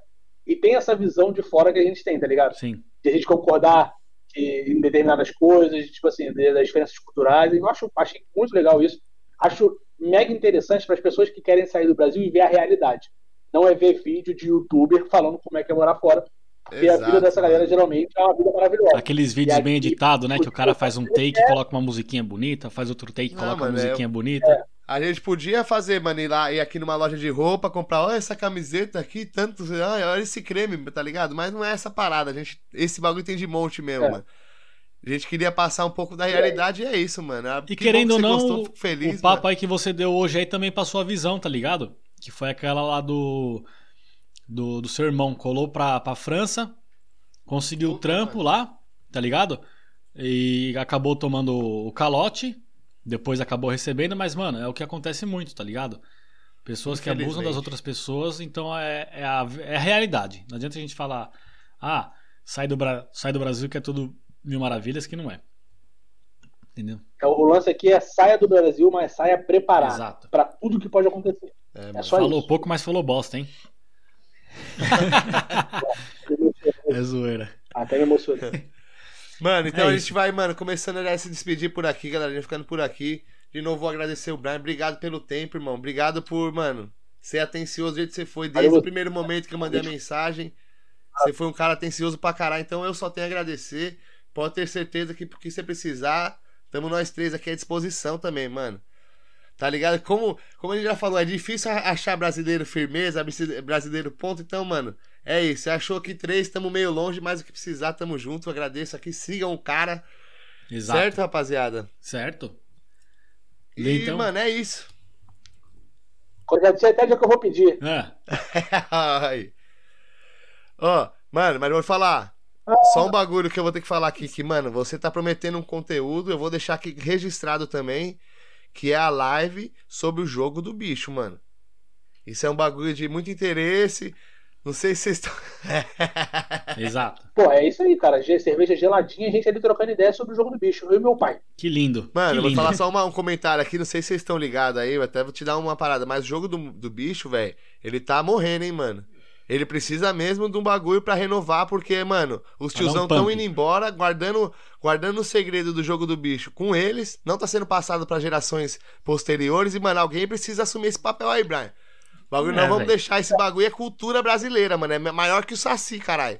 Speaker 1: e tem essa visão de fora que a gente tem, tá ligado?
Speaker 6: Sim.
Speaker 1: de a gente concordar que- em determinadas coisas, tipo assim, de- das diferenças culturais. Eu acho, achei muito legal isso. Acho mega interessante para as pessoas que querem sair do Brasil e ver a realidade. Não é ver vídeo de youtuber falando como é que é morar fora, porque a vida dessa galera
Speaker 3: mano.
Speaker 1: geralmente é uma vida maravilhosa.
Speaker 6: Aqueles vídeos
Speaker 1: E
Speaker 6: bem
Speaker 1: aqui- é
Speaker 6: editados, né? Que o cara faz um take, coloca uma musiquinha bonita, faz outro take,
Speaker 3: Não,
Speaker 6: coloca uma
Speaker 3: mano, é-
Speaker 6: musiquinha bonita.
Speaker 3: A gente podia fazer, mano, ir lá ir aqui numa loja de roupa, comprar, olha essa camiseta aqui, tanto, olha olha esse creme, tá ligado? Mas não é essa parada, a gente, esse bagulho tem de monte mesmo,
Speaker 1: É.
Speaker 3: mano. A gente queria passar um pouco da realidade e é isso, mano. Ah,
Speaker 6: E
Speaker 3: que bom
Speaker 6: querendo
Speaker 3: que
Speaker 6: ou
Speaker 3: você
Speaker 6: não,
Speaker 3: gostou, fico feliz, né?
Speaker 6: o papo aí que você deu hoje aí também passou a visão, tá ligado? Que foi aquela lá do. Do, do seu irmão. Colou pra, pra França, conseguiu o
Speaker 3: Puta,
Speaker 6: trampo lá, tá ligado? E acabou tomando o calote, depois acabou recebendo, mas, mano, é o que acontece muito, tá ligado? Pessoas que abusam das
Speaker 3: Infelizmente.
Speaker 6: outras pessoas, então é, é, a, é a realidade. Não adianta a gente falar, ah, sai do, Bra- sai do Brasil que é tudo mil maravilhas, que não é. Entendeu?
Speaker 1: Então, o lance aqui é saia do Brasil, mas saia preparada
Speaker 6: Exato.
Speaker 1: para tudo que pode acontecer.
Speaker 3: mano. É,
Speaker 1: É
Speaker 3: mano.
Speaker 1: só
Speaker 6: falou
Speaker 1: isso.
Speaker 6: pouco, mas falou
Speaker 1: <laughs>
Speaker 6: bosta, hein? é zoeira.
Speaker 1: Até me emocionei.
Speaker 3: Mano, então
Speaker 6: É
Speaker 3: a
Speaker 6: isso.
Speaker 3: gente vai, mano, começando a se despedir por aqui, galera, a gente ficando por aqui. De novo, vou agradecer o Brian, obrigado pelo tempo, irmão. Obrigado por, mano, ser atencioso do jeito que você foi desde
Speaker 1: Valeu.
Speaker 3: o primeiro momento que eu mandei a mensagem. Você foi um cara atencioso pra caralho, então eu só tenho a agradecer. Pode ter certeza que porque você precisar, estamos nós três aqui à disposição também, mano. Tá ligado? Como, como a gente já falou, é difícil a- achar brasileiro firmeza, brasi- brasileiro ponto. Então, mano, é isso. Você achou aqui três, estamos meio longe, mas o que precisar, tamo junto. Agradeço aqui. Sigam o cara,
Speaker 6: Exato.
Speaker 3: certo,
Speaker 6: Certo?
Speaker 3: rapaziada? E,
Speaker 6: Então-
Speaker 3: mano, é isso. <laughs>
Speaker 1: Já disse até o dia que eu vou pedir.
Speaker 6: É.
Speaker 3: Ai. Ó, mano, mas vou falar. Só um bagulho que eu vou ter que falar aqui, que, mano, você tá prometendo um conteúdo, eu vou deixar aqui registrado também, que é a live sobre o jogo do bicho, mano. Isso é um bagulho de muito interesse. Não sei se vocês estão.
Speaker 6: Exato.
Speaker 1: Pô, é isso aí, cara. Ge- Cerveja geladinha, a gente ali trocando ideia sobre o jogo do bicho. Eu e meu pai.
Speaker 6: Que lindo.
Speaker 3: Mano,
Speaker 6: que
Speaker 3: eu vou
Speaker 6: lindo.
Speaker 3: falar só uma- um comentário aqui, não sei se vocês estão ligados aí, eu até vou te dar uma parada, mas o jogo do, do bicho, velho, ele tá morrendo, hein, mano. Ele precisa mesmo de um bagulho pra renovar, porque, mano, os
Speaker 6: Pra dar um
Speaker 3: tiozão tão
Speaker 6: pump.
Speaker 3: indo embora, guardando, guardando o segredo do jogo do bicho com eles, não tá sendo passado pra gerações posteriores, e, mano, alguém precisa assumir esse papel aí, Brian. Bagulho,
Speaker 2: É,
Speaker 3: não vamos
Speaker 2: véi.
Speaker 3: deixar esse bagulho, é cultura brasileira, mano, é maior que o Saci, caralho.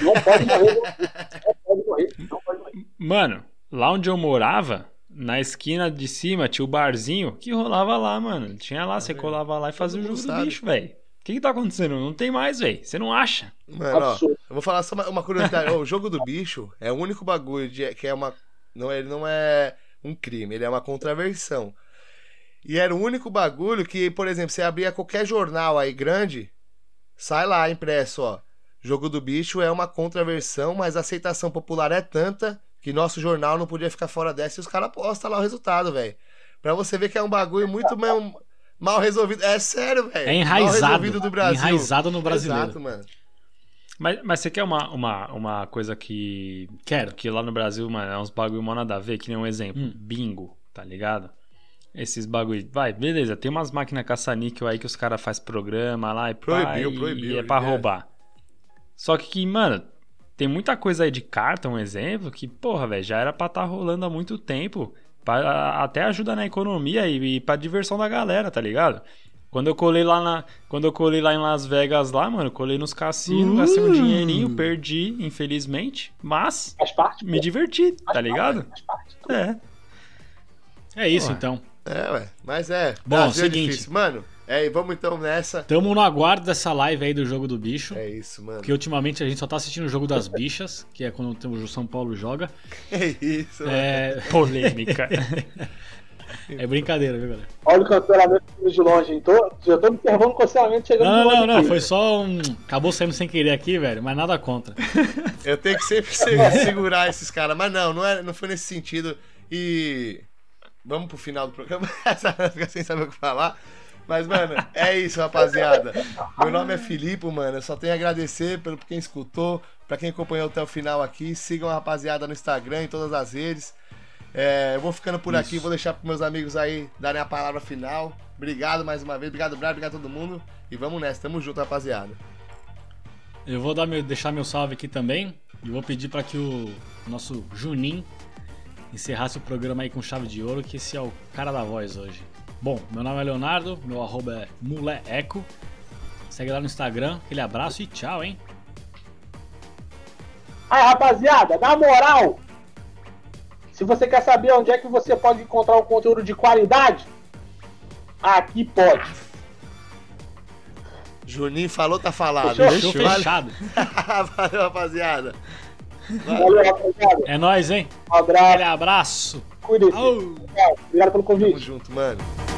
Speaker 1: Não pode morrer. Não pode morrer. Não pode morrer.
Speaker 2: Mano, lá onde eu morava, na esquina de cima tinha o barzinho que rolava lá, mano. Tinha
Speaker 6: Tá
Speaker 2: lá, você colava lá e fazia o
Speaker 3: mundo
Speaker 2: jogo do
Speaker 3: sabe.
Speaker 2: bicho, velho. O que, que tá acontecendo? Não tem mais, velho. Você não acha?
Speaker 3: Mano, ó,
Speaker 1: Absurdo.
Speaker 3: eu vou falar só uma, uma curiosidade. Ó, o jogo do bicho é o único bagulho de- que é uma. Não, ele não é um crime, ele é uma contraversão. E era o único bagulho que, por exemplo, você abria qualquer jornal aí grande, sai lá impresso, ó. Jogo do bicho é uma contraversão, mas a aceitação popular é tanta que nosso jornal não podia ficar fora dessa e os caras postam lá o resultado, velho. Pra você ver que é um bagulho muito mal, mal resolvido. É sério, velho.
Speaker 6: É
Speaker 3: Mal
Speaker 6: enraizado.
Speaker 3: resolvido do Brasil.
Speaker 6: Enraizado no brasileiro.
Speaker 3: Exato, mano.
Speaker 2: Mas, mas você quer uma, uma, uma coisa que
Speaker 6: Quero.
Speaker 2: que lá no Brasil, mano, é uns bagulho mó nada a ver, que nem um exemplo,
Speaker 6: Hum.
Speaker 2: bingo, tá ligado? Esses bagulho, vai, beleza, tem umas máquinas caça-níquel aí que os caras fazem programa lá e pá,
Speaker 3: Proibiu,
Speaker 2: e-
Speaker 3: proibiu,
Speaker 2: e é pra
Speaker 3: é.
Speaker 2: roubar. Só que, que, mano, tem muita coisa aí de carta, um exemplo, que, porra, velho, já era pra tá rolando há muito tempo, pra, até ajuda na economia e, e pra diversão da galera, tá ligado? Quando eu colei lá na, quando eu colei lá em Las Vegas lá, mano, colei nos cassinos, gastei
Speaker 3: Hum.
Speaker 2: um
Speaker 6: Uh.
Speaker 2: dinheirinho, perdi, infelizmente, mas
Speaker 1: Faz parte.
Speaker 2: me divertir, tá
Speaker 3: <laughs>
Speaker 2: ligado? É.
Speaker 6: É isso
Speaker 2: Ué.
Speaker 6: então.
Speaker 3: É, ué. Mas é.
Speaker 6: Bom,
Speaker 3: Brasil
Speaker 6: seguinte.
Speaker 3: É difícil. Mano, é, e vamos então nessa.
Speaker 6: Tamo no aguardo dessa live aí do jogo do bicho.
Speaker 3: É isso, mano.
Speaker 6: Porque ultimamente a gente só tá assistindo o jogo das bichas, que é quando o São Paulo joga.
Speaker 3: É isso, mano.
Speaker 6: É,
Speaker 2: Polêmica.
Speaker 6: é brincadeira, viu, galera?
Speaker 1: Olha o cancelamento vindo de longe, hein? Tô, já tô observando o cancelamento chegando de
Speaker 6: Não, não,
Speaker 1: longe
Speaker 6: não, não.
Speaker 1: aqui.
Speaker 6: Foi só um. Acabou saindo sem querer aqui, velho, mas nada contra.
Speaker 3: Eu tenho que sempre se- segurar esses caras. Mas não, não, é, não foi nesse sentido. E. Vamos pro final do programa. <laughs> Fica sem saber o que falar. Mas, mano, é isso, rapaziada. Meu nome é Filipe, mano. Eu só tenho a agradecer pelo quem escutou, pra quem acompanhou até o final aqui. Sigam a rapaziada no Instagram, em todas as redes. É, eu vou ficando por aqui, vou deixar pros meus amigos aí darem a palavra final. Obrigado mais uma vez, obrigado, Brad, obrigado a todo mundo. E vamos nessa, tamo junto, rapaziada.
Speaker 6: Eu vou dar meu- deixar meu salve aqui também. E vou pedir pra que o nosso Junin encerrasse o programa aí com chave de ouro, que esse é o cara da voz hoje. Bom, meu nome é Leonardo, meu arroba é muleeco. Segue lá no Instagram, aquele abraço e tchau, hein?
Speaker 1: Aí, rapaziada, na moral, se você quer saber onde é que você pode encontrar um conteúdo de qualidade, aqui pode.
Speaker 3: Juninho falou, tá falado.
Speaker 6: Fechou,
Speaker 2: Fechou.
Speaker 6: fechado.
Speaker 3: <laughs> Valeu, rapaziada.
Speaker 1: Valeu, rapaziada.
Speaker 6: É nóis, hein?
Speaker 1: Um abraço,
Speaker 6: Aquele abraço.
Speaker 1: cuide-se.
Speaker 6: Au!
Speaker 1: Obrigado pelo
Speaker 3: Tamo
Speaker 1: convite.
Speaker 3: junto, mano.